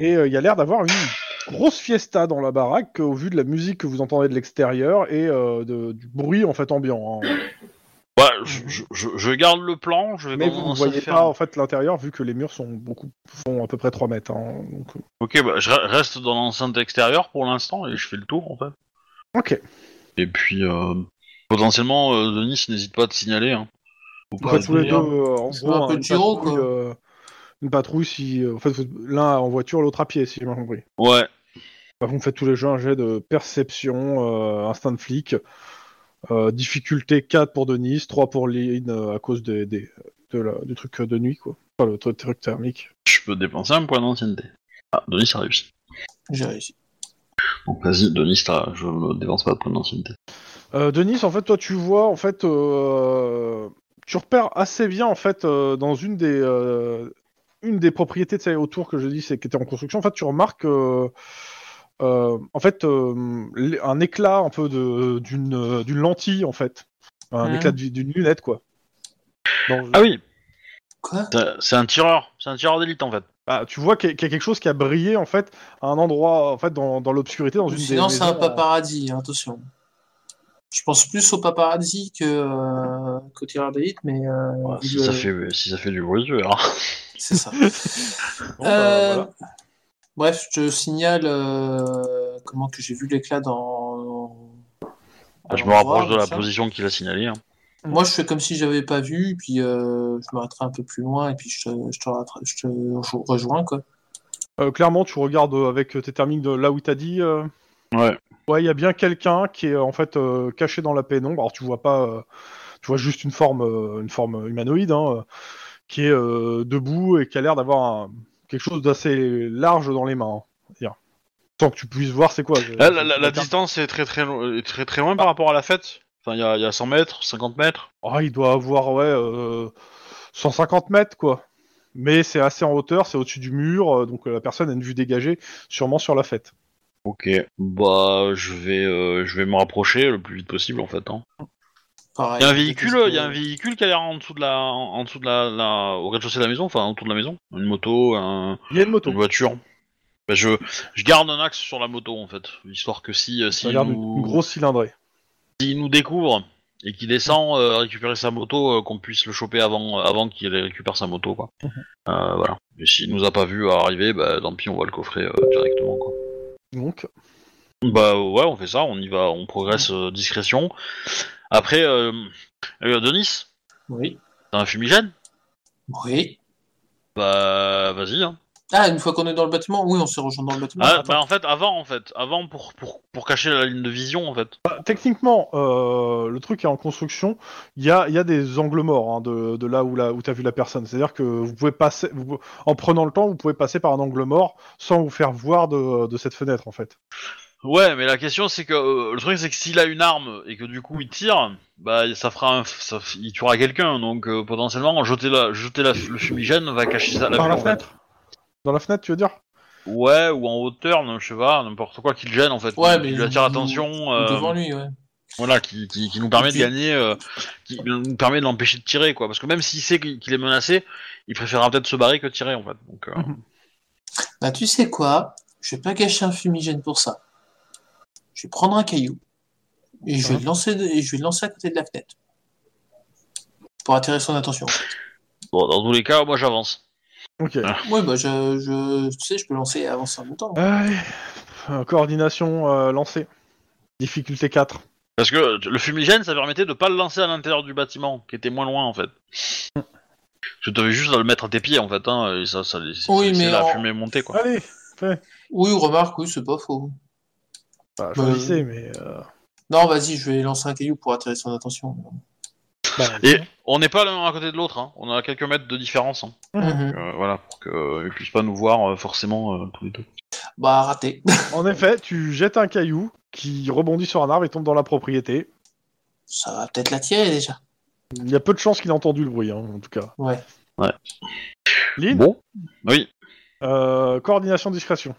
S2: Et euh, il y a l'air d'avoir une grosse fiesta dans la baraque, euh, au vu de la musique que vous entendez de l'extérieur et euh, de- du bruit en fait ambiant. hein.
S1: Ouais, Bah, je, je- je- je garde le plan, je vais
S2: Mhm. Mais vous ne
S1: commencer à
S2: voyez
S1: faire-
S2: pas en fait l'intérieur, vu que les murs sont beaucoup font à peu près 3 mètres. hein, donc, euh,
S1: Ok, bah, je re- reste dans l'enceinte extérieure pour l'instant et je fais le tour en fait.
S2: Ok.
S1: Et puis, euh, Potentiellement, euh, Denis, n'hésite pas à te signaler. hein. Ou
S2: Vous
S4: Bah,
S1: pas.
S2: faites tous les deux,
S4: bien.
S2: euh, en
S4: C'est
S2: gros,
S4: un peu
S2: une
S4: Giro,
S2: patrouille,
S4: quoi.
S2: euh, une patrouille si. euh, En fait, vous- l'un en voiture, l'autre à pied, si j'ai bien compris.
S1: Ouais.
S2: Bah, vous me faites tous les jeux un jet de perception, euh, instinct de flic. Euh, difficulté 4 pour Denise, 3 pour Lynn euh, à cause des, des- de la- du truc de nuit, quoi. Enfin, le truc truc thermique.
S1: Je peux dépenser un point d'ancienneté. Ah, Denis a réussi.
S4: J'ai réussi.
S1: Donc vas-y, Denis, t'as- je ne dépense pas de points d'ancienneté.
S2: Euh, Denise, en fait, toi, tu vois, en fait, euh, tu repères assez bien, en fait, euh, dans une des, euh, une des propriétés de ces autour que je dis, c'est qui était en construction. En fait, tu remarques, euh, euh, en fait, euh, l- un éclat un peu de- d'une euh, d'une lentille, en fait, un
S4: Mhm.
S2: éclat du- d'une lunette, quoi. Dans-
S1: Ah oui,
S4: Quoi
S1: t'as- c'est un tireur. C'est un tireur d'élite en fait.
S2: Ah, tu vois qu'il y, a- qu'il y a quelque chose qui a brillé, en fait, à un endroit, en fait, dans, dans l'obscurité, dans une des
S4: Sinon, c'est un
S2: maisons, euh,
S4: paparazzi, hein, attention. Je pense plus au paparazzi que, euh, qu'au tireur d'élite, mais euh,
S1: Ouais, si,
S4: le-
S1: ça fait, si ça fait du bruit, tu verras.
S4: c'est ça.
S2: bon, bah,
S4: Euh,
S2: voilà.
S4: Bref, je te signale euh, comment que j'ai vu l'éclat dans.
S1: Bah, je
S4: à
S1: me
S4: l'endroit,
S1: rapproche de
S4: comme
S1: la
S4: ça.
S1: position qu'il a signalée. hein.
S4: Moi, je fais comme si j'avais pas vu, puis euh, je m'arrêterai un peu plus loin, et puis je te, je te, rattra- je te rejo- rejoins, quoi.
S2: Euh, clairement, tu regardes euh, avec tes thermiques de là où il t'a dit. euh,
S1: Ouais.
S2: Ouais, il y a bien quelqu'un qui est euh, en fait euh, caché dans la pénombre. Alors tu vois pas, euh, tu vois juste une forme, euh, une forme humanoïde, hein, euh, qui est euh, debout et qui a l'air d'avoir un- quelque chose d'assez large dans les mains. hein, dire. Sans que tu puisses voir c'est quoi.
S1: Là, Ah, la, la- la distance est très très, lo- est très très loin par rapport à la fête. Enfin, il y, a- il y a 100 mètres, 50 mètres.
S2: Ah, il doit avoir ouais euh, 150 mètres quoi. Mais c'est assez en hauteur, c'est au-dessus du mur, euh, donc euh, la personne a une vue dégagée, sûrement sur la fête.
S1: Ok. Bah, je vais, euh, je vais me rapprocher le plus vite possible en fait. hein.
S4: Pareil.
S1: Il y a un véhicule,
S4: Parce que-
S1: il y a un véhicule qui a l'air en dessous de la, en, en dessous de la, la- au rez-de-chaussée de la maison, enfin en dessous de la maison. Une moto, un-
S2: Il y a une moto.
S1: une voiture. Bah, je, je garde un axe sur la moto en fait, histoire que si, euh, si
S2: Ça a l'air d'une-
S1: nous-
S2: une grosse cylindrée.
S1: s'il nous découvre et qu'il descend euh, récupérer sa moto, euh, qu'on puisse le choper avant, euh, avant qu'il récupère sa moto, quoi.
S2: Mhm.
S1: Euh, voilà. Et s'il nous a pas vu arriver, bah tant pis, on va le coffrer euh, directement, quoi.
S2: Donc,
S1: Bah ouais, on fait ça, on y va, on progresse
S2: Mhm.
S1: euh, discrétion. Après, euh, euh, Denis,
S4: Oui.
S1: t'as un fumigène
S4: Oui.
S1: Bah vas-y. Hein.
S4: Ah, une fois qu'on est dans le bâtiment, oui, on se rejoint dans le bâtiment.
S1: Ah,
S4: Attends.
S1: bah en fait, avant, en fait, avant pour, pour, pour cacher la ligne de vision, en fait.
S2: Bah, techniquement, euh, le truc est en construction. Il y a, il y a des angles morts hein, de, de là où, la, où tu as vu la personne. C'est-à-dire que vous pouvez passer, vous pouvez- en prenant le temps, vous pouvez passer par un angle mort sans vous faire voir de, de cette fenêtre en fait.
S1: Ouais, mais la question c'est que euh, le truc c'est que s'il a une arme et que du coup il tire, bah ça fera un, ça, f- il tuera quelqu'un donc euh, potentiellement jeter la jeter la, le fumigène va cacher ça la
S2: par
S1: vue,
S2: la
S1: en fait.
S2: fenêtre Dans la fenêtre, tu veux dire
S1: Ouais, ou en hauteur, non, je sais pas, n'importe quoi qui le gêne en fait.
S4: Ouais,
S1: qui
S4: mais
S1: lui attire
S4: vous-
S1: attention
S4: Ou
S1: euh,
S4: Devant lui, ouais.
S1: voilà qui, qui, qui nous permet
S4: Et
S1: de
S4: puis-
S1: gagner euh, qui nous permet de l'empêcher de tirer quoi parce que même s'il sait qu'il qu'il est menacé, il préférera peut-être se barrer que tirer en fait. Donc
S2: Mhm.
S1: euh,
S4: Bah, tu sais quoi? Je vais pas gâcher un fumigène pour ça. Je vais prendre un caillou et je vais le lancer, de- et je vais le lancer à côté de la fenêtre pour attirer son attention.
S1: bon, dans tous les cas, moi j'avance.
S2: Ok.
S4: Oui, bah, je, je, tu sais, je peux lancer et avancer en même temps.
S2: Allez. Euh, coordination euh, lancée. Difficulté 4.
S1: Parce que euh, le fumigène, ça permettait de pas le lancer à l'intérieur du bâtiment, qui était moins loin en fait. Je devais juste à le mettre à tes pieds en fait, hein, et ça, ça, laissait- ça
S4: Oui,
S1: laissait
S4: mais
S1: la
S4: en-
S1: fumée monter quoi.
S2: Allez
S4: Oui, remarque, oui, c'est pas faux.
S2: bah, Choisissez, mais. euh,
S4: Non, vas-y, je vais lancer un caillou pour attirer son attention.
S2: bah,
S1: Et on n'est pas l'un à côté de l'autre, hein. on a quelques mètres de différence. Hein.
S4: Mhm.
S1: Euh, voilà, pour qu'ils puissent pas nous voir euh, forcément euh, tous les deux.
S4: Bah, raté.
S2: En effet, tu jettes un caillou qui rebondit sur un arbre et tombe dans la propriété.
S4: Ça va peut-être l'attirer déjà.
S2: Il y a peu de chances qu'il ait entendu le bruit, hein, en tout cas.
S4: Ouais.
S2: Lynn,
S1: Bon Oui,
S2: euh, coordination discrétion.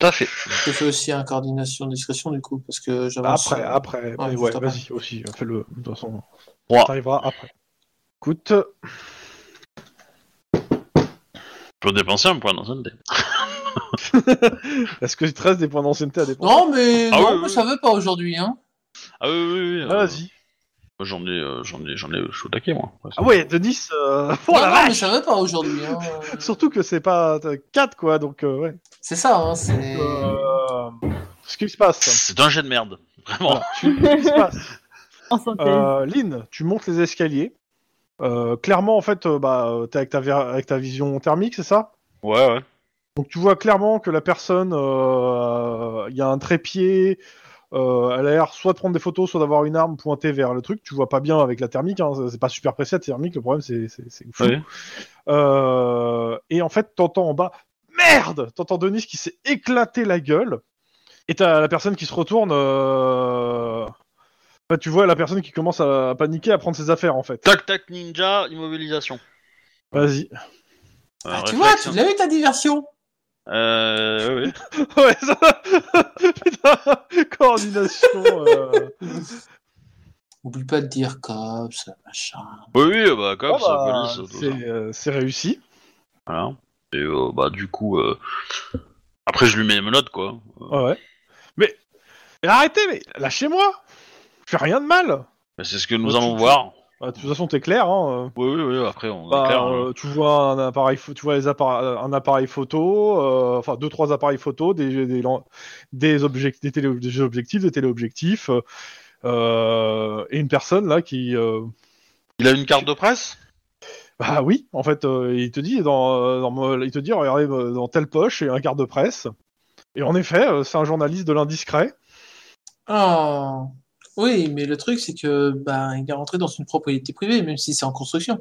S1: tout à fait.
S4: Je fais aussi un coordination discrétion du coup parce que j'avance.
S2: Après, après,
S4: Ah, Ouais,
S2: mais
S4: juste
S2: ouais,
S4: après.
S2: vas-y aussi, euh, fais-le. De toute façon,
S1: Trois.
S2: t'arriveras après. Écoute,
S1: Je peux dépenser un point d'ancienneté.
S2: est-ce que tu te restes des points d'ancienneté à dépenser
S4: Non, mais
S1: Ah
S4: non,
S1: oui,
S4: mais
S1: oui,
S4: ça veut pas aujourd'hui, hein.
S1: Ah oui, oui, oui. euh,
S2: Vas-y.
S1: J'en ai, euh, j'en ai, j'en ai, je suis au taquet moi.
S2: Ah ouais, Denis, euh... oh
S4: non,
S2: la
S4: non,
S2: vache
S4: mais ça veut pas aujourd'hui, hein.
S2: Surtout que c'est pas 4, quoi, donc euh, ouais.
S4: C'est ça, hein. C'est.
S2: Euh, Ce qui se passe.
S1: C'est un jet de merde, vraiment.
S2: Voilà, tu- Ce qui se passe.
S3: En synthèse.
S2: Euh, Lynn, tu montes les escaliers. Euh, clairement, en fait, euh, bah, euh, t'es avec ta, vi- avec ta vision thermique, c'est ça
S1: Ouais, ouais.
S2: Donc tu vois clairement que la personne, euh, il y a un trépied, euh, elle a l'air soit de prendre des photos, soit d'avoir une arme pointée vers le truc. Tu vois pas bien avec la thermique, hein, c'est- c'est pas super précis la thermique, le problème c'est c'est- c'est flou.
S1: Ouais.
S2: Euh, et en fait, t'entends en bas Merde T'entends Denis qui s'est éclaté la gueule. Et t'as la personne qui se retourne. euh, bah, tu vois la personne qui commence à paniquer, à prendre ses affaires en fait.
S1: Tac tac ninja, immobilisation.
S2: Vas-y.
S1: Euh,
S4: Ah, tu vois,
S1: réflexe,
S4: tu
S1: hein.
S4: l'as eu ta diversion.
S1: Euh, ouais, ouais.
S2: Ouais, ça- Putain, coordination. euh.
S4: Oublie pas de dire cops, machin.
S1: Oui, oui, bah, cops,
S2: Bon, bah,
S1: police, tout ça.
S2: c'est euh, c'est réussi.
S1: Voilà. Et euh, bah, du coup, euh, après, je lui mets les menottes, quoi.
S2: Ouais, ouais. Mais mais arrêtez, mais lâchez-moi. Je fais rien de mal.
S1: Mais c'est ce que nous
S2: Ouais,
S1: allons
S2: tu-
S1: voir.
S2: Bah, de toute façon, t'es clair. Hein. euh.
S1: Oui, oui, oui, après, on
S2: Bah,
S1: est clair. hein.
S2: euh, tu vois un appareil, pho- tu vois les appara- un appareil photo, euh, enfin deux trois appareils photo, des des, lan- des, objectifs, des, télé- des objectifs, des téléobjectifs, euh, euh, et une personne là qui, euh,
S1: Il a une carte de presse
S2: bah oui, en fait, euh, il te dit dans, euh, dans mon- il te dit regardez euh, dans telle poche et un quart de presse. Et en effet, euh, c'est un journaliste de l'indiscret.
S4: Ah. Oui, mais le truc, c'est que ben, il est rentré dans une propriété privée, même si c'est en construction.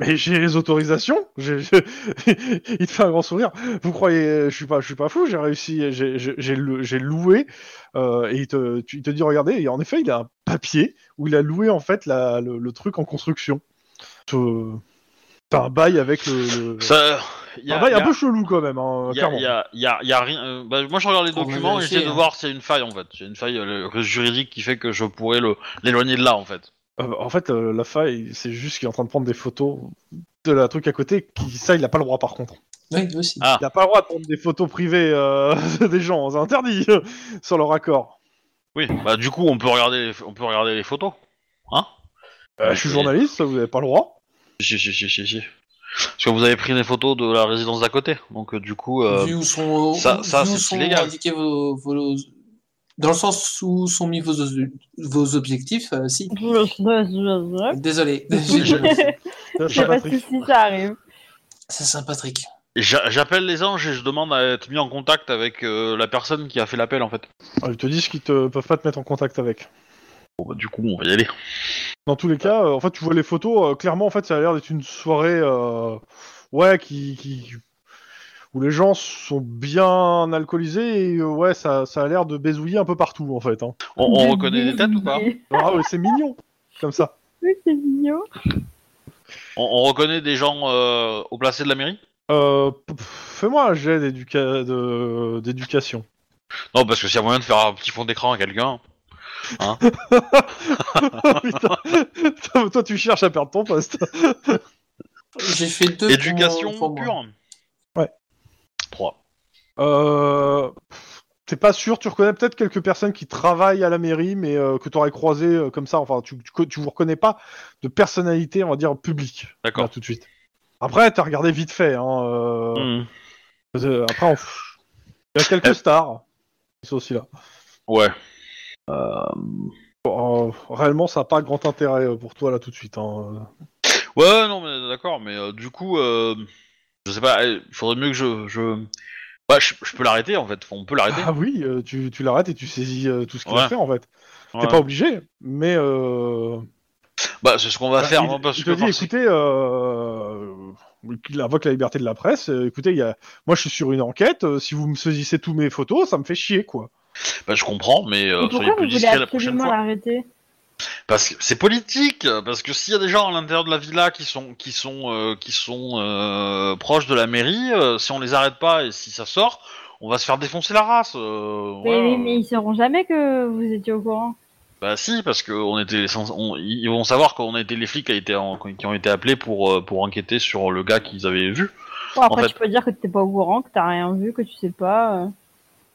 S2: Mais j'ai les autorisations. j'ai- je- Il te fait un grand sourire. Vous croyez Je suis pas, je suis pas fou. J'ai réussi. J'ai j'ai- j'ai lou- j'ai loué. euh, et il te, tu- il te dit regardez. Et en effet, il a un papier où il a loué en fait la- le, le truc en construction. Te- T'as un bail avec le. le-
S1: Ça. Il y
S2: un
S1: a,
S2: bail
S1: y a-
S2: un peu chelou quand même.
S1: y
S2: hein,
S1: a-
S2: clairement.
S1: y a- y a- y a rien. euh, bah, moi, je regarde les
S4: On va
S1: documents et
S4: vérifier,
S1: j'essaie de
S4: hein.
S1: voir s'il y a une faille, en fait. C'est une faille euh, le- juridique qui fait que je pourrais le- l'éloigner de là, en fait.
S2: Euh, en fait, euh, la faille, c'est juste qu'il est en train de prendre des photos de la truc à côté. Qui, ça, il n'a pas le droit par contre.
S4: Oui, aussi.
S1: Ah.
S2: Il n'a pas le droit de prendre des photos privées euh, des gens. C'est interdit sur leur accord.
S1: Oui, bah, du coup, on peut regarder les, on peut regarder les photos. Hein
S2: Euh, je suis
S1: Et-
S2: journaliste, vous n'avez pas le droit.
S1: Si, si, si, si, si. Parce que vous avez pris des photos de la résidence d'à côté. Donc, euh, du coup. euh,
S4: vu où sont,
S1: ça- ça,
S4: vu où
S1: c'est
S4: sont
S1: illégal.
S4: indiqués vos, vos- Dans le sens où sont mis vos, vos objectifs, euh, si. Désolé.
S2: C'est
S3: Je sais pas si
S2: Saint-Patrick.
S3: si ça arrive.
S4: C'est Saint-Patrick.
S1: J'a- J'appelle les anges et je demande à être mis en contact avec euh, la personne qui a fait l'appel en fait.
S2: Ah, Ils te disent qu'ils te peuvent pas te mettre en contact avec.
S1: Bon bah du coup on va y aller.
S2: Dans tous les cas, euh, en fait, tu vois les photos. euh, clairement, en fait, ça a l'air d'être une soirée, euh, ouais, qui, qui- où les gens sont bien alcoolisés et euh, ouais, ça, ça a l'air de bézouiller un peu partout, en fait. hein.
S1: On, on reconnaît les têtes ou pas
S3: Oui,
S2: Ah ouais, c'est mignon, comme ça.
S3: c'est mignon.
S1: on, on reconnaît des gens euh, au placé de la mairie
S2: Euh, p- p- Fais-moi un jet d'éduca- de- d'éducation.
S1: Non parce que s'il y a moyen de faire un petit fond d'écran à
S4: Euh,
S1: quelqu'un.
S2: Ah, Putain. Toi, tu cherches à perdre ton poste.
S4: J'ai fait deux pour-
S1: Éducation
S4: pour moi.
S1: pure.
S2: Ouais.
S1: 3.
S2: Euh, pff, T'es pas sûr, tu reconnais peut-être quelques personnes qui travaillent à la mairie, mais euh, que t'aurais croisé euh, comme ça. Enfin, tu, tu, co- tu vous reconnais pas de personnalité, on va dire, publique. Là,
S1: D'accord.
S2: tout de suite. Après, t'as regardé vite fait. Hein, euh,
S1: Hmm. Euh.
S2: euh, Après, on... il y a quelques stars qui sont aussi là.
S1: Ouais.
S2: Bon, euh, réellement, ça n'a pas grand intérêt euh, pour toi là tout de suite. Hein.
S1: Ouais ouais, non mais d'accord mais euh, du coup euh, je sais pas eh, il faudrait mieux que je je bah je, je peux l'arrêter en fait. On peut l'arrêter.
S2: Ah oui, euh, tu, tu l'arrêtes et tu saisis euh, tout ce qu'il
S1: Ouais.
S2: a fait en fait.
S1: Ouais.
S2: T'es pas obligé, mais euh,
S1: Bah c'est ce qu'on va
S2: Bah,
S1: faire
S2: il,
S1: non, parce
S2: il te
S1: que
S2: dit,
S1: forcément-
S2: écoutez, euh, il invoque la liberté de la presse. euh, écoutez, il y a... moi, je suis sur une enquête. euh, si vous me saisissez tous mes photos, ça me fait chier, quoi.
S1: bah, je comprends mais euh, soyez
S3: Et pourquoi vous
S1: plus
S3: voulez
S1: discret la prochaine
S3: absolument
S1: fois.
S3: l'arrêter
S1: Parce que c'est politique, parce que s'il y a des gens à l'intérieur de la villa qui sont qui sont euh, qui sont euh, proches de la mairie, euh, si on les arrête pas et si ça sort, on va se faire défoncer la race. euh,
S3: Mais
S1: voilà.
S3: oui, mais ils sauront jamais que vous étiez au courant.
S1: Bah si, parce que on était sans- on- ils vont savoir qu'on a été les flics qui, a été en- qui ont été appelés pour euh, pour enquêter sur le gars qu'ils avaient vu.
S3: Bon, après,
S1: En fait-
S3: tu peux dire que t'es pas au courant, que t'as rien vu, que tu sais pas. euh.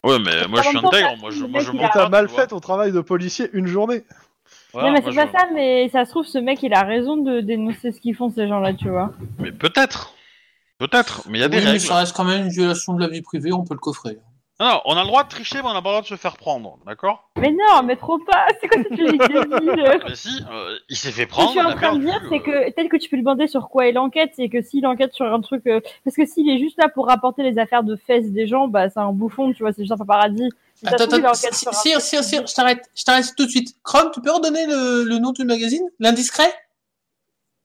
S1: Ouais, mais moi je suis
S3: même temps,
S1: intègre,
S3: t'as-
S1: moi je
S3: le
S1: moi
S3: mec,
S1: je
S3: il
S1: m'en
S3: a-
S1: fous,
S2: T'as
S1: tu
S2: mal
S1: vois.
S2: fait ton travail de policier une journée.
S1: Voilà,
S3: non, mais
S1: moi,
S3: c'est pas
S1: je-
S3: ça, mais ça se trouve, ce mec, il a raison de dénoncer ce qu'ils font, ces gens-là, tu vois.
S1: Mais peut-être, peut-être, mais il y a des
S4: Oui, mais
S1: règles.
S4: ça reste quand même une violation de la vie privée, on peut le coffrer.
S1: Non, non, on a le droit de tricher, mais on a pas le droit de se faire prendre, d'accord
S3: Mais non, mais trop pas C'est quoi cette logique débile
S1: Mais si, euh, il s'est fait
S3: Ce que je
S1: prendre.
S3: suis
S1: on
S3: en
S1: a
S3: train de
S1: perdu,
S3: dire, c'est
S1: euh,
S3: que peut-être que tu peux lui demander sur quoi il enquête, et que s'il enquête sur un truc, euh, parce que s'il est juste là pour rapporter les affaires de fesses des gens, bah c'est un bouffon, tu vois, c'est juste un paradis.
S4: Attends, attends, Sire, Sire, Sire, Sire, je t'arrête, je t'arrête tout de suite. Chrome, tu peux redonner le, le nom du magazine L'Indiscret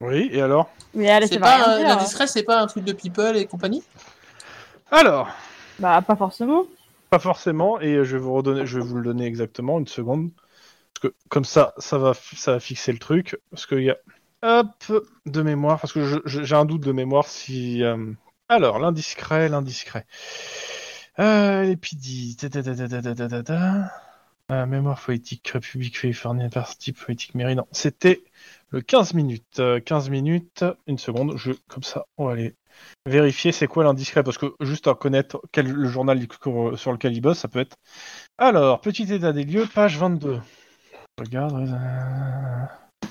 S2: Oui, et alors
S3: Mais allez,
S4: C'est
S3: Ah, ça va
S4: pas euh,
S3: rien
S4: un-
S3: dire.
S4: L'Indiscret, c'est pas un truc de people et compagnie
S2: Alors,
S3: Bah pas forcément.
S2: pas forcément, et je vais vous, redonner, je vais vous le donner exactement, une seconde. Parce que comme ça, ça va, fi- ça va fixer le truc. Parce qu'il y a. Hop De mémoire, parce que je- je- j'ai un doute de mémoire si. euh, Alors, l'indiscret, l'indiscret. Euh, L'épidie. ta, ta, ta, ta, ta, ta, ta, ta, ta. Euh, mémoire poétique, République californienne, parti poétique méridien. C'était le 15 minutes. Euh, 15 minutes, une seconde, je, comme ça, on va aller vérifier c'est quoi l'indiscret, parce que juste à connaître quel, le journal que- sur lequel il bosse, ça peut être. Alors, petit état des lieux, page 22. Regarde. euh,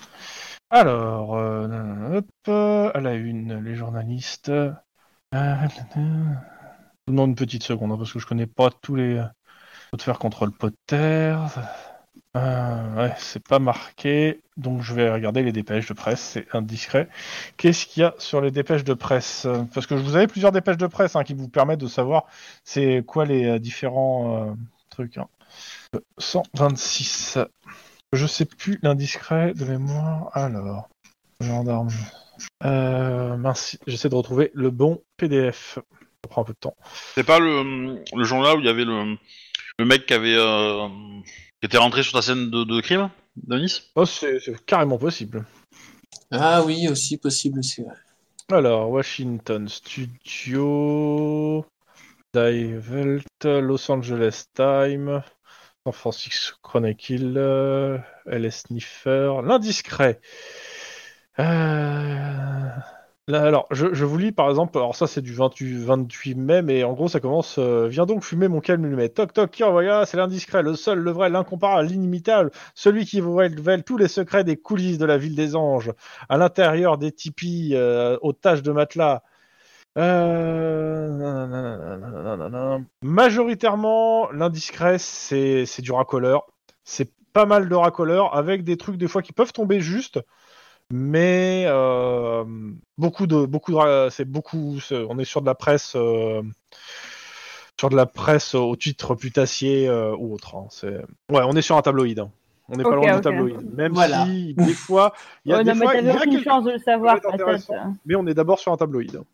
S2: Alors, euh, hop, euh, à la une, les journalistes. Euh, Je vous demande une petite seconde, hein, parce que je connais pas tous les. Faut te faire contrôle Potter. Euh, ouais, c'est pas marqué, donc je vais regarder les dépêches de presse, c'est indiscret. Qu'est-ce qu'il y a sur les dépêches de presse Euh, Parce que je vous avez plusieurs dépêches de presse hein, qui vous permettent de savoir c'est quoi les euh, différents euh, trucs. hein. Euh, 126. Je sais plus l'indiscret de mémoire. Alors, gendarme. Euh, mince, j'essaie de retrouver le bon PDF. Ça prend un peu de temps.
S1: C'est pas le, hum, le journal où il y avait le, hum, le mec qui avait. euh, qui était rentré sur ta scène de, de crime, de Nice
S2: Oh, c'est c'est carrément possible.
S4: Ah oui, aussi possible, c'est vrai.
S2: Alors, Washington Studio, Die Welt, Los Angeles Time, San Francisco Chronicle, euh, LS Sniffer, L'Indiscret. Euh, Là, alors, je, je vous lis par exemple, alors ça c'est du 28, 28 mai, mais en gros ça commence euh, Viens donc fumer mon calme lumet. Toc toc, qui envoya C'est l'indiscret, le seul, le vrai, l'incomparable, l'inimitable, celui qui vous révèle tous les secrets des coulisses de la ville des anges à l'intérieur des tipis euh, aux taches de matelas. Euh, nanana, nanana, nanana. Majoritairement, l'indiscret, c'est c'est du racoleur. C'est pas mal de racoleur avec des trucs des fois qui peuvent tomber juste, mais euh, beaucoup de beaucoup de ra- c'est beaucoup. c'est- On est sur de la presse. euh, sur de la presse au titre putassier euh, ou autre. hein. C'est- Ouais, on est sur un tabloïd. hein. On n'est pas
S3: Ok,
S2: loin du
S3: ok.
S2: tabloïd. Même
S4: Voilà.
S2: si, des fois, il y a
S3: Oh,
S2: des
S3: non, mais
S2: fois, il y
S3: t'avais
S2: a
S3: aucune
S2: quelques-
S3: chance de le savoir,
S2: Ça va être
S3: peut-être.
S2: mais on est d'abord sur un tabloïd. hein.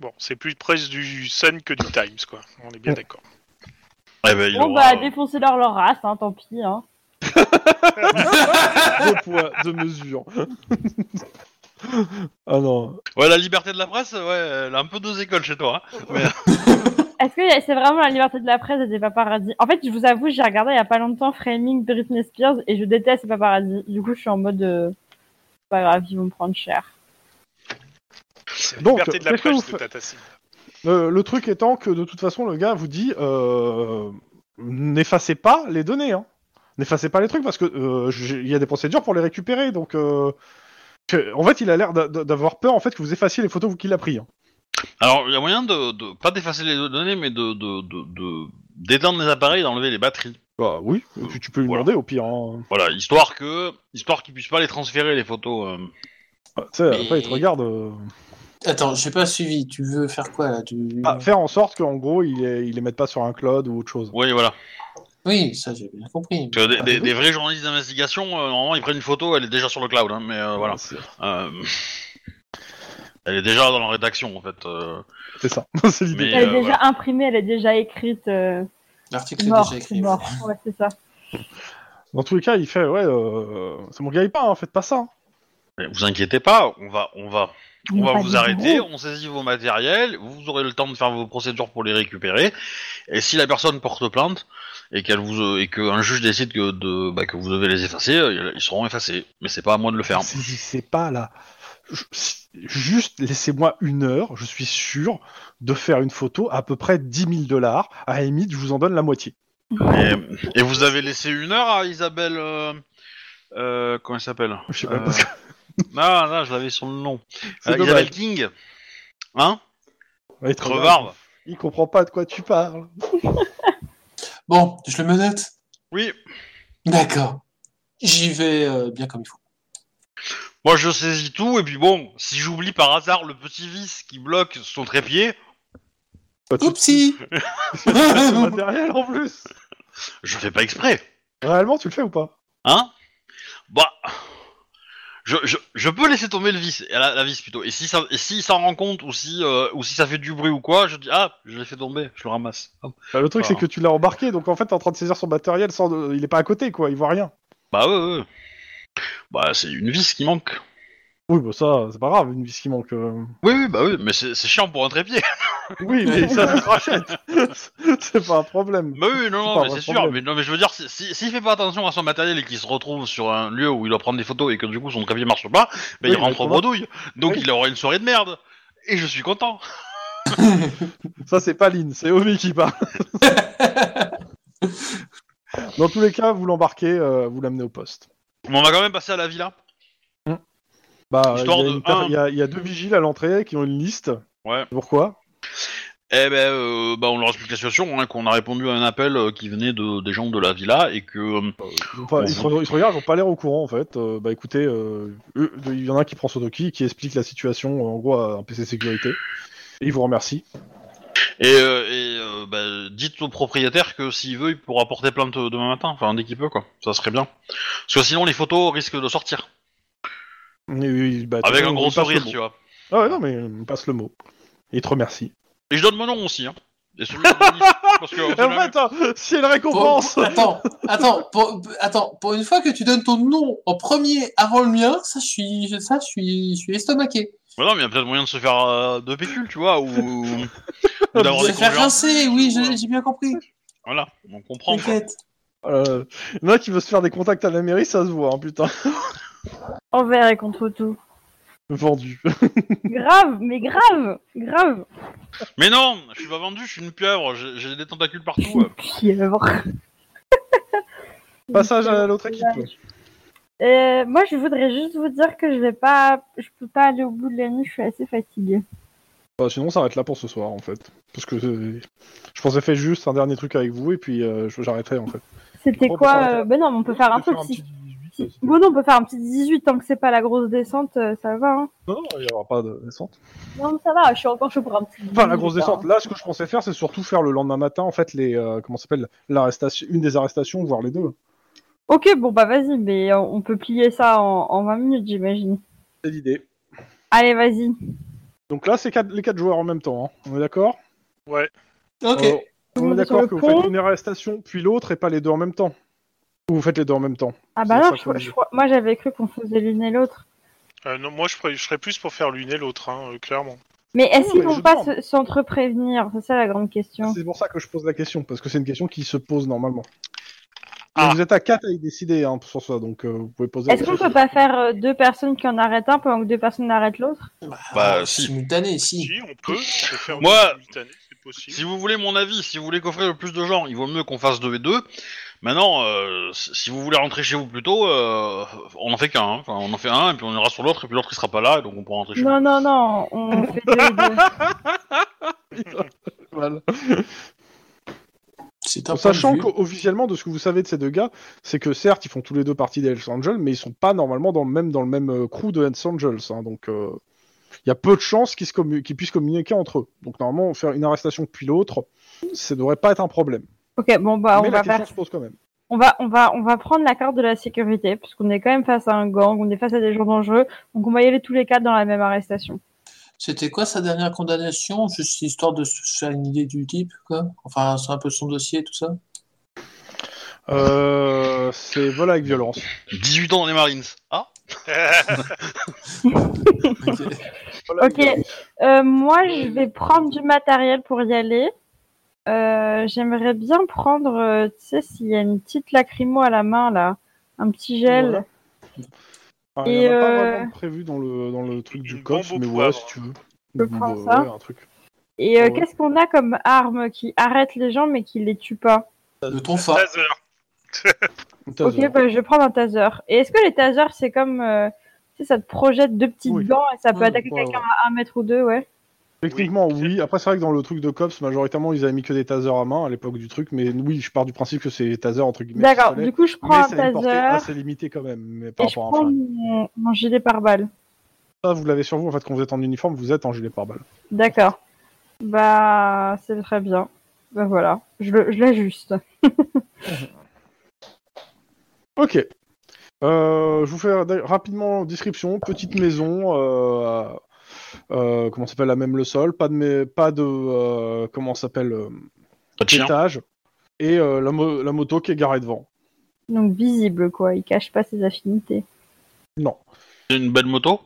S5: Bon, c'est plus près du Sun que du Times, quoi. On est bien
S2: Mm.
S5: d'accord.
S1: Eh ben, il
S3: Bon
S1: aura,
S3: bah
S1: euh,
S3: défoncez-leur leur race, hein, tant pis. Hein.
S2: Deux poids, deux mesures. ah non.
S1: euh, Ouais, la liberté de la presse, ouais, elle a un peu deux écoles chez toi. hein.
S3: Est-ce que c'est vraiment la liberté de la presse et des paparazzis En fait, je vous avoue, j'ai regardé il y a pas longtemps Framing Britney Spears et je déteste les paparazzis. Du coup, je suis en mode euh, c'est pas grave, ils vont me prendre cher.
S5: C'est la
S2: Donc,
S5: liberté de la
S2: qu'est-ce que vous
S5: presse de
S2: faites
S5: Tata Singh.
S2: Le, Euh, le truc étant que de toute façon, le gars vous dit euh, n'effacez pas les données. hein. N'effacez pas les trucs parce que euh, j'ai- il y a des procédures pour les récupérer. Donc, euh, que- en fait, il a l'air d'a- d'a- d'avoir peur en fait que vous effaciez les photos qu'il a prises. hein.
S1: Alors, il y a moyen de, de- pas d'effacer les données, mais de, de, de, de- d'éteindre les appareils et d'enlever les batteries.
S2: Bah oui, et puis tu peux lui
S1: Voilà.
S2: demander au pire. hein.
S1: Voilà, histoire que, histoire qu'ils puissent pas les transférer les photos. euh.
S2: Tu sais,
S4: Mais-
S2: après, il te regarde. euh,
S4: Attends, j'ai pas suivi. Tu veux faire quoi là tu...
S2: ah, faire en sorte qu'en gros, il, les- il les mette pas sur un cloud ou autre chose.
S1: Oui, voilà.
S4: Oui, ça j'ai bien compris.
S1: Parce que des,
S3: Ah,
S1: des- des vrais journalistes d'investigation, euh, normalement, ils prennent une photo, elle est déjà sur le cloud, hein, mais euh, voilà.
S2: C'est-
S1: Euh, Elle est déjà dans la rédaction, en fait. euh.
S2: C'est ça. C'est l'idée.
S1: Et,
S3: elle est
S1: euh,
S3: déjà
S1: voilà.
S3: imprimée, elle est déjà écrite. euh,
S4: L'article
S3: c'est
S4: est
S3: mort,
S4: déjà écrit.
S3: c'est mort. Ouais, c'est ça.
S2: Dans tous les cas, il fait ouais, euh, ça m'engaille pas, hein, faites pas ça. hein.
S1: Mais vous inquiétez pas, on va, on va, on
S3: Ils ont
S1: va
S3: pas
S1: vous
S3: dit
S1: arrêter,
S3: gros.
S1: on saisit vos matériels, vous aurez le temps de faire vos procédures pour les récupérer. Et si la personne porte plainte et qu'elle vous euh, et qu'un juge décide que de bah, que vous devez les effacer, euh, ils seront effacés. Mais c'est pas à moi de le faire.
S2: Saisissez pas là. Je- Juste laissez-moi une heure, je suis sûr de faire une photo à peu près 10 000 dollars. À la limite, je vous en donne la moitié.
S1: Et, et vous avez laissé une heure à Isabelle. Euh, euh, comment elle s'appelle
S2: Je sais pas.
S1: Euh, Non, non, je l'avais sur le nom.
S2: C'est
S1: Euh,
S2: dommage.
S1: Isabelle King. Hein
S2: Ouais, très bien.
S1: Crevard.
S2: Il comprend pas de quoi tu parles.
S4: Bon, je le me note.
S1: Oui.
S4: D'accord. J'y vais euh, bien comme il faut.
S1: Moi, je saisis tout, et puis bon, si j'oublie par hasard le petit vis qui bloque son trépied,
S2: Pas tout
S4: Oupsie
S2: ce matériel en plus.
S1: je fais pas exprès.
S2: Réellement, tu le fais ou pas
S1: Hein Bah. Je, je, je peux laisser tomber le vis, et la, la vis plutôt. Et si ça, et s'il s'en rend compte ou si euh, ou si ça fait du bruit ou quoi, je dis ah je l'ai fait tomber, je le ramasse. Hop.
S2: Bah, Le truc,
S1: Ah.
S2: c'est que tu l'as embarqué, donc en fait, t'es en train de saisir son matériel sans. de- Il est pas à côté, quoi. Il voit rien.
S1: Bah ouais, ouais. Bah c'est une vis qui manque.
S2: Oui, bah ça, c'est pas grave, une vis qui manque. euh.
S1: Oui oui bah oui, mais c'est c'est chiant pour un trépied.
S2: Oui, mais ça, ça se rachète. c'est pas un problème.
S1: Bah oui, non,
S2: pas
S1: non,
S2: un
S1: mais
S2: vrai
S1: c'est sûr.
S2: problème.
S1: Mais, non, mais je veux dire, si- si- s'il fait pas attention à son matériel et qu'il se retrouve sur un lieu où il doit prendre des photos et que du coup son trépied marche pas, bah,
S2: Oui,
S1: il rentre en
S2: exactement.
S1: bredouille. Donc
S2: Oui.
S1: il aura une soirée de merde. Et je suis content.
S2: Ça, c'est pas Lynn, c'est Omi qui parle. Dans tous les cas, vous l'embarquez, euh, vous l'amenez au poste.
S1: Mais on va quand même passer à la villa.
S2: Bah, il y,
S1: Histoire
S2: a
S1: de
S2: une per-
S1: un.
S2: il y a- il y a deux vigiles à l'entrée qui ont une liste.
S1: Ouais.
S2: Pourquoi
S1: Eh ben, euh, bah, on leur explique la situation, hein, qu'on a répondu à un appel euh, qui venait de, des gens de la villa et que. euh,
S2: ils, ont pas- ils se re- ils se regardent, ils ont pas l'air au courant en fait. Euh, bah écoutez, euh, eux, il y en a un qui prend Sotoki, qui explique la situation en gros à un PC sécurité. Et il vous remercie.
S1: et euh, et euh, bah, dites au propriétaire que s'il veut, il pourra porter plainte demain matin, enfin dès qu'il peut, quoi. Ça serait bien. Parce que sinon, les photos risquent de sortir.
S2: Et il- bah,
S1: Avec
S2: tout-
S1: un
S2: il
S1: gros
S2: passe le
S1: sourire,
S2: mot.
S1: tu vois.
S2: Ah ouais, non, mais il passe le mot. Et il te remercie.
S1: Et je donne mon nom aussi, hein. Et celui de Denis, parce que. on sait
S2: Et en
S1: jamais.
S2: fait, hein, c'est une
S4: Pour-
S2: récompense
S4: attends, attends, pour, attends, pour une fois que tu donnes ton nom en premier avant le mien, ça je suis, je- ça je suis, je suis estomaqué.
S1: Bah non, mais il y a peut-être moyen de se faire euh, deux pécules, tu vois, ou, ou d'avoir
S4: Je
S1: des
S4: vais faire
S1: congés.
S4: rincer, oui,
S1: ou,
S4: j'ai
S1: euh,
S4: j'ai bien compris.
S1: Voilà, on comprend. quoi.
S4: T'inquiète.
S2: Euh, Il y en a qui veut se faire des contacts à la mairie, ça se voit, hein, putain.
S3: Envers et contre tout.
S2: Vendu.
S3: grave, mais grave, grave.
S1: Mais non, je suis pas vendu, je suis une pieuvre, j'ai j'ai des tentacules partout. euh.
S3: Pieuvre.
S2: Passage à l'autre équipe.
S3: Euh, moi, je voudrais juste vous dire que je vais pas, je peux pas aller au bout de la nuit. Je suis assez fatiguée.
S2: Bah, sinon, ça arrête là pour ce soir, en fait. Parce que euh, je pensais faire juste un dernier truc avec vous, et puis euh, je- j'arrêterai, en fait.
S3: C'était
S2: Oh, on peut
S3: quoi
S2: s'arrêter
S3: euh, Ben non, mais on peut faire un truc. si- si- Bon, non, on peut faire un petit 18 tant que c'est pas la grosse descente, euh, ça va. hein.
S2: Non, non, il n'y aura pas de descente.
S3: Non, mais ça va. Je suis encore chaud pour un petit.
S2: Enfin, la grosse
S3: 18,
S2: descente.
S3: hein.
S2: Là, ce que je pensais faire, c'est surtout faire le lendemain matin, en fait, les. euh, comment ça s'appelle L'arrestation, une des arrestations, voire les deux.
S3: Ok, bon bah vas-y, mais on on peut plier ça en, en 20 minutes, j'imagine.
S2: C'est l'idée.
S3: Allez, vas-y.
S2: Donc là, c'est quatre- les quatre joueurs en même temps, hein. on est d'accord
S5: Ouais.
S4: Ok.
S2: Euh, on
S3: Tout le
S2: est
S3: monde est sur
S2: d'accord
S3: le
S2: que vous
S3: pont.
S2: faites une arrestation, puis l'autre, et pas les deux en même temps. Ou vous faites les deux en même temps.
S3: Ah
S2: C'est
S3: bah non,
S2: ça
S3: je-
S2: qu'on
S3: je-
S2: dit.
S3: moi j'avais cru qu'on faisait l'une et l'autre.
S5: Euh, non, moi, je, ferais- je serais plus pour faire l'une et l'autre, hein, euh, clairement.
S3: Mais est-ce
S2: Non,
S3: qu'ils
S2: mais je
S3: vont pas
S2: demande.
S3: se- s'entre-prévenir C'est ça la grande question.
S2: C'est pour ça que je pose la question, parce que c'est une question qui se pose normalement.
S5: Ah.
S2: Mais Vous êtes à 4 à y décider hein, sur ça, donc euh, vous pouvez poser la
S3: Est-ce qu'on
S2: question.
S3: peut pas faire euh, deux personnes qui en arrêtent un pendant que deux personnes arrêtent l'autre
S1: Bah,
S4: Ah,
S1: si.
S4: Simultané, si.
S5: Si, on peut. on peut faire
S1: Moi-
S5: une simultanée, c'est possible.
S1: Si vous voulez mon avis, si vous voulez coffrer le plus de gens, il vaut mieux qu'on fasse 2 et 2. Maintenant, euh, si vous voulez rentrer chez vous plus tôt, euh, on en fait qu'un. hein. Enfin, on en fait un, et puis on ira sur l'autre, et puis l'autre il sera pas là, et donc on pourra rentrer chez vous.
S3: Non, non, non, on fait deux et deux.
S2: Voilà.
S4: C'est un point de
S2: Sachant
S4: vue.
S2: qu'officiellement, de ce que vous savez de ces deux gars, c'est que certes, ils font tous les deux partie des Hells Angels, mais ils sont pas normalement dans le même, dans le même euh, crew de Hells Angels. hein, donc il y a peu de chances qu'ils se commu- qu'ils puissent communiquer entre eux. Donc normalement, faire une arrestation puis l'autre, ça devrait pas être un problème.
S3: Ok, bon bah on
S2: mais
S3: va
S2: la question
S3: faire.
S2: se pose quand même.
S3: On va, on va, on va prendre la carte de la sécurité parce qu'on est quand même face à un gang, on est face à des gens dangereux, donc on va y aller tous les quatre dans la même arrestation.
S4: C'était quoi sa dernière condamnation Juste histoire de se faire une idée du type, quoi. Enfin, c'est un peu son dossier, tout ça.
S2: Euh, c'est vol avec violence.
S1: 18 ans dans les Marines. Ah
S4: Ok.
S2: Vol avec
S3: Ok, euh, moi je vais prendre du matériel pour y aller. Euh, J'aimerais bien prendre, euh, tu sais, s'il y a une petite lacrymo à la main là, un petit gel.
S2: Voilà. Ah, il
S3: Et
S2: y en a pas
S3: euh,
S2: vraiment prévu dans le, dans le truc du
S5: Une
S2: cops,
S5: bombe au
S2: mais
S5: poivre.
S2: ouais, si
S3: hein.
S2: tu veux.
S3: peux
S2: Une
S3: prendre
S2: bombe,
S3: ça
S2: ouais, un truc.
S3: Et euh,
S2: Ouais.
S3: qu'est-ce qu'on a comme arme qui arrête les gens mais qui les tue pas
S4: Le tonfa.
S5: Taser.
S2: Un
S3: Ok,
S2: taser.
S3: bah, je vais prendre un taser. Et est-ce que les tasers, c'est comme. euh, tu sais, ça te projette deux petites
S2: Oui.
S3: gants et ça peut
S2: Ouais,
S3: attaquer
S2: ouais,
S3: quelqu'un à un mètre ou deux, ouais
S2: Techniquement, oui. Après, c'est vrai que dans le truc de cops, majoritairement, ils avaient mis que des tasers à main à l'époque du truc, mais oui, je pars du principe que c'est des tasers entre guillemets.
S3: D'accord,
S2: pistolets,
S3: du coup, je
S2: mais
S3: prends un
S2: ça a une portée
S3: taser
S2: assez limitée quand même. Mais
S3: et
S2: Ah, par
S3: je
S2: rapport à un
S3: prends
S2: flingue.
S3: mon, mon gilet pare-balles.
S2: Ça, vous l'avez sur vous en fait quand vous êtes en uniforme, vous êtes en gilet pare-balles.
S3: D'accord. Bah, c'est très bien. Bah voilà, je le- je l'ajuste.
S2: Ok. Euh, je vous fais d'ailleurs rapidement description. Petite maison. Euh, euh, comment s'appelle la même le sol. Pas de mais, pas de euh, comment s'appelle euh,
S1: Pas de chien.
S2: étage. Et euh, la, mo- la moto qui est garée devant.
S3: Donc visible, quoi. Il cache pas ses affinités.
S2: Non.
S1: C'est une belle moto.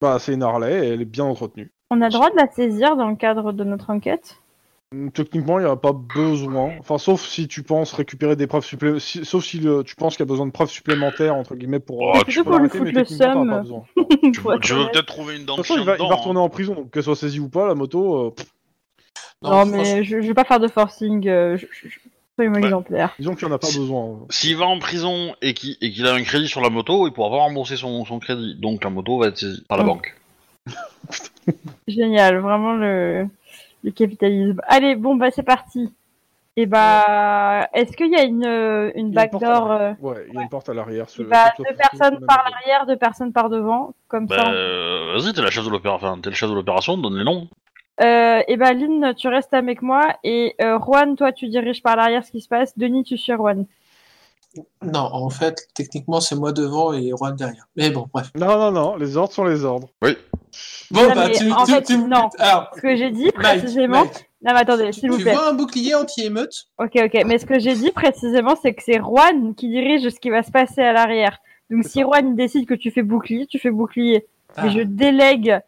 S2: Bah c'est une Harley. et elle est bien entretenue.
S3: On a le droit de la saisir dans le cadre de notre enquête
S2: Hum, Techniquement, il n'y a pas besoin. Enfin, sauf si tu penses récupérer des preuves supplémentaires. sauf si le- tu penses qu'il y a besoin de preuves supplémentaires entre guillemets pour.
S1: Oh,
S2: euh,
S1: tu
S3: Plutôt
S2: pour
S3: qu'on lui
S2: l'arrêter,
S3: foute
S2: mais
S3: le
S2: techniquement, t'en as pas
S3: seum.
S2: besoin.
S1: Tu,
S3: pour être
S1: tu veux
S3: honnête.
S1: peut-être trouver une dent de
S2: De toute façon,
S1: chien
S2: il va, il
S1: dedans,
S2: va
S1: hein.
S2: retourner en prison, donc qu'elle soit saisie ou pas, la moto, euh, pff,
S3: Non,
S4: franchement,
S3: mais je, je vais pas faire de forcing. euh, je, je, je suis absolument
S1: Bah.
S3: exemplaire.
S2: disons qu'il n'y en a pas besoin.
S1: S'il va en prison et qu'il et qu'il a un crédit sur la moto, il pourra pas rembourser son, son crédit. Donc la moto va être saisie par la
S3: Mm.
S1: banque.
S3: Génial, vraiment le, le capitalisme. Allez, bon, bah c'est parti. Et bah, est-ce qu'il y a une, euh, une
S2: Il y a une porte à
S3: backdoor
S2: l'arrière.
S3: euh,
S2: Ouais, il y a une porte à l'arrière. ce-
S3: qui va
S2: ce- ce-
S3: deux
S2: ce-
S3: Bah, personnes
S2: ce-
S3: par l'arrière, deux personnes par devant, comme ça
S1: Bah,
S3: on-
S1: euh, vas-y, t'es la chef de l'opération, enfin, t'es le chef de l'opération, donne les noms.
S3: Euh, et ben Lynn, tu restes avec moi et euh, Juan, toi tu diriges par l'arrière ce qui se passe. Denis, tu suis Juan.
S4: Non, en fait, techniquement, c'est moi devant et Juan derrière. Mais bon, bref.
S2: Non, non, non, les ordres sont les ordres.
S1: Oui.
S4: Bon,
S3: Non,
S4: bah,
S3: mais
S4: tu,
S3: en
S4: tu-
S3: fait,
S4: tu me-
S3: non.
S4: Alors,
S3: Ce que j'ai dit
S4: Mike,
S3: précisément.
S4: Mike,
S3: Non, mais attendez, s'il vous
S4: tu
S3: plaît.
S4: vois un bouclier anti-émeute?
S3: Ok, ok. Mais ce que j'ai dit précisément, c'est que c'est Juan qui dirige ce qui va se passer à l'arrière. Donc si Juan décide que tu fais bouclier, tu fais bouclier.
S4: Ah.
S3: Mais je délègue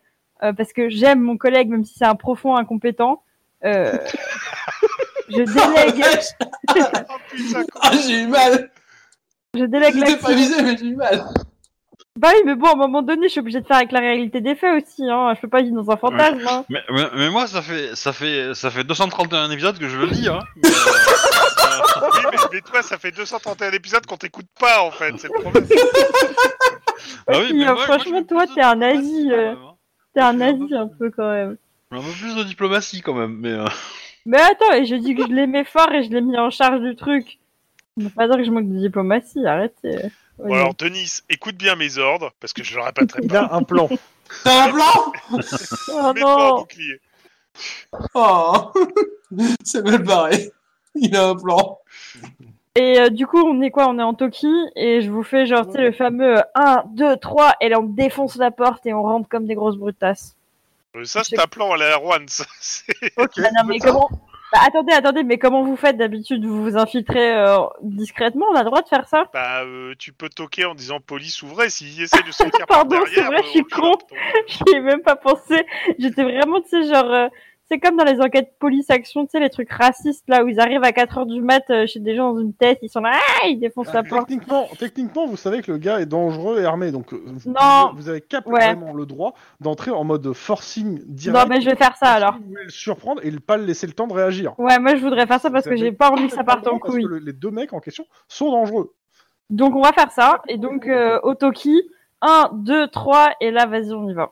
S3: euh, parce que j'aime mon collègue, même si c'est un profond incompétent. Euh, je délègue,
S5: Oh, putain, quoi.
S4: Ah, j'ai eu mal!
S3: je délègue
S4: J'étais
S3: l'activité.
S4: pas visé, mais j'ai eu mal!
S3: Bah oui, mais bon, à un moment donné, je suis obligée de faire avec la réalité des faits aussi. Hein. Je peux pas vivre dans un fantasme. Hein.
S1: Mais, mais, mais moi, ça fait, ça, fait, ça fait 231 épisodes que je le dis. Hein. Mais, euh,
S5: Oui, mais, mais toi, ça fait 231 épisodes qu'on t'écoute pas, en fait, c'est le problème.
S1: ah oui,
S3: Puis,
S1: mais
S3: euh,
S1: moi-
S3: franchement,
S1: moi, je-
S3: toi, t'es un nazi.
S1: quand
S3: euh,
S1: même, hein.
S3: T'es un
S1: je suis un peu-
S3: nazi un peu quand même.
S1: Un peu plus de diplomatie quand même. Mais, euh,
S3: Mais attends, et j'ai dit que je l'aimais fort et je l'ai mis en charge du truc. On peut pas dire que je manque de diplomatie, arrête. euh,
S5: Bon, alors, Denis, écoute bien mes ordres, parce que je le répéterai
S2: Il
S5: pas.
S2: a un plan.
S4: T'as un plan?
S3: Oh
S5: Mets pas un
S3: non
S5: bouclier.
S4: Oh! C'est mal barré. Il a un plan.
S3: Et euh, du coup, on est quoi On est en Toki et je vous fais genre, tu sais, le fameux 1, 2, 3 et là, on défonce la porte et on rentre comme des grosses brutasses.
S5: Euh, Ça, c'est un plan à la Rouen, ça. c'est-
S2: Ok.
S3: Ah non, mais comment Bah, Attendez, attendez, mais comment vous faites d'habitude Vous vous infiltrez euh, discrètement On a le droit de faire ça
S5: Bah, euh, tu peux toquer en disant police ouvrez. S'il essaie de sortir
S3: Pardon,
S5: par
S3: c'est
S5: derrière,
S3: vrai,
S5: euh,
S3: je suis
S5: on le chope, donc.
S3: J'y ai même pas pensé. J'étais vraiment, tu sais, genre, euh, c'est comme dans les enquêtes police-action, tu sais, les trucs racistes, là, où ils arrivent à 4 heures du mat euh, chez des gens dans une tête, ils sont là, ah, ils défoncent la porte.
S2: Techniquement, techniquement, vous savez que le gars est dangereux et armé, donc euh, vous,
S3: Non.
S2: vous avez cap
S3: Ouais.
S2: vraiment le droit d'entrer en mode forcing
S3: Non,
S2: direct.
S3: mais je vais faire ça, alors.
S2: Vous voulez le surprendre et le- pas le laisser le temps de réagir.
S3: Ouais, moi, je voudrais faire ça parce que j'ai pas envie que ça parte en
S2: Parce que
S3: couille.
S2: le- les deux mecs en question sont dangereux.
S3: Donc, on va faire ça. Et donc, euh, au Toki, 1, 2, 3, et là, vas-y, on y va.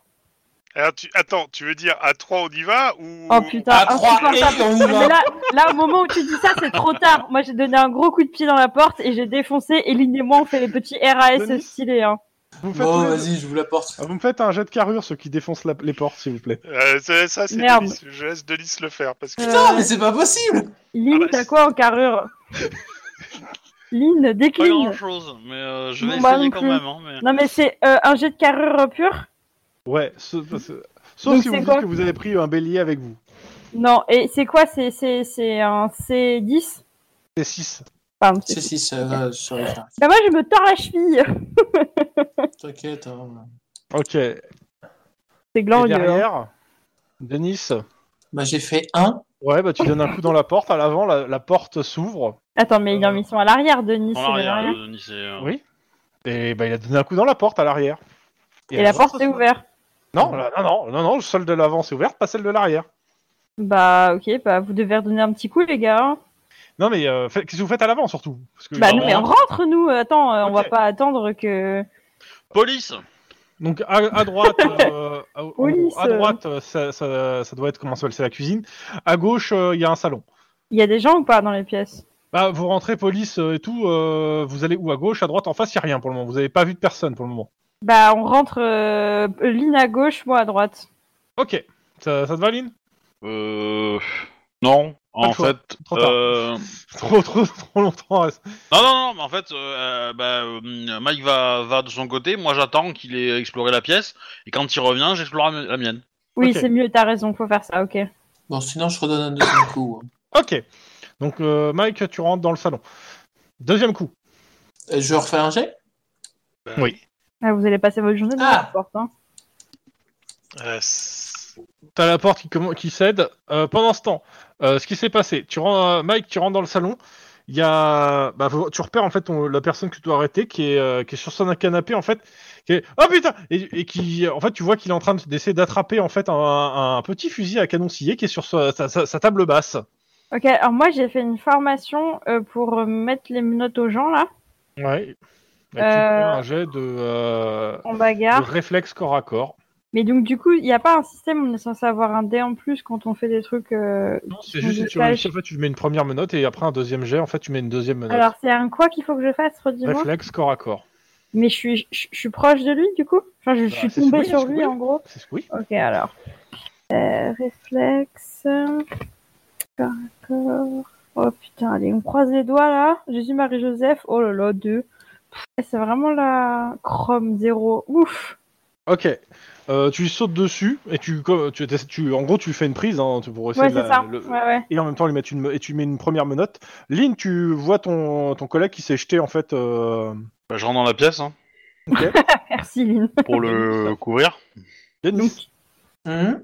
S5: Alors, tu... Attends, tu veux dire à 3 on y va ou...
S3: Oh putain,
S4: À trois et
S3: insupportable.
S4: on y
S3: Mais
S4: va.
S3: là, là, au moment où tu dis ça, c'est trop tard. Moi, j'ai donné un gros coup de pied dans la porte et j'ai défoncé. Et Lynn et moi, on fait les petits RAS
S2: Denis
S3: stylés. Hein.
S2: Vous faites,
S4: Bon,
S2: tous les deux-
S4: vas-y, je vous la porte.
S2: Ah, vous me faites un jet de carrure, ceux qui défoncent la- les portes, s'il vous plaît.
S5: Euh, c'est- ça, c'est
S3: Merde.
S5: Denis. Je laisse Denis le faire. Parce que...
S4: Putain,
S3: Euh,
S4: Ah, mais c'est pas possible!
S3: Lynn,
S5: Ah bah,
S3: t'as
S5: c'est-
S3: quoi en carrure Lynn,
S1: pas
S3: décline.
S1: grand chose. Mais euh, je vais
S3: Moi
S1: essayer
S3: bah, non
S1: quand
S3: plus.
S1: même. Hein, mais...
S3: Non mais c'est euh, un jet de carrure pur
S2: Ouais, ce- ce- sauf
S3: Donc
S2: si vous
S3: c'est
S2: dites
S3: quoi
S2: que vous avez pris un bélier avec vous.
S3: Non, et c'est quoi C'est c'est c'est un C10
S2: C'est 6.
S3: Pardon, c'est-
S4: Si, si, ça va, sur les faire.
S3: Bah moi je me tords la cheville
S4: T'inquiète, hein.
S2: Ok. Et
S3: C'est glorieux. hein.
S2: derrière, Denis.
S4: Bah, j'ai fait un.
S2: Ouais, bah tu donnes un coup dans la porte, à l'avant, la, la porte s'ouvre.
S3: Attends mais il y a une mission à l'arrière Denis.
S1: En
S3: c'est
S1: arrière,
S3: derrière.
S1: euh, Denis, c'est, euh,
S2: Oui. Et bah il a donné un coup dans la porte à l'arrière.
S3: Et la porte est ouverte.
S2: Non, la- non, non, non, non, celle de l'avant c'est ouverte, pas celle de l'arrière.
S3: Bah ok, bah vous devez redonner un petit coup les gars. hein.
S2: Non, mais euh, faites- qu'est-ce que vous faites à l'avant surtout Parce que- euh,
S3: Bah
S1: non,
S3: non mais
S1: non.
S3: rentre nous, attends, euh, on va
S2: Ok.
S3: pas attendre que...
S1: Police
S2: Donc à, à droite, euh, à, en
S3: Oui,
S2: gros, à
S3: ça-
S2: droite, euh, ça, ça- ça doit être comment s'appelle, c'est la cuisine. À gauche, euh, il y a un salon.
S3: Il y a des gens ou pas dans les pièces
S2: Bah, vous rentrez police euh, et tout. euh, vous allez où à gauche, à droite, en face, il y a rien pour le moment. Vous n'avez pas vu de personne pour le moment.
S3: Bah, on rentre euh, Lynn à gauche, moi à droite.
S2: Ok, ça, ça te va, Lynn
S1: Euh... Non, en
S2: choix.
S1: fait...
S2: Trop tard.
S1: euh,
S2: Trop, trop, trop longtemps. reste.
S1: Non, non, non, mais en fait, euh, euh, bah, euh, Mike va, va de son côté, moi j'attends qu'il ait exploré la pièce, et quand il revient, j'explore la, la mienne.
S3: Oui,
S2: Ok.
S3: c'est mieux, t'as raison, faut faire ça, ok.
S4: Bon, sinon, je redonne un deuxième coup.
S2: Ok. Donc euh, Mike, tu rentres dans le salon. Deuxième coup.
S4: Et je refais un jet
S5: Bah,
S2: Oui.
S3: Ah, vous allez passer votre journée dans
S4: Ah.
S3: la porte, hein.
S5: Euh, c'est-
S2: T'as la porte qui, commen- qui cède. Euh, pendant ce temps, euh, ce qui s'est passé, tu rentres, euh, Mike, tu rentres dans le salon. Il y a, bah, faut- tu repères en fait ton- la personne que tu dois arrêter, qui est, euh, qui est sur son canapé en fait, qui est, oh putain, et, et qui, en fait, tu vois qu'il est en train de- d'essayer d'attraper en fait un, un petit fusil à canon scié qui est sur sa, sa- sa- sa table basse.
S3: Ok, alors moi j'ai fait une formation euh, pour euh, mettre les menottes aux gens là,
S2: Ouais. Et tu
S3: Euh.
S2: fais
S3: Ah.
S2: un jet de, euh,
S3: en
S2: de
S3: bagarre.
S2: réflexe corps à corps.
S3: Mais donc du coup, il n'y a pas un système où on est censé avoir un dé en plus quand on fait des trucs. euh,
S2: Non, c'est
S3: Son
S2: juste si tu
S3: blocage.
S2: réussis, en fait, tu mets une première menotte et après un deuxième jet, en fait, tu mets une deuxième menotte.
S3: Alors c'est un quoi qu'il faut que je fasse, redis-moi.
S2: Réflexe corps à corps.
S3: Mais je suis, je, je suis proche de lui du coup. Enfin, je, je
S2: Bah,
S3: suis
S2: c'est-
S3: tombée
S2: oui,
S3: sur
S2: c'est-
S3: lui
S2: oui.
S3: en gros.
S2: C'est oui.
S3: Ok, alors. Euh, réflexe. Corps à corps. Oh putain, allez, on croise les doigts là. Jésus-Marie-Joseph. Oh là là, deux. Pff, C'est vraiment la Chrome 0. Ouf.
S2: Ok. Euh, tu lui sautes dessus et tu, co- tu, t'essa- tu- en gros, tu fais une prise hein, tu- pour essayer
S3: Ouais,
S2: de
S3: c'est
S2: la-
S3: ça.
S2: le-
S3: Ouais, ouais.
S2: et en même temps lui mettre une me- et tu mets une première menotte. Lynn, tu vois ton, ton collègue qui s'est jeté en fait. euh,
S1: Bah, je rentre dans la pièce, hein,
S3: Merci, Lynn.
S1: pour le couvrir.
S2: Denis.
S4: Mhm.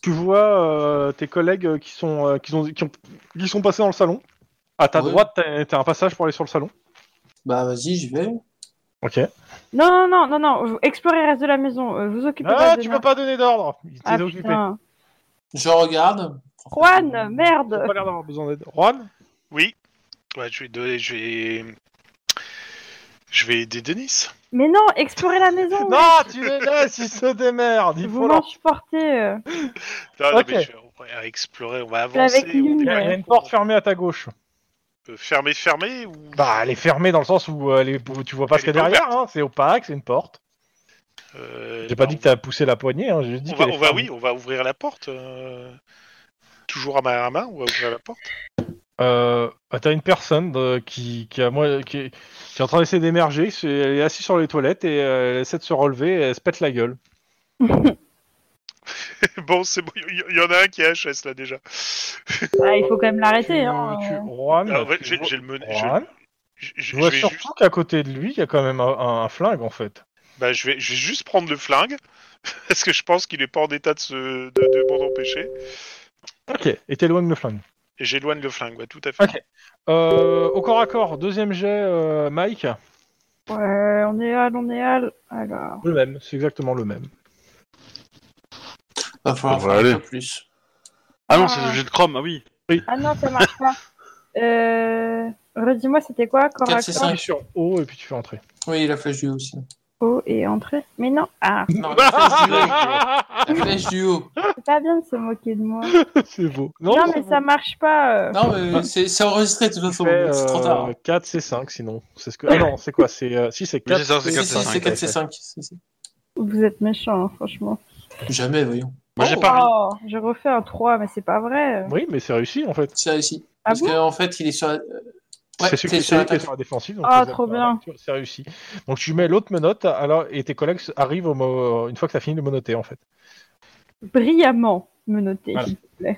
S2: tu vois euh, tes collègues euh, qui sont euh, qui ont, qui ont qui sont passés dans le salon. À ta
S4: Ouais.
S2: droite, t'as t'as un passage pour aller sur le salon.
S4: Bah, vas-y, j'y vais.
S2: Ok.
S3: Non, non, non, non, non, vous- explorez le reste de la maison, euh, vous occupez
S2: Ah,
S3: pas de
S2: tu
S3: moi.
S2: peux pas donner d'ordre. Il
S3: Ah,
S2: t'est occupé.
S3: putain.
S4: Je regarde.
S3: Juan,
S2: Il a
S3: merde
S2: pas l'air d'avoir besoin d'aide. Juan.
S5: Oui. Ouais, je vais donner- je vais, je vais aider Denis.
S3: Mais non, explorez la maison oui.
S2: Non, tu les laisses, ils se démerdent. Il
S3: Vous
S2: faut
S3: m'en
S2: leur...
S3: supportez euh.
S5: Non, non,
S2: Ok.
S5: mais je vais- on va explorer, on va
S3: C'est
S5: avancer.
S3: avec
S5: on
S3: Lune,
S2: Il y
S5: démarre.
S2: a une porte fermée à ta gauche.
S5: Euh, Fermé, fermé ou...
S2: Bah, elle est fermée dans le sens où euh, elle est- où tu vois pas
S5: Elle
S2: ce qu'il y
S5: est
S2: a
S5: pas
S2: derrière. hein, C'est opaque, c'est une porte.
S5: Euh,
S2: J'ai pas
S5: bah,
S2: dit que
S5: on-
S2: t'as poussé la poignée. Hein, j'ai dit
S5: On va,
S2: qu'elle est
S5: on va-
S2: fermée.
S5: oui, on va ouvrir la porte. euh, Toujours à ma à main, on va ouvrir la porte.
S2: Euh, bah, t'as une personne euh, qui, qui, a, moi, qui, est, qui est en train d'essayer d'émerger. c'est- Elle est assise sur les toilettes et euh, elle essaie de se relever. Et elle se pète la gueule.
S5: bon, c'est bon, il y, il y en a un qui est HS là déjà.
S3: Ah, Il faut quand même l'arrêter,
S2: Tu-
S3: hein.
S2: tu- Juan,
S5: Ah, ouais,
S2: tu
S5: j'ai
S2: vois-
S5: j'ai le mené. je-
S2: Juan,
S5: Je,
S2: tu
S5: je-
S2: vois
S5: je vais
S2: surtout
S5: juste,
S2: qu'à côté de lui, il y a quand même un, un- un flingue en fait.
S5: bah, je, vais, je vais juste prendre le flingue, parce que je pense qu'il est pas en état de, se, de, de m'en empêcher.
S2: Ok, et t'éloignes le flingue.
S5: Et j'éloigne le flingue, ouais, tout à fait.
S2: Ok. Euh, au corps à corps, deuxième jet, euh, Mike.
S3: Ouais, on est hal, on est hal. Alors,
S2: Le même, c'est exactement le même.
S4: Va falloir
S1: Ça
S4: faire
S1: va aller.
S4: un peu plus.
S1: Ah non, c'est
S3: Ah.
S1: le jet de Chrome, ah oui.
S3: ah non, ça marche pas. Euh... Redis-moi, c'était quoi corps à
S4: Quatre, c'est
S3: corps,
S4: cinq.
S2: Appuie sur O et puis tu fais entrer.
S4: Oui, la flèche du haut aussi.
S3: haut et entrée Mais non, ah,
S4: Non, la flèche du haut. La flèche du haut.
S3: c'est pas bien de se moquer de moi.
S2: c'est beau.
S3: Non, mais ça marche pas. euh.
S4: Non, mais c'est c'est enregistré de toute façon, donc c'est trop tard.
S2: 4 euh, c'est 5 sinon. C'est ce que Ah non, c'est quoi C'est euh, si c'est
S1: Oui,
S2: 4.
S1: c'est ça, c'est
S4: Si,
S1: quatre,
S4: si,
S1: c'est
S4: c'est
S1: cinq.
S4: 4, c'est 5. Si, si.
S3: Vous êtes méchants, hein, franchement.
S4: Jamais, voyons.
S1: Moi j'ai
S4: Oh.
S1: pas
S3: Oh, j'ai refait un 3, mais c'est pas vrai.
S2: Oui, mais c'est réussi en fait.
S4: C'est réussi.
S3: Ah
S4: Parce
S3: bon
S4: qu'en fait, il est sur la. Ouais,
S2: c'est celui
S4: t'es
S2: qui
S4: sur
S2: sur,
S4: la
S2: qui est
S4: table.
S2: sur la défensive. donc
S3: Ah,
S2: les-
S3: trop bien.
S2: C'est réussi. Donc tu mets l'autre menotte alors, et tes collègues arrivent au mo- une fois que tu as fini de monoter en fait.
S3: Brillamment menotté.
S2: Voilà.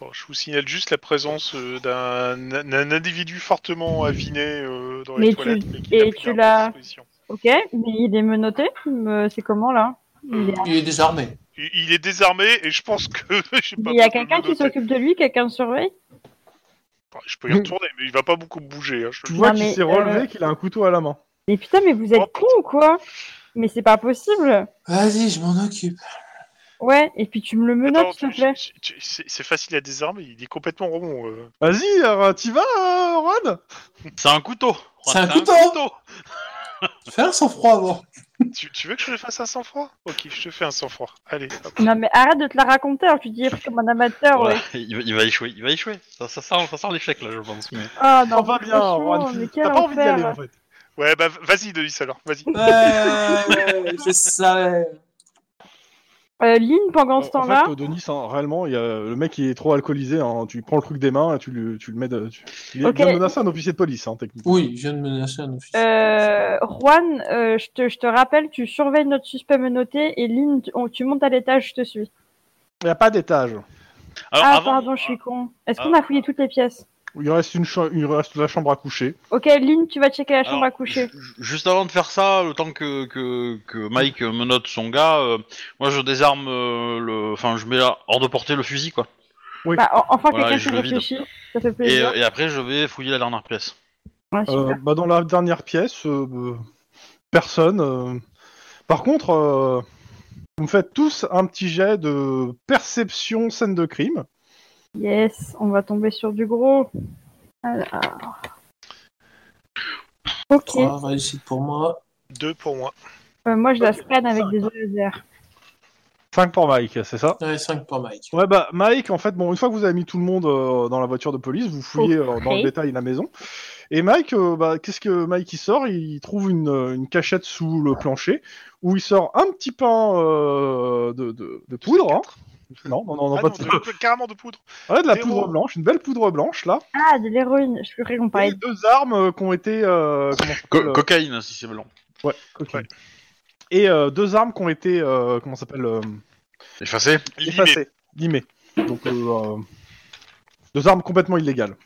S5: Bon, je vous signale juste la présence euh, d'un d'un individu fortement aviné euh, dans les
S3: Mais tu-
S5: toilettes. mais qui
S3: et
S5: n'a plus
S3: tu
S5: l'air
S3: l'as-
S5: de disposition.
S3: Ok, mais il est menotté mais C'est comment là Il est-
S4: Il est désarmé.
S5: Il, il est désarmé et je pense que. j'ai pas
S3: Il y a
S5: besoin de
S3: quelqu'un qui
S5: le noter.
S3: s'occupe de lui, quelqu'un le surveille
S5: Bon, Je peux y retourner, mais il va pas beaucoup bouger. hein, je te
S2: Tu
S5: le
S2: vois
S3: Non,
S2: qu'il
S3: mais,
S2: s'est relevé,
S3: euh,
S2: qu'il a un couteau à la main.
S3: Mais putain, mais vous êtes
S5: Oh,
S3: con ou quoi Mais c'est pas possible
S4: Vas-y, je m'en occupe.
S3: Ouais, et puis tu me le
S5: Attends,
S3: menottes, s'il te
S5: tu-
S3: plaît.
S5: tu- tu- C'est c'est facile à désarmer, il est complètement rond. euh.
S2: Vas-y, euh, t'y vas, euh, Juan
S1: C'est un couteau.
S4: C'est un
S1: Juan,
S4: couteau Fais un sang-froid avant.
S5: tu, tu veux que je le fasse à sang froid Ok, je te fais un sang froid. Allez. hop.
S3: Non, mais arrête de te la raconter, alors tu dis comme un amateur.
S1: Voilà,
S3: Ah ouais.
S1: il, va- il va échouer, il va échouer. Ça, ça sent, ça sent l'échec là, je pense. mais-
S3: Ah non,
S2: On va bien,
S3: franchement,
S2: Juan.
S3: mais quel
S2: T'as pas envie d'y
S3: enfer.
S2: aller en fait.
S5: Ouais, bah vas-y, Denis, alors. Vas-y.
S4: Ouais, je savais.
S3: Euh, Lynn, pendant ce
S2: en
S3: temps-là.
S2: fait, Denis, hein, réellement, il y a- le mec il est trop alcoolisé. hein, tu prends le truc des mains et tu le, tu le mets. De, tu... Il
S3: Ok.
S2: vient de menacer un officier de police, hein, techniquement.
S4: Oui, je viens de menacer un officier.
S3: Euh, Juan, euh, je te- je te rappelle, tu surveilles notre suspect menotté et Lynn, tu, on- tu montes à l'étage, je te suis.
S2: Il n'y a pas d'étage.
S1: Alors,
S3: ah,
S1: avant-
S3: pardon, je suis con. Est-ce
S1: Ah.
S3: qu'on a fouillé toutes les pièces
S2: Il reste, une cha- il reste la chambre à coucher.
S3: Ok, Lynn, tu vas checker la chambre
S1: Alors,
S3: à coucher.
S1: ju- ju- Juste avant de faire ça, le temps que, que, que Mike euh, menote son gars, euh, moi je désarme euh, le. Enfin, je mets à- hors de portée le fusil, quoi.
S2: oui.
S3: Bah, en- enfin,
S1: Voilà,
S3: quelqu'un
S1: et je
S3: qui
S1: le vide.
S3: réfléchit, ça fait
S1: Et,
S3: plaisir.
S1: euh, et après, je vais fouiller la dernière pièce.
S3: Ouais, super.
S2: Euh, bah, dans la dernière pièce, euh, euh, personne. euh. Par contre, euh, vous me faites tous un petit jet de perception scène de crime.
S3: Yes, on va tomber sur du gros. Alors. Ok,
S4: Trois réussites pour moi.
S5: Deux pour moi.
S3: euh, moi je la
S2: Ok,
S3: scanne avec
S2: ça,
S3: des yeux laser.
S2: 5 pour Mike, c'est ça
S4: Ouais, cinq pour Mike.
S2: Ouais, bah, Mike, en fait, bon, une fois que vous avez mis tout le monde euh, dans la voiture de police, vous fouillez euh, dans le
S3: Ok.
S2: détail la maison. Et Mike, euh, bah, qu'est-ce que Mike il sort Il trouve une, euh, une cachette sous le plancher où il sort un petit pain euh, de, de- de poudre. hein. Non, non, non, non,
S5: Ah
S2: pas
S5: non,
S2: de...
S5: de- carrément de poudre.
S2: Ouais, de la
S5: zéro.
S2: poudre blanche, une belle poudre blanche là.
S3: Ah, de l'héroïne, je croyais qu'on
S2: Et
S3: parlait.
S2: deux armes euh, qui ont été. euh, comment ça
S1: Co-
S2: s'appelle, euh,
S1: Cocaïne, si c'est blanc.
S2: ouais, cocaïne.
S5: ouais.
S2: Et euh, deux armes qui ont été. euh, comment ça s'appelle euh,
S1: Effacé
S5: Limé.
S2: Effacées. Limées. Donc, euh, euh, deux armes complètement illégales.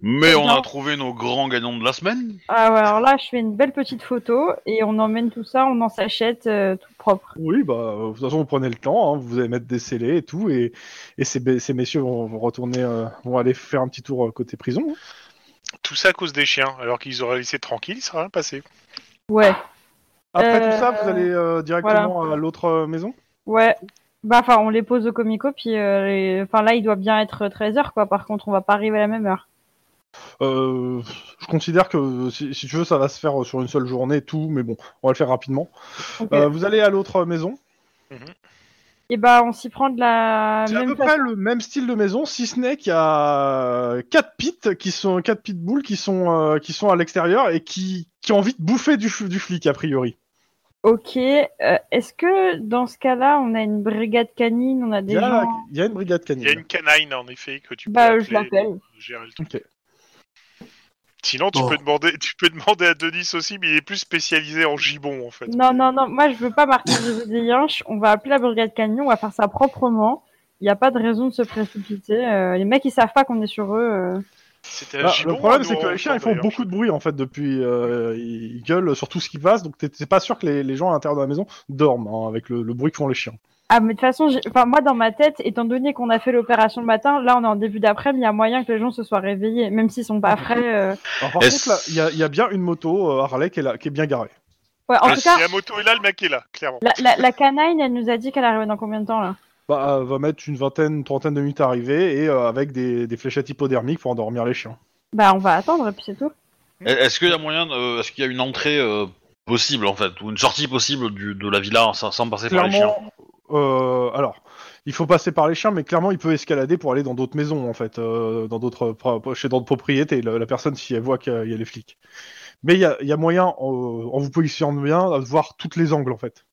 S1: Mais on
S3: Non.
S1: a trouvé nos grands gagnants de la semaine.
S3: Ah ouais, alors là, je fais une belle petite photo et on emmène tout ça, on en s'achète euh, tout propre.
S2: Oui, bah, euh, de toute façon, vous prenez le temps, hein, vous allez mettre des scellés et tout, et, et ces, be- ces messieurs vont, vont retourner, euh, vont aller faire un petit tour euh, côté prison. hein.
S5: Tout ça à cause des chiens, alors qu'ils auraient laissé tranquille, ça serait rien passé.
S3: Ouais,
S2: Après
S3: Euh,
S2: tout ça, vous allez euh, directement à l'autre euh, maison
S3: ouais. Bah, enfin, on les pose au comico, puis euh, les- enfin, là, il doit bien être 13h, quoi. Par contre, on va pas arriver à la même heure.
S2: Euh, Je considère que, si, si tu veux, ça va se faire euh, sur une seule journée, et tout, mais bon, on va le faire rapidement.
S3: Ok.
S2: Euh, vous allez à l'autre maison.
S3: Et bah, on s'y prend de la
S2: C'est à
S3: même
S2: peu
S3: façon.
S2: près le même style de maison, si ce n'est qu'il y a euh, quatre pits qui sont quatre pitbulls qui sont euh, qui sont à l'extérieur et qui, qui ont envie de bouffer du, f- du flic a priori.
S3: Ok. euh, Est-ce que dans ce cas-là, on a une brigade canine, on a
S2: Il
S3: des
S2: y a,
S3: gens.
S2: il y a une brigade canine.
S5: Il y a une canine, en effet, que tu peux
S3: Bah,
S5: appeler
S3: je l'appelle.
S5: pour gérer le truc.
S2: Ok.
S5: Sinon, tu,
S4: Bon.
S5: peux demander, tu peux demander à Denis aussi, mais il est plus spécialisé en gibon, en fait.
S3: Non, non, non, moi je veux pas marquer des obédiences. On va appeler la brigade canyon, on va faire ça proprement. Il n'y a pas de raison de se précipiter. euh, les mecs, ils savent pas qu'on est sur eux. euh.
S5: C'était un
S2: Bah,
S5: gibon,
S2: le problème,
S5: un
S2: c'est que les chiens, ils font
S5: orang-outan,
S2: beaucoup de bruit en fait depuis. euh, ils ils gueulent sur tout ce qui passe, donc t'es- t'es pas sûr que les, les gens à l'intérieur de la maison dorment hein, avec le, le bruit que font les chiens.
S3: Ah, mais de toute façon, j'ai- enfin, moi dans ma tête, étant donné qu'on a fait l'opération le matin, là on est en début d'après-midi, il y a moyen que les gens se soient réveillés, même s'ils sont pas frais. euh.
S2: Alors, par
S1: Est-ce-
S2: contre, là, il y a- il y, a bien une moto euh, Harley qui est, là, qui est bien garée.
S3: Ouais, en
S5: Ah,
S3: tout
S5: si
S3: cas,
S5: la moto est là, le mec est là, clairement.
S3: la, la, la canine, elle nous a dit qu'elle arrivait dans combien de temps là
S2: Bah, euh, va mettre une vingtaine, une trentaine de minutes à arriver et euh, avec des, des fléchettes hypodermiques pour endormir les chiens.
S3: Bah, on va attendre et puis c'est tout.
S1: Est-ce qu'il y a moyen, de- est-ce qu'il y a une entrée euh, possible en fait, ou une sortie possible du, de la villa sans, sans passer par les chiens
S2: Clairement, euh, alors, il faut passer par les chiens, mais clairement, il peut escalader pour aller dans d'autres maisons en fait, euh, dans d'autres pro- chez d'autres propriétés. La, la personne, si elle voit qu'il y a- il y a les flics. Mais il y a, il y a moyen, euh, en vous positionnant bien, de voir toutes les angles en fait.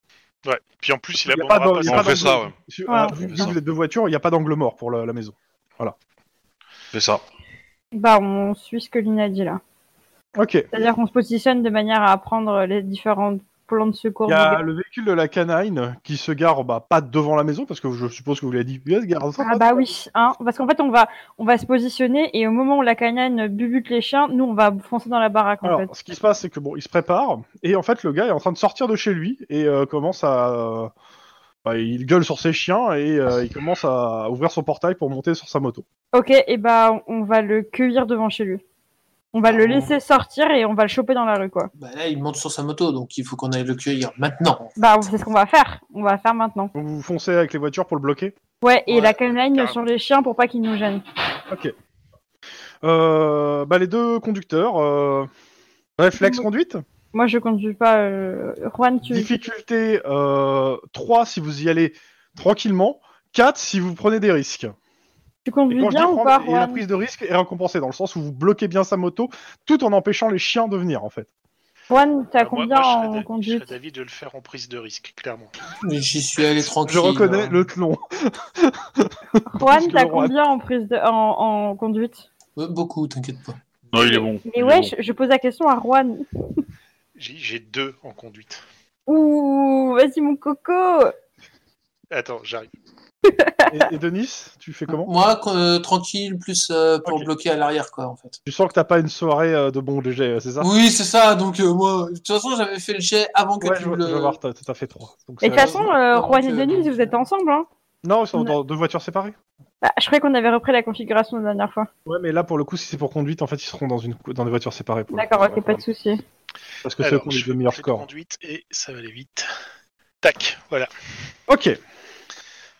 S5: Ouais. Puis en plus, il
S2: Il y a
S5: abandonnera
S2: pas de-
S5: pas
S2: il y a
S5: son-
S2: pas
S1: On fait
S2: d'angle.
S1: ça, ouais.
S2: Si-
S3: Ouais.
S2: euh, vu vu que vous êtes deux voitures, il n'y a pas d'angle mort pour la, la maison.
S1: C'est ça.
S3: Bah, on suit ce que Lina dit là.
S2: Ok.
S3: C'est-à-dire qu'on se positionne de manière à prendre les différents plans de secours.
S2: Il y a
S3: du
S2: le véhicule de la canine qui se gare bah, pas devant la maison parce que je suppose que vous l'avez dit. Il se gare
S3: Ah bah oui, hein, parce qu'en fait on va on va se positionner et au moment où la canine bubute les chiens, nous on va foncer dans la baraque en
S2: Alors,
S3: fait.
S2: ce qui se passe, c'est que bon, il se prépare et en fait, le gars est en train de sortir de chez lui et euh, commence à. euh, bah, il gueule sur ses chiens et euh, il commence à ouvrir son portail pour monter sur sa moto.
S3: Ok, et bah on- on va le cueillir devant chez lui. On va le
S4: Oh.
S3: laisser sortir et on va le choper dans la rue quoi.
S4: Bah là, il monte sur sa moto, donc il faut qu'on aille le cueillir maintenant.
S3: Bah on- c'est ce qu'on va faire, on va faire maintenant.
S2: Donc, vous foncez avec les voitures pour le bloquer.
S3: Ouais, et
S4: Ouais,
S3: la canine
S5: carrément.
S3: sur les chiens pour pas qu'ils nous gênent.
S2: Ok. Euh, bah, les deux conducteurs. euh, Réflexe conduite
S3: Moi, je conduis pas. euh, Juan, tu.
S2: Difficulté euh, 3 si vous y allez tranquillement, 4 si vous prenez des risques.
S3: Tu
S2: Et
S3: conduis
S2: quand je dis
S3: bien ou
S2: prendre,
S3: pas,
S2: et la
S3: Juan
S2: prise de risque est récompensée dans le sens où vous bloquez bien sa moto tout en empêchant les chiens de venir en fait.
S3: Juan, t'as
S5: Moi-
S3: combien
S5: moi, je serais d'a-
S3: en
S5: Je serais
S3: conduite
S5: d'avis de le faire en prise de risque, clairement.
S4: Mais j'y suis allé tranquille.
S2: Je reconnais
S4: hein.
S2: le tlon.
S3: Juan,
S2: que
S3: t'as
S2: Juan.
S3: combien en prise de... en, en conduite
S4: Ouais, beaucoup, t'inquiète pas.
S1: Non, il est bon. il
S3: Mais
S1: est
S3: ouais,
S1: bon.
S3: je, je pose la question à Juan.
S5: J'ai j'ai deux en conduite.
S3: Ouh, vas-y mon coco.
S5: Attends, j'arrive.
S2: Et, et Denis, tu fais comment
S4: Moi, euh, tranquille, plus euh, pour
S2: Ok.
S4: bloquer à l'arrière, quoi, en fait.
S2: Tu sens que t'as pas une soirée euh, de bon léger, euh, c'est ça
S4: Oui, c'est ça. Donc, euh, moi, de toute façon, j'avais fait le jet avant que
S2: Ouais,
S4: tu
S2: je, vois-
S4: le.
S2: je vois, t'as t'as fait 3. Donc,
S3: Et de
S2: c'est-
S3: toute façon, euh,
S4: Non,
S3: Juan et
S4: que-
S3: Denise, vous êtes ensemble, hein
S2: Non, ils sont dans deux voitures séparées.
S3: Bah, Je croyais qu'on avait repris la configuration la dernière fois.
S2: Ouais, mais là pour le coup, si c'est pour conduite, en fait, ils seront dans, une, cou- dans des voitures séparées. pour le
S3: D'accord,
S2: coup.
S3: ok, pas de souci.
S2: Parce que c'est eux
S5: Alors,
S2: qui ont
S5: je
S2: les
S5: fais
S2: deux
S5: une
S2: meilleurs
S5: petite
S2: scores.
S5: conduite et ça va aller vite. Tac, voilà.
S2: Ok.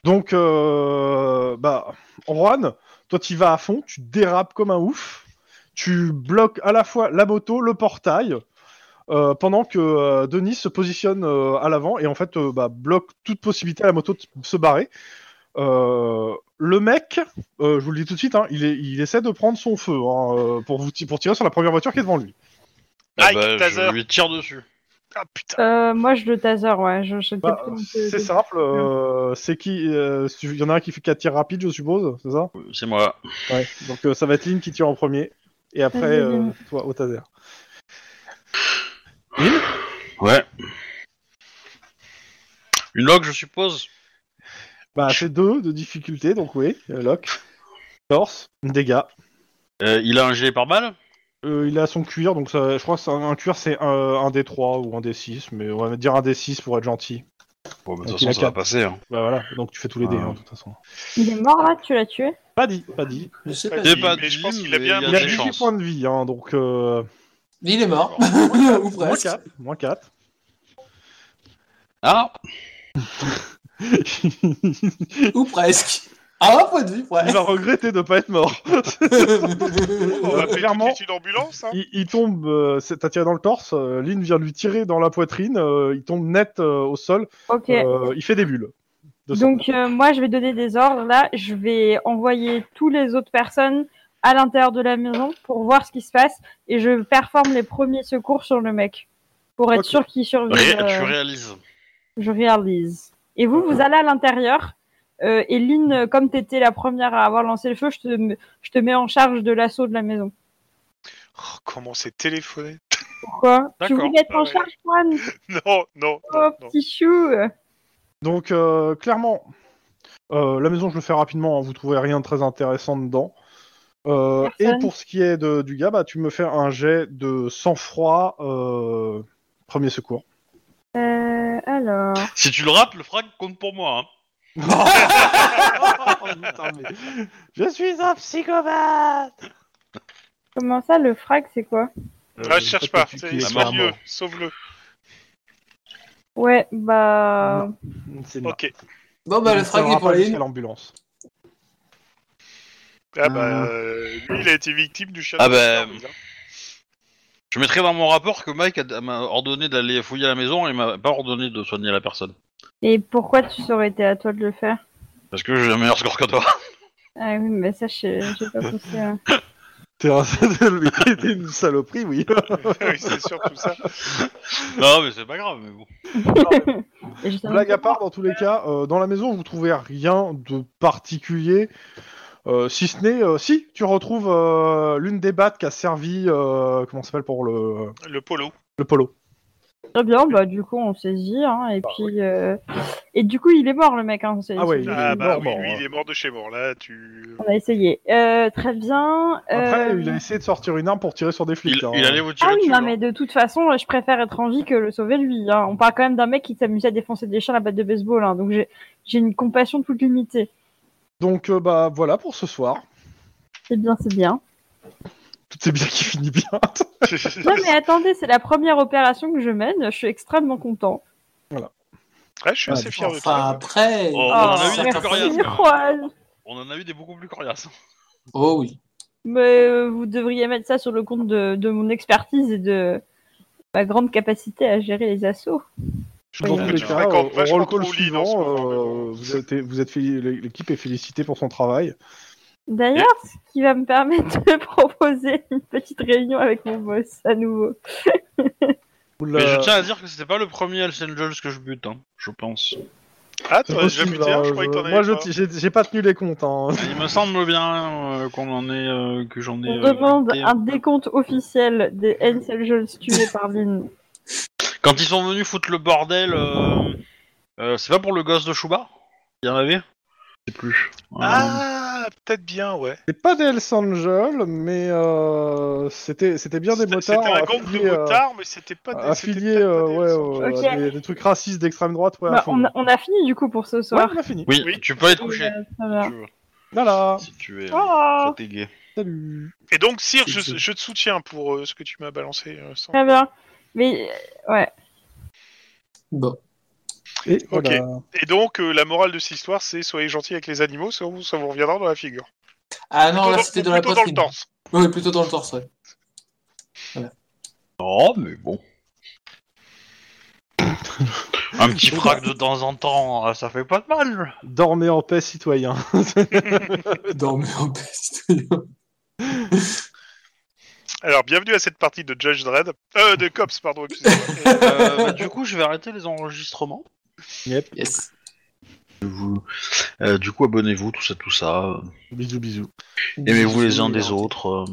S2: Donc, euh, bah, Juan, toi, tu vas à fond, tu dérapes comme un ouf, tu bloques à la fois la moto, le portail, euh, pendant que euh, Denis se positionne euh, à l'avant et en fait euh, bah, bloque toute possibilité à la moto de se barrer. Euh, le mec, euh, je vous le dis tout de suite, hein, il, est- il essaie de prendre son feu hein, euh, pour, vous ti- pour tirer sur la première voiture qui est devant lui.
S1: Ah
S5: Ike,
S1: bah,
S5: taser.
S1: je lui tire dessus.
S5: Ah putain.
S3: Euh, moi, je le taser, ouais. Je, je
S2: Bah,
S3: t'ai pris un peu de-
S2: c'est simple, euh, c'est qui euh, Il y en a un qui fait 4 tirs rapides, je suppose, c'est ça
S1: Euh, C'est moi.
S2: Ouais, donc euh, ça va être Lynn qui tire en premier, et après
S3: Vas-y,
S2: euh,
S3: Lynn.
S2: toi au taser.
S1: Ouais. Une log, je suppose.
S2: Bah c'est deux de difficulté, donc oui, euh, lock. Force, dégâts.
S1: Euh, il a un gilet pare-balles
S2: Euh, il a son cuir, donc ça, je crois que c'est un, un cuir c'est un, un D3 ou un D6, mais on va dire un D6 pour être gentil.
S1: Bon, bah, de
S2: Donc,
S1: toute
S2: il a
S1: façon, ça va
S2: quatre.
S1: passer. hein.
S2: Bah voilà, donc tu fais tous les dés,
S1: Ah.
S2: hein, de toute façon.
S3: Il est mort, là Tu l'as tué
S2: Pas dit, pas dit.
S4: Je sais pas.
S5: Vas-y,
S1: pas
S5: mais je
S1: dit,
S5: pense qu'il a
S1: mais
S5: bien
S1: il y
S2: Il a
S1: des
S2: 18
S1: chances.
S2: points de vie, hein, donc euh,
S4: Mais Il est mort. Ou
S2: moins
S4: presque.
S2: 4, moins 4.
S1: Ah
S2: il
S4: Ou presque. Ah, un point de vue, presque.
S2: va regretter de pas être mort.
S5: Oh, On va appeler tout de
S2: clairement-
S5: suite une ambulance. hein.
S2: Il, il tombe, euh, c'est- t'as tiré dans le torse, euh, Lynn vient lui tirer dans la poitrine, euh, il tombe net euh, au sol,
S3: Ok.
S2: euh, il fait des bulles. de sang.
S3: Donc, euh, moi, je vais donner des ordres. Là, je vais envoyer tous les autres personnes à l'intérieur de la maison pour voir ce qui se passe. Et je performe les premiers secours sur le mec. Pour être
S2: Ok.
S3: sûr qu'il survive.
S1: Ré- Tu
S3: euh,
S1: réalises.
S3: je réalise. Et vous, vous allez à l'intérieur. Euh, et Lynn, euh, comme t'étais la première à avoir lancé le feu, je te, je te mets en charge de l'assaut de la maison.
S5: Oh, comment c'est téléphoné
S3: Pourquoi Tu
S1: D'accord.
S3: voulais être en
S5: Ah Ouais.
S3: charge, Juan
S5: Non, non,
S3: Oh,
S5: non, non.
S3: petit chou
S2: Donc euh, clairement, euh, la maison je le fais rapidement, hein, vous trouvez rien de très intéressant dedans. Euh, et
S3: Personne.
S2: pour ce qui est de- du gars, bah, tu me fais un jet de sang-froid euh, premier secours.
S3: Euh, alors...
S1: Si tu le rates, le frag compte pour moi. hein.
S2: Je suis un psychopathe
S3: Comment ça, le frag, c'est quoi
S2: Euh,
S5: Ah, je cherche pas.
S2: c'est
S5: C'est-
S1: la
S5: Sauve-le, sauve-le.
S3: Ouais, bah...
S5: Ah.
S2: C'est une-
S5: Ok.
S4: Bon, bah,
S2: il
S4: le
S2: ne
S4: frag
S2: sera
S4: est pour
S2: pas
S4: les
S2: jusqu'à l'ambulance.
S5: Ah bah, euh, lui, il a été victime du chien.
S1: Ah
S5: de
S1: bah,
S5: Charles, hein.
S1: Je mettrai dans mon rapport que Mike a- m'a ordonné d'aller fouiller la maison et m'a pas ordonné de soigner la personne.
S3: Et pourquoi tu serais été à toi de le faire
S1: Parce que j'ai un meilleur score que toi.
S3: Ah oui, mais ça, je- j'ai pas pensé. hein.
S2: T'es un- t'es une saloperie, oui.
S5: hein. oui, c'est surtout ça.
S1: non, mais c'est pas grave, mais bon.
S3: Et je
S2: Blague à part, dans tous les cas, euh, dans la maison, vous trouvez rien de particulier. euh, si ce n'est, euh, si tu retrouves euh, l'une des battes qui a servi, euh, comment ça s'appelle pour le,
S5: Le polo.
S2: le polo.
S3: Très bien, bah du coup, on saisit, hein, et
S5: Ah
S3: puis... euh, Et du coup, il est mort, le mec, hein. c'est-
S2: Ah ouais,
S3: c'est-
S2: Il est
S5: Ah bah
S2: mort,
S5: oui,
S2: mort,
S5: lui,
S2: hein.
S5: il est mort de chez mort. Là, tu.
S3: On a essayé. Euh, très bien.
S2: Après,
S3: euh,
S2: il a essayé de sortir une arme pour tirer sur des flics.
S1: Il,
S2: hein.
S1: il allait vous tirer
S3: Ah oui,
S1: dessus.
S3: non,
S1: hein.
S3: mais de toute façon, euh, je préfère être en vie que le sauver lui. hein. On parle quand même d'un mec qui s'amusait à défoncer des chiens à la batte de baseball, hein, donc j'ai j'ai une compassion toute limitée.
S2: Donc euh, bah voilà pour ce soir.
S3: C'est bien, c'est bien.
S2: Tout c'est bien qui finit bien.
S3: Ouais, mais attendez, c'est la première opération que je mène, je suis extrêmement content.
S5: Ah, je suis
S2: Ah,
S5: assez fier de
S4: Enfin,
S5: toi.
S4: après. euh,
S1: Oh, on
S3: Ah,
S1: en a eu des
S3: merci,
S1: plus coriaces, quand même.
S3: Juan.
S1: On en a eu des beaucoup plus coriaces.
S4: Oh oui.
S3: Mais euh, vous devriez mettre ça sur le compte de, de mon expertise et de, ma grande capacité à gérer les assauts.
S5: Je
S2: Dans
S5: trouve
S3: Oui,
S5: que
S2: tous
S5: tu
S2: les cas,
S5: fréquentes
S2: au- au
S5: vachement
S2: roll call
S5: trop Lynn en ce
S2: suivant,
S5: moment,
S2: euh,
S5: mais bon.
S2: vous êtes- vous êtes féli- l'équipe est félicitée pour son travail.
S3: D'ailleurs, ce qui va me permettre de proposer une petite réunion avec mon boss à nouveau.
S2: Vous
S1: Mais
S2: la-
S1: je tiens à dire que c'était pas le premier Hells Angels que je bute, hein, je pense.
S5: Ah,
S2: C'est
S5: t'en as déjà
S2: possible,
S5: buté un
S2: hein,
S5: Je croyais que
S2: je-
S5: t'en avais
S2: Moi, je-
S5: pas.
S2: j'ai j'ai pas tenu les comptes. hein.
S1: Il me semble bien euh, qu'on en est, euh, que j'en ai.
S3: On
S1: euh,
S3: demande
S1: buté.
S3: un décompte officiel des Hells Angels tués par Lynn.
S1: Quand ils sont venus foutre le bordel, euh, euh, c'est pas pour le gosse de Chouba Il y en avait Je sais plus. Euh,
S5: Ah, peut-être bien, ouais.
S2: C'est pas des Hells Angels, mais euh, c'était c'était bien des
S5: C'était
S2: motards.
S5: c'était un gang de
S2: affiliés, euh,
S5: motards, mais c'était pas des. c'était
S2: affiliés,
S5: peut-être
S2: euh,
S5: pas des
S2: ouais,
S5: Hells
S2: au-
S5: Angels.
S3: Ok.
S2: à des, des trucs racistes d'extrême droite, ouais, à
S3: Bah,
S2: fond.
S3: on, a, on a fini du coup pour ce
S2: Ouais,
S3: soir.
S2: on a fini.
S1: Oui,
S5: Oui.
S1: tu peux être couché.
S3: Euh, ça va.
S1: si tu veux,
S2: Voilà.
S1: Si tu es.
S3: Ah,
S1: fatigué.
S2: Salut.
S5: Et donc, Sire,
S2: Si,
S5: je,
S2: si.
S5: je te soutiens pour euh, ce que tu m'as balancé. euh, sans-
S3: très bien. Mais euh, ouais.
S4: Bon.
S2: Et voilà.
S5: Et donc, euh, la morale de cette histoire, c'est soyez gentils avec les animaux, ça vous, ça vous reviendra dans la figure.
S4: Ah non,
S5: Plutôt
S4: là
S5: dans-
S4: c'était dans la
S5: plutôt
S4: poitrine.
S5: le torse.
S4: Oui, plutôt dans le torse, ouais.
S1: Oh, mais bon. un petit frac de temps en temps, euh, ça fait pas de mal.
S2: Dormez en paix, citoyens.
S4: Dormez en paix,
S5: Alors, bienvenue à cette partie de Judge Dredd. Euh, de Cops, pardon, excusez-moi.
S1: Euh, bah, du coup, je vais arrêter les enregistrements.
S2: yep.
S4: Yes.
S1: Euh, du coup, abonnez-vous, tout ça, tout ça.
S2: Bisous, bisous.
S1: Aimez-vous les uns des autres. euh.